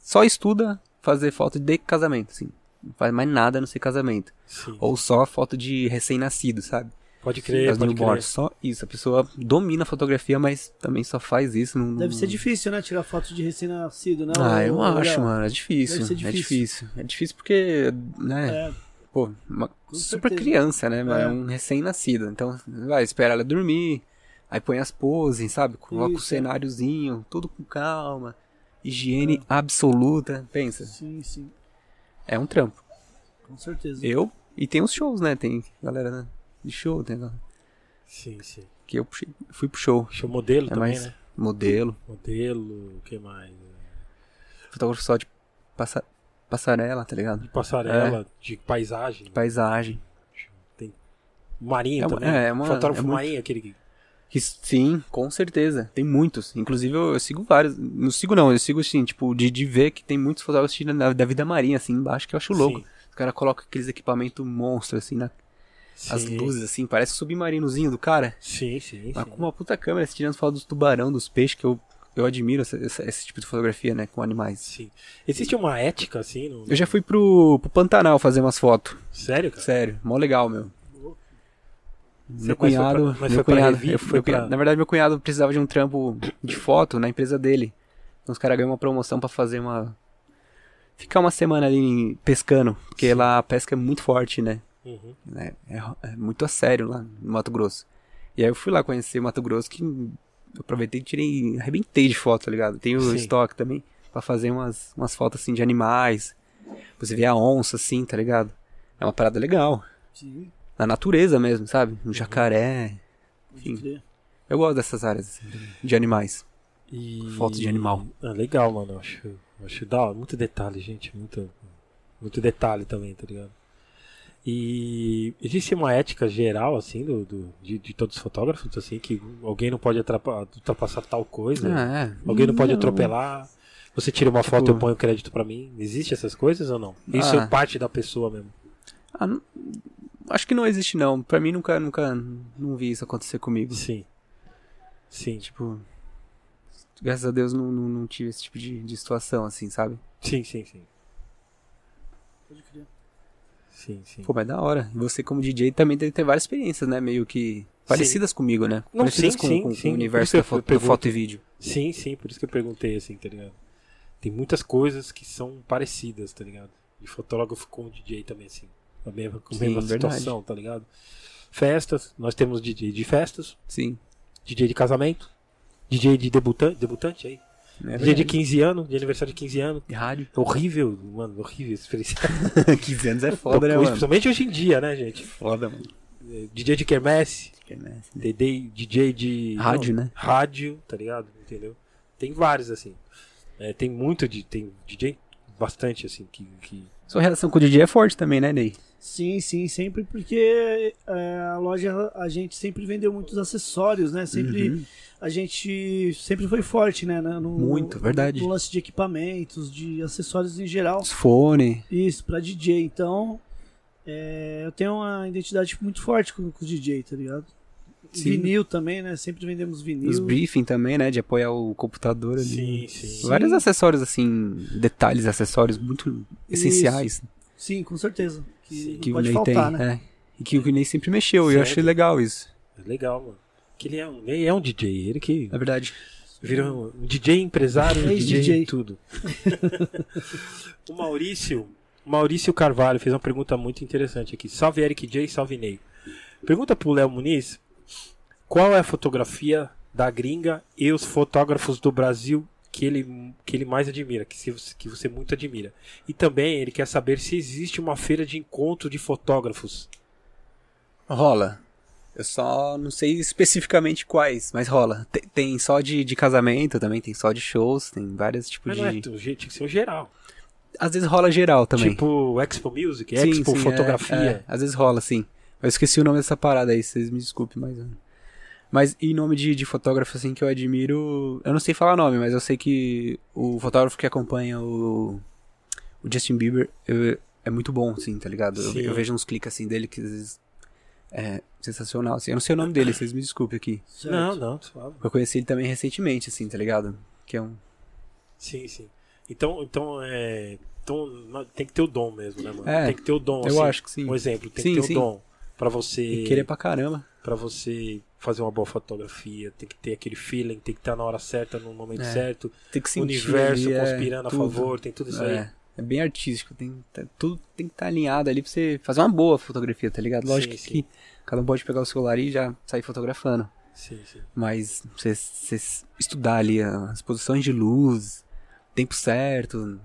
só estuda fazer foto de casamento, assim. Não faz mais nada a não ser casamento. Sim. Ou só foto de recém-nascido, sabe? Pode crer, das pode newborns. crer. Só isso. A pessoa domina a fotografia, mas também só faz isso. Não, Deve ser difícil, né? Tirar foto de recém-nascido, né? Ah, eu Ô, acho, Gabriel? mano. É difícil. Deve ser É difícil. difícil. É difícil porque, né? É, Pô, uma Com super certeza. criança, né? É. É um recém-nascido. Então, vai, espera ela dormir. Aí põe as poses, sabe? Coloca o Isso, é. cenáriozinho, tudo com calma. Higiene É. absoluta. Pensa, sim, sim. é um trampo. Com certeza. Eu, e tem os shows, né? Tem galera né, de show, tem galera Sim, sim. que eu puxei- fui pro show. Deixa o modelo É também, mais né? modelo, Modelo, o que mais? fotógrafo só de passa- passarela, tá ligado? De passarela, de paisagem, Paisagem. marinha É uma- também. né? é, é uma- Fotógrafo é muito- marinha, aquele que... Que s- sim, com certeza. Tem muitos. Inclusive, eu, eu sigo vários. Não sigo, não. Eu sigo, assim, tipo, de, de ver que tem muitos fotógrafos tirando da, da vida marinha, assim, embaixo, que eu acho louco. Sim, Os caras colocam aqueles equipamentos monstro, assim, na, as sim, luzes, assim. Parece o submarinozinho do cara. Sim, sim, Mas sim. com uma puta câmera, assim, tirando foto dos tubarão, dos peixes, que eu, eu admiro essa- essa- esse tipo de fotografia, né? Com animais. Sim. Existe uma ética, assim? No... Eu já fui pro, pro Pantanal fazer umas fotos. Sério, cara? Sério, mó legal, meu. Você- Meu mas foi pra- cunhado, mas meu foi pra cunhado, revi- eu- foi meu pra- cunhado- na verdade meu cunhado precisava de um trampo de foto na empresa dele. Então os caras ganham uma promoção pra fazer uma ficar uma semana ali em- pescando, porque lá a pesca é muito forte, né? Uhum. É, é- é muito a sério lá no Mato Grosso. E aí eu fui lá conhecer Mato Grosso que eu aproveitei e tirei, arrebentei de foto, tá ligado? Tem o Sim. estoque também pra fazer umas umas fotos assim de animais. Você vê a onça assim, tá ligado? É uma parada legal. Sim, Na natureza mesmo, sabe? Um jacaré, pode Sim. crer. eu gosto dessas áreas assim, de animais. E- Foto de animal. Ah, legal, mano. eu Acho, eu acho da hora. Muito detalhe, gente. Muito, muito detalhe também, tá ligado? E existe uma ética geral, assim, do, do- de, de todos os fotógrafos, assim, que alguém não pode atrapa- ultrapassar tal coisa, Ah, é. alguém não pode atropelar. Você tira uma foto, Tipo- eu ponho crédito pra mim. Existe essas coisas ou não? Isso Ah. é parte da pessoa mesmo. Ah, não- acho que não existe não. Pra mim nunca, nunca, não vi isso acontecer comigo. Sim. Sim, Tipo, graças a Deus não, não, não tive esse tipo de, de situação assim, sabe? sim, sim, sim. Pode crer. Sim, sim. Pô, mas da hora. E Você como DJ também deve ter várias experiências, né? Meio que parecidas comigo, né? Não, parecidas sim, com, sim, sim. com- com o Por isso que universo eu da foto, da pergunto. foto e vídeo. Sim, sim, por isso que eu perguntei, assim, tá ligado? Tem muitas coisas que são parecidas, tá ligado? E fotógrafo com DJ também, assim. A mesma, com a Sim, mesma verdade. situação, tá ligado? Festas, nós temos DJ de festas, Sim. DJ de casamento, DJ de debutante, debutante aí. É DJ de verdade. 15 anos, de aniversário de 15 anos. E Rádio. Horrível, mano, horrível essa experiência. 15 anos é foda, né, mano? Principalmente hoje em dia, né, gente? Foda, mano. Eh, DJ de quermesse, DJ, DJ de. Rádio, né? Rádio, tá ligado? Entendeu? Tem vários, assim. É, tem muito de. Tem DJ bastante, assim, que. que- Sua relação com o DJ é forte também, né, Ney? Sim, sim, sempre porque é, a loja, a gente sempre vendeu muitos acessórios, né? Sempre, Uhum. a gente sempre foi forte, né? né, No, Muito, verdade. No lance de equipamentos, de acessórios em geral. Os fone. Isso, pra DJ. Então, é, eu tenho uma identidade muito forte com, com o DJ, tá ligado? Sim. Vinil também, né? Sempre vendemos vinil. Os briefing também, né? De apoiar o computador ali. Sim, sim. Vários acessórios, assim, detalhes, acessórios muito essenciais Sim, com certeza. Que Sim. não que o pode Ney faltar, tem. né? é. E que o Ney sempre mexeu, e eu Certo. achei legal isso. É legal, mano. Que ele é um, ele é um DJ, ele que Na verdade. virou um DJ empresário, um Ex-DJ. DJ em tudo. o Maurício. Maurício Carvalho fez uma pergunta muito interessante aqui. Salve Eric J, salve Ney. Pergunta pro Léo Muniz qual é a fotografia da gringa e os fotógrafos do Brasil que ele, que ele mais admira, que, se, que você muito admira. E também ele quer saber se existe uma feira de encontro de fotógrafos. Rola. Eu só não sei especificamente quais, mas rola. Tem, tem só de, de casamento também, tem só de shows, tem vários tipos Mas não é, de. tu- tinha que ser o geral. Às vezes rola geral também. Tipo Expo Music, Sim, Expo sim, tipo, é, Fotografia. é. às vezes rola, sim. Eu esqueci o nome dessa parada aí, vocês me desculpem, mas. é. Mas em nome de, de fotógrafo, assim, que eu admiro. Eu não sei falar nome, mas eu sei que o fotógrafo que acompanha o, o Justin Bieber eu- é muito bom, assim, tá ligado? Eu, Sim. eu vejo uns cliques assim dele que às vezes. É sensacional, assim. Eu não sei o nome dele, vocês me desculpem aqui. Certo. Não, não, suave. Eu conheci ele também recentemente, assim, tá ligado? Que é um. Sim, sim. Então, então, é, então na- tem que ter o dom mesmo, né, mano? É, tem que ter o dom. eu assim. acho que sim. Um exemplo, tem Sim, que ter sim. o dom pra você E querer pra caramba. Pra você fazer uma boa fotografia, tem que ter aquele feeling, tem que estar na hora certa, no momento É. certo. Tem que O sentir universo ali, é, conspirando a tudo. favor, tem tudo isso aí. É, é bem artístico, tem, tá- tudo tem que estar alinhado ali pra você fazer uma boa fotografia, tá ligado? Lógico Sim, que cada um pode pegar o celular e já sair fotografando. Sim, sim. Mas você, você estudar ali as posições de luz, tempo certo,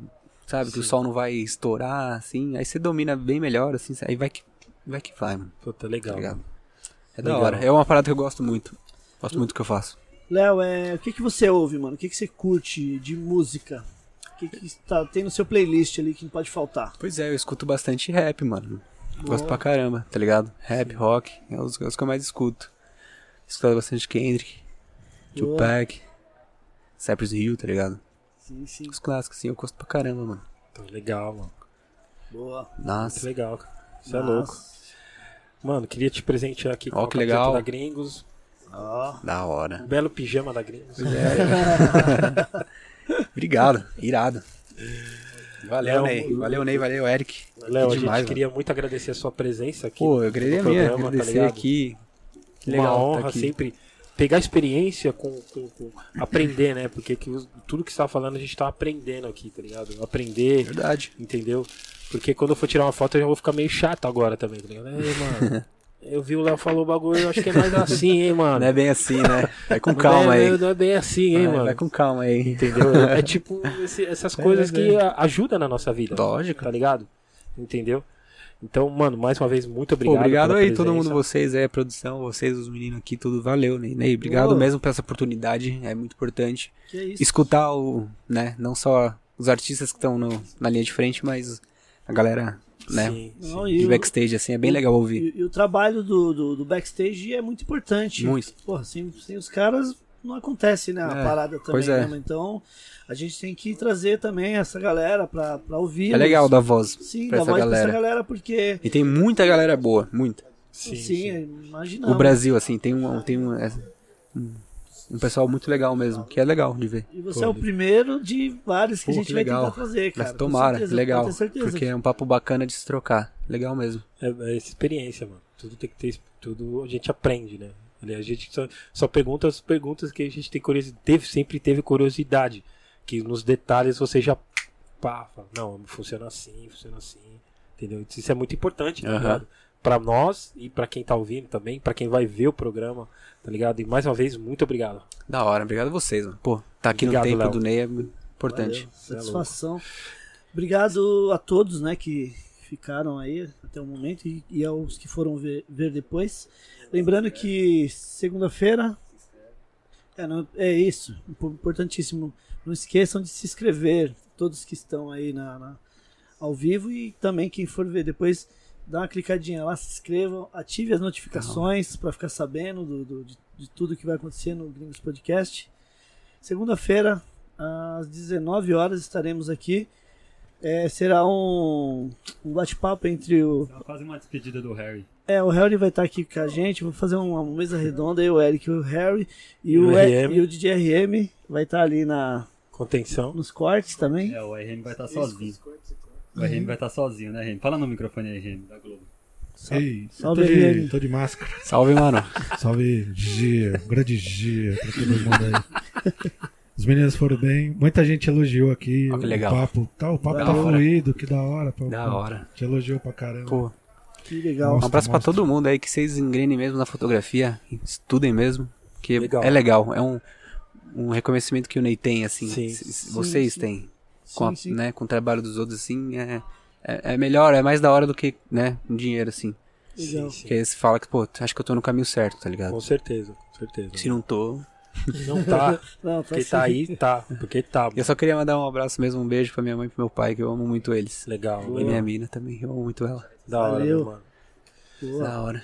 sabe? Que o Sim. sol não vai estourar, assim. Aí você domina bem melhor, assim. Aí vai que vai, que vai mano. Puta, legal. Legal. É Legal. da hora. É uma parada que eu gosto muito. Gosto muito do que eu faço. Léo, é, o que, que você ouve, mano? O que, que você curte de música? O que, que tá, tem no seu playlist ali que não pode faltar? Pois é, eu escuto bastante rap, mano. Gosto pra caramba, tá ligado? Rap, rock, é os, é os que eu mais escuto. Escuto bastante Kendrick, Boa. Tupac, Cypress Hill, tá ligado? Sim, sim. Os clássicos, assim, eu gosto pra caramba, mano. Então, legal, mano. Boa. Muito Nossa. legal, cara. Isso é Nossa. louco. Mano, queria te presentear aqui com Ó, a que camiseta legal. da Gringos. Ó, Da hora. Um belo pijama da Gringos. Obrigado, irado. Léo, Valeu, Ney. muito- Valeu, Ney. Valeu, Eric. Léo, a Demais, né? gente queria muito agradecer a sua presença aqui. Pô, eu queria no mesmo programa, tá agradecer ligado? aqui. Que uma legal tá honra aqui. sempre pegar experiência com, com- com- aprender, né? Porque que os- tudo que você tá falando a gente tá aprendendo aqui, tá ligado? Aprender, Verdade. entendeu? Porque quando eu for tirar uma foto eu já vou ficar meio chato agora também, tá ligado? Ei, mano, eu vi o Léo falou o bagulho, eu acho que é mais assim, hein, mano? Não é bem assim, né? Vai com Não calma é- aí. Não é bem assim, hein, Vai- mano? Vai com calma aí. Entendeu? É tipo esse- essas coisas é. que a- ajudam na nossa vida. Lógico. Tá ligado? Entendeu? Então, mano, mais uma vez, muito Pô, obrigado. obrigado pela aí, todo presença. mundo, vocês aí, a produção, vocês, os meninos aqui, tudo valeu, Ney. Ney, obrigado Pô. mesmo por essa oportunidade, é muito importante. que isso. Escutar o, né, não só os artistas que estão no- na linha de frente, mas a galera, né, Sim, sim. Não, de e, o, backstage, assim, é bem legal ouvir. e- e o trabalho do, do, do backstage é muito importante. Muito. Porra, sem, sem os caras não acontece, né? A É, parada também, pois é. né, mano? Então, a gente tem que trazer também essa galera pra, pra ouvir. É legal dar voz Sim, pra dá essa voz pra essa galera. galera, porque. E tem muita galera boa, muita. Sim, é Sim, sim, sim. imagina. O Brasil, assim, tem um, tem um, é, um- um pessoal muito legal mesmo, que é legal de ver. E você Pô, é o primeiro de vários que Pô, a gente que vai legal. tentar fazer, cara. Mas com tomara, certeza, legal, pode ter certeza. porque é um papo bacana de se trocar, legal mesmo. É, é essa experiência, mano. Tudo tem que ter. Tudo a gente aprende, né? Aliás, A gente só, só pergunta as perguntas que a gente tem curiosidade, teve, sempre teve curiosidade. Que nos detalhes você já. Pá, fala, não, funciona assim, funciona assim. Entendeu? Isso é muito importante, tá Aham. ligado? Pra nós e pra quem tá ouvindo também, pra quem vai ver o programa, tá ligado? E mais uma vez, muito obrigado. Da hora, obrigado a vocês, mano. Pô, tá aqui Obrigado, no tempo Léo. do Ney é Valeu, importante. satisfação. Obrigado a todos, né, que ficaram aí até o momento e, e aos que foram ver, ver depois. Lembrando que segunda-feira é, não- é isso, impo- importantíssimo. Não esqueçam de se inscrever, todos que estão aí na, na- ao vivo e também quem for ver depois, dá uma clicadinha lá, se inscrevam, ative as notificações para ficar sabendo do- do- de, de tudo que vai acontecer no Gringos Podcast. Segunda-feira, às 19 horas, estaremos aqui. É, será um, um bate-papo entre o. É quase uma despedida do Harry. É, o Harry vai estar aqui com a gente. Vou fazer uma mesa redonda, eu, o Eric e o Harry. E o, o E- RM. e o DJ RM vai estar ali na, Contenção. nos cortes também. É, o RM vai estar sozinho. O RM vai estar sozinho, né, RM? Fala no microfone aí, RM, da Globo. Ei, salve, tô, Ariane. de, tô de máscara. Salve, mano. Salve, Gia. Grande Gia pra todo mundo aí. Os meninos foram bem. Muita gente elogiou aqui. Ó, que legal. O papo, tá, o papo Da tá hora. fluido, que da hora. Pô, Da pô, hora. Te elogiou pra caramba. Pô, Que legal. Nossa. um abraço pra mostra. todo mundo aí, que vocês engrenem mesmo na fotografia, estudem mesmo, que Legal. é legal, é um, um reconhecimento que o Ney tem, assim, Sim. se- se vocês têm, com, a- Sim, sim. Né, com o trabalho dos outros, assim, é, é, é melhor, é mais da hora do que, né, um dinheiro, assim, Legal. Sim, sim. porque você fala que, pô, acho que eu tô no caminho certo, tá ligado? Com certeza, com certeza. Se não tô... Não tá. Não, tá Porque sim. tá aí, tá. Porque tá. Eu só queria mandar um abraço mesmo, um beijo pra minha mãe e pro meu pai, que eu amo muito eles. Legal. E legal. minha mina também, eu amo muito ela. Da hora, Valeu. meu mano. Boa. Da hora.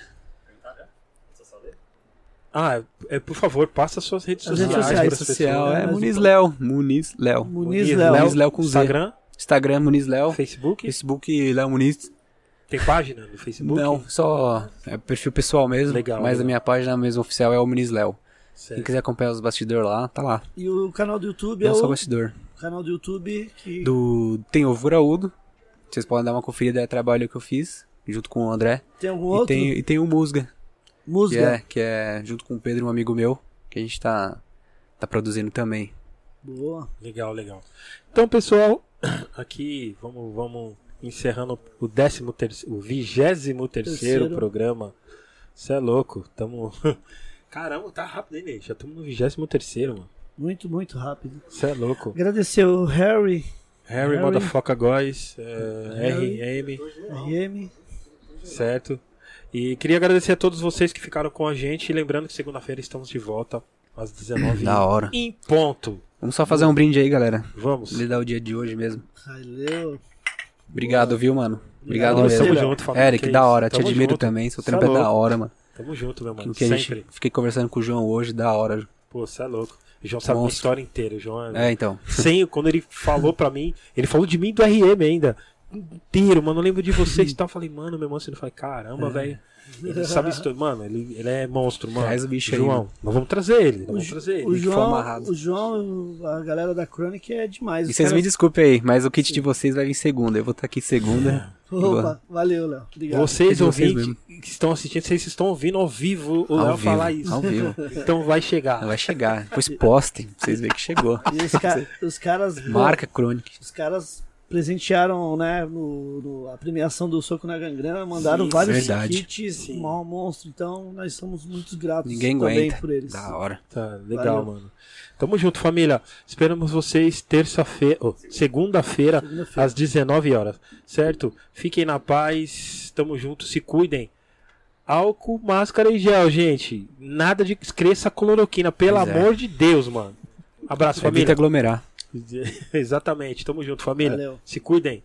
Ah, é, por favor, passa suas redes As sociais. redes sociais, pras social, pessoas. é mas Muniz então- Léo. Muniz Léo. Muniz Muniz Léo. Muniz Léo com Z. Instagram, Instagram, Muniz Léo. Facebook. Facebook, Léo Muniz. Tem página no Facebook? Não, só é perfil pessoal mesmo. Legal, mas legal. a minha página mesmo oficial é o Muniz Léo. Quem Certo. quiser acompanhar os bastidores lá, tá lá. E o canal do YouTube é Não só o o bastidor. canal do YouTube que. Do Tem Ovo Graúdo. Vocês podem dar uma conferida, é trabalho que eu fiz, junto com o André. Tem algum E outro? tem, e tem o Musga. Que Musga. é, que é junto com o Pedro, um amigo meu, que a gente tá, tá produzindo também. Boa. Legal, legal. Então, pessoal, aqui vamos, vamos encerrando o décimo terceiro, o vigésimo terceiro Terceiro. programa. Você é louco, tamo... Caramba, tá rápido, hein, Ney? Já estamos no vigésimo terceiro, mano. Muito, muito rápido. Você é louco. Agradecer o Harry, Harry, Harry. Motherfucker Góis, é, Harry. RM, RM. certo? E queria agradecer a todos vocês que ficaram com a gente. E Lembrando que segunda-feira estamos de volta às 19 Da horas. hora. Em ponto. Vamos só fazer um brinde aí, galera. Vamos. Lhe dar o dia de hoje mesmo. Valeu. Obrigado, viu, mano? Obrigado Obrigado a mesmo. você, Tamo Léo. junto, família. Eric, que é da isso. hora. Te Tamo admiro junto. também. Seu Cê trampo é é da louco. hora, mano. Tamo junto, meu mano. Que a Sempre. gente, fiquei conversando com o João hoje, da hora. Pô, você é louco. O João sabe a minha Monstro. história inteira. O João é... É, então. Sem, quando ele falou pra mim, ele falou de mim e do RM ainda. Inteiro, mano. Eu lembro de vocês e tal. Eu Falei, mano, meu irmão, você não fala, É. caramba, velho. Ele sabe história. Mano, ele, ele é monstro, mano. Traz o bicho aí, João, mano. nós vamos trazer ele. Nós vamos Ju- trazer ele. O que for João, amarrado. o João, a galera da Chronic é demais. E Os vocês me caras- desculpem aí, mas o kit de vocês vai vir segunda. Eu vou estar aqui segunda. Opa, valeu, Léo. Obrigado. Vocês de vocês ouvintes que estão assistindo, vocês estão ouvindo ao vivo o Ao Léo vivo, falar isso. ao vivo. Então vai chegar. Vai chegar. Depois postem, pra vocês verem que chegou. E os, ca- os caras. pô, Marca Chronic. Os caras presentearam, né, no, no- a premiação do Soco na Gangrena, mandaram Sim, vários verdade. kits, Sim. mal monstro, então nós somos muito gratos Ninguém também aguenta. por eles. Da hora. Tá, legal, Valeu. mano. Tamo junto, família. Esperamos vocês terça-feira, ô, segunda-feira, Segunda-feira. às 19 horas, certo? Fiquem na paz, tamo junto, se cuidem. Álcool, máscara e gel, gente. Nada de esqueça a cloroquina, pelo Pois é. amor de Deus, mano. Abraço, Evita família. aglomerar. Exatamente, tamo junto, família. Valeu. Se cuidem.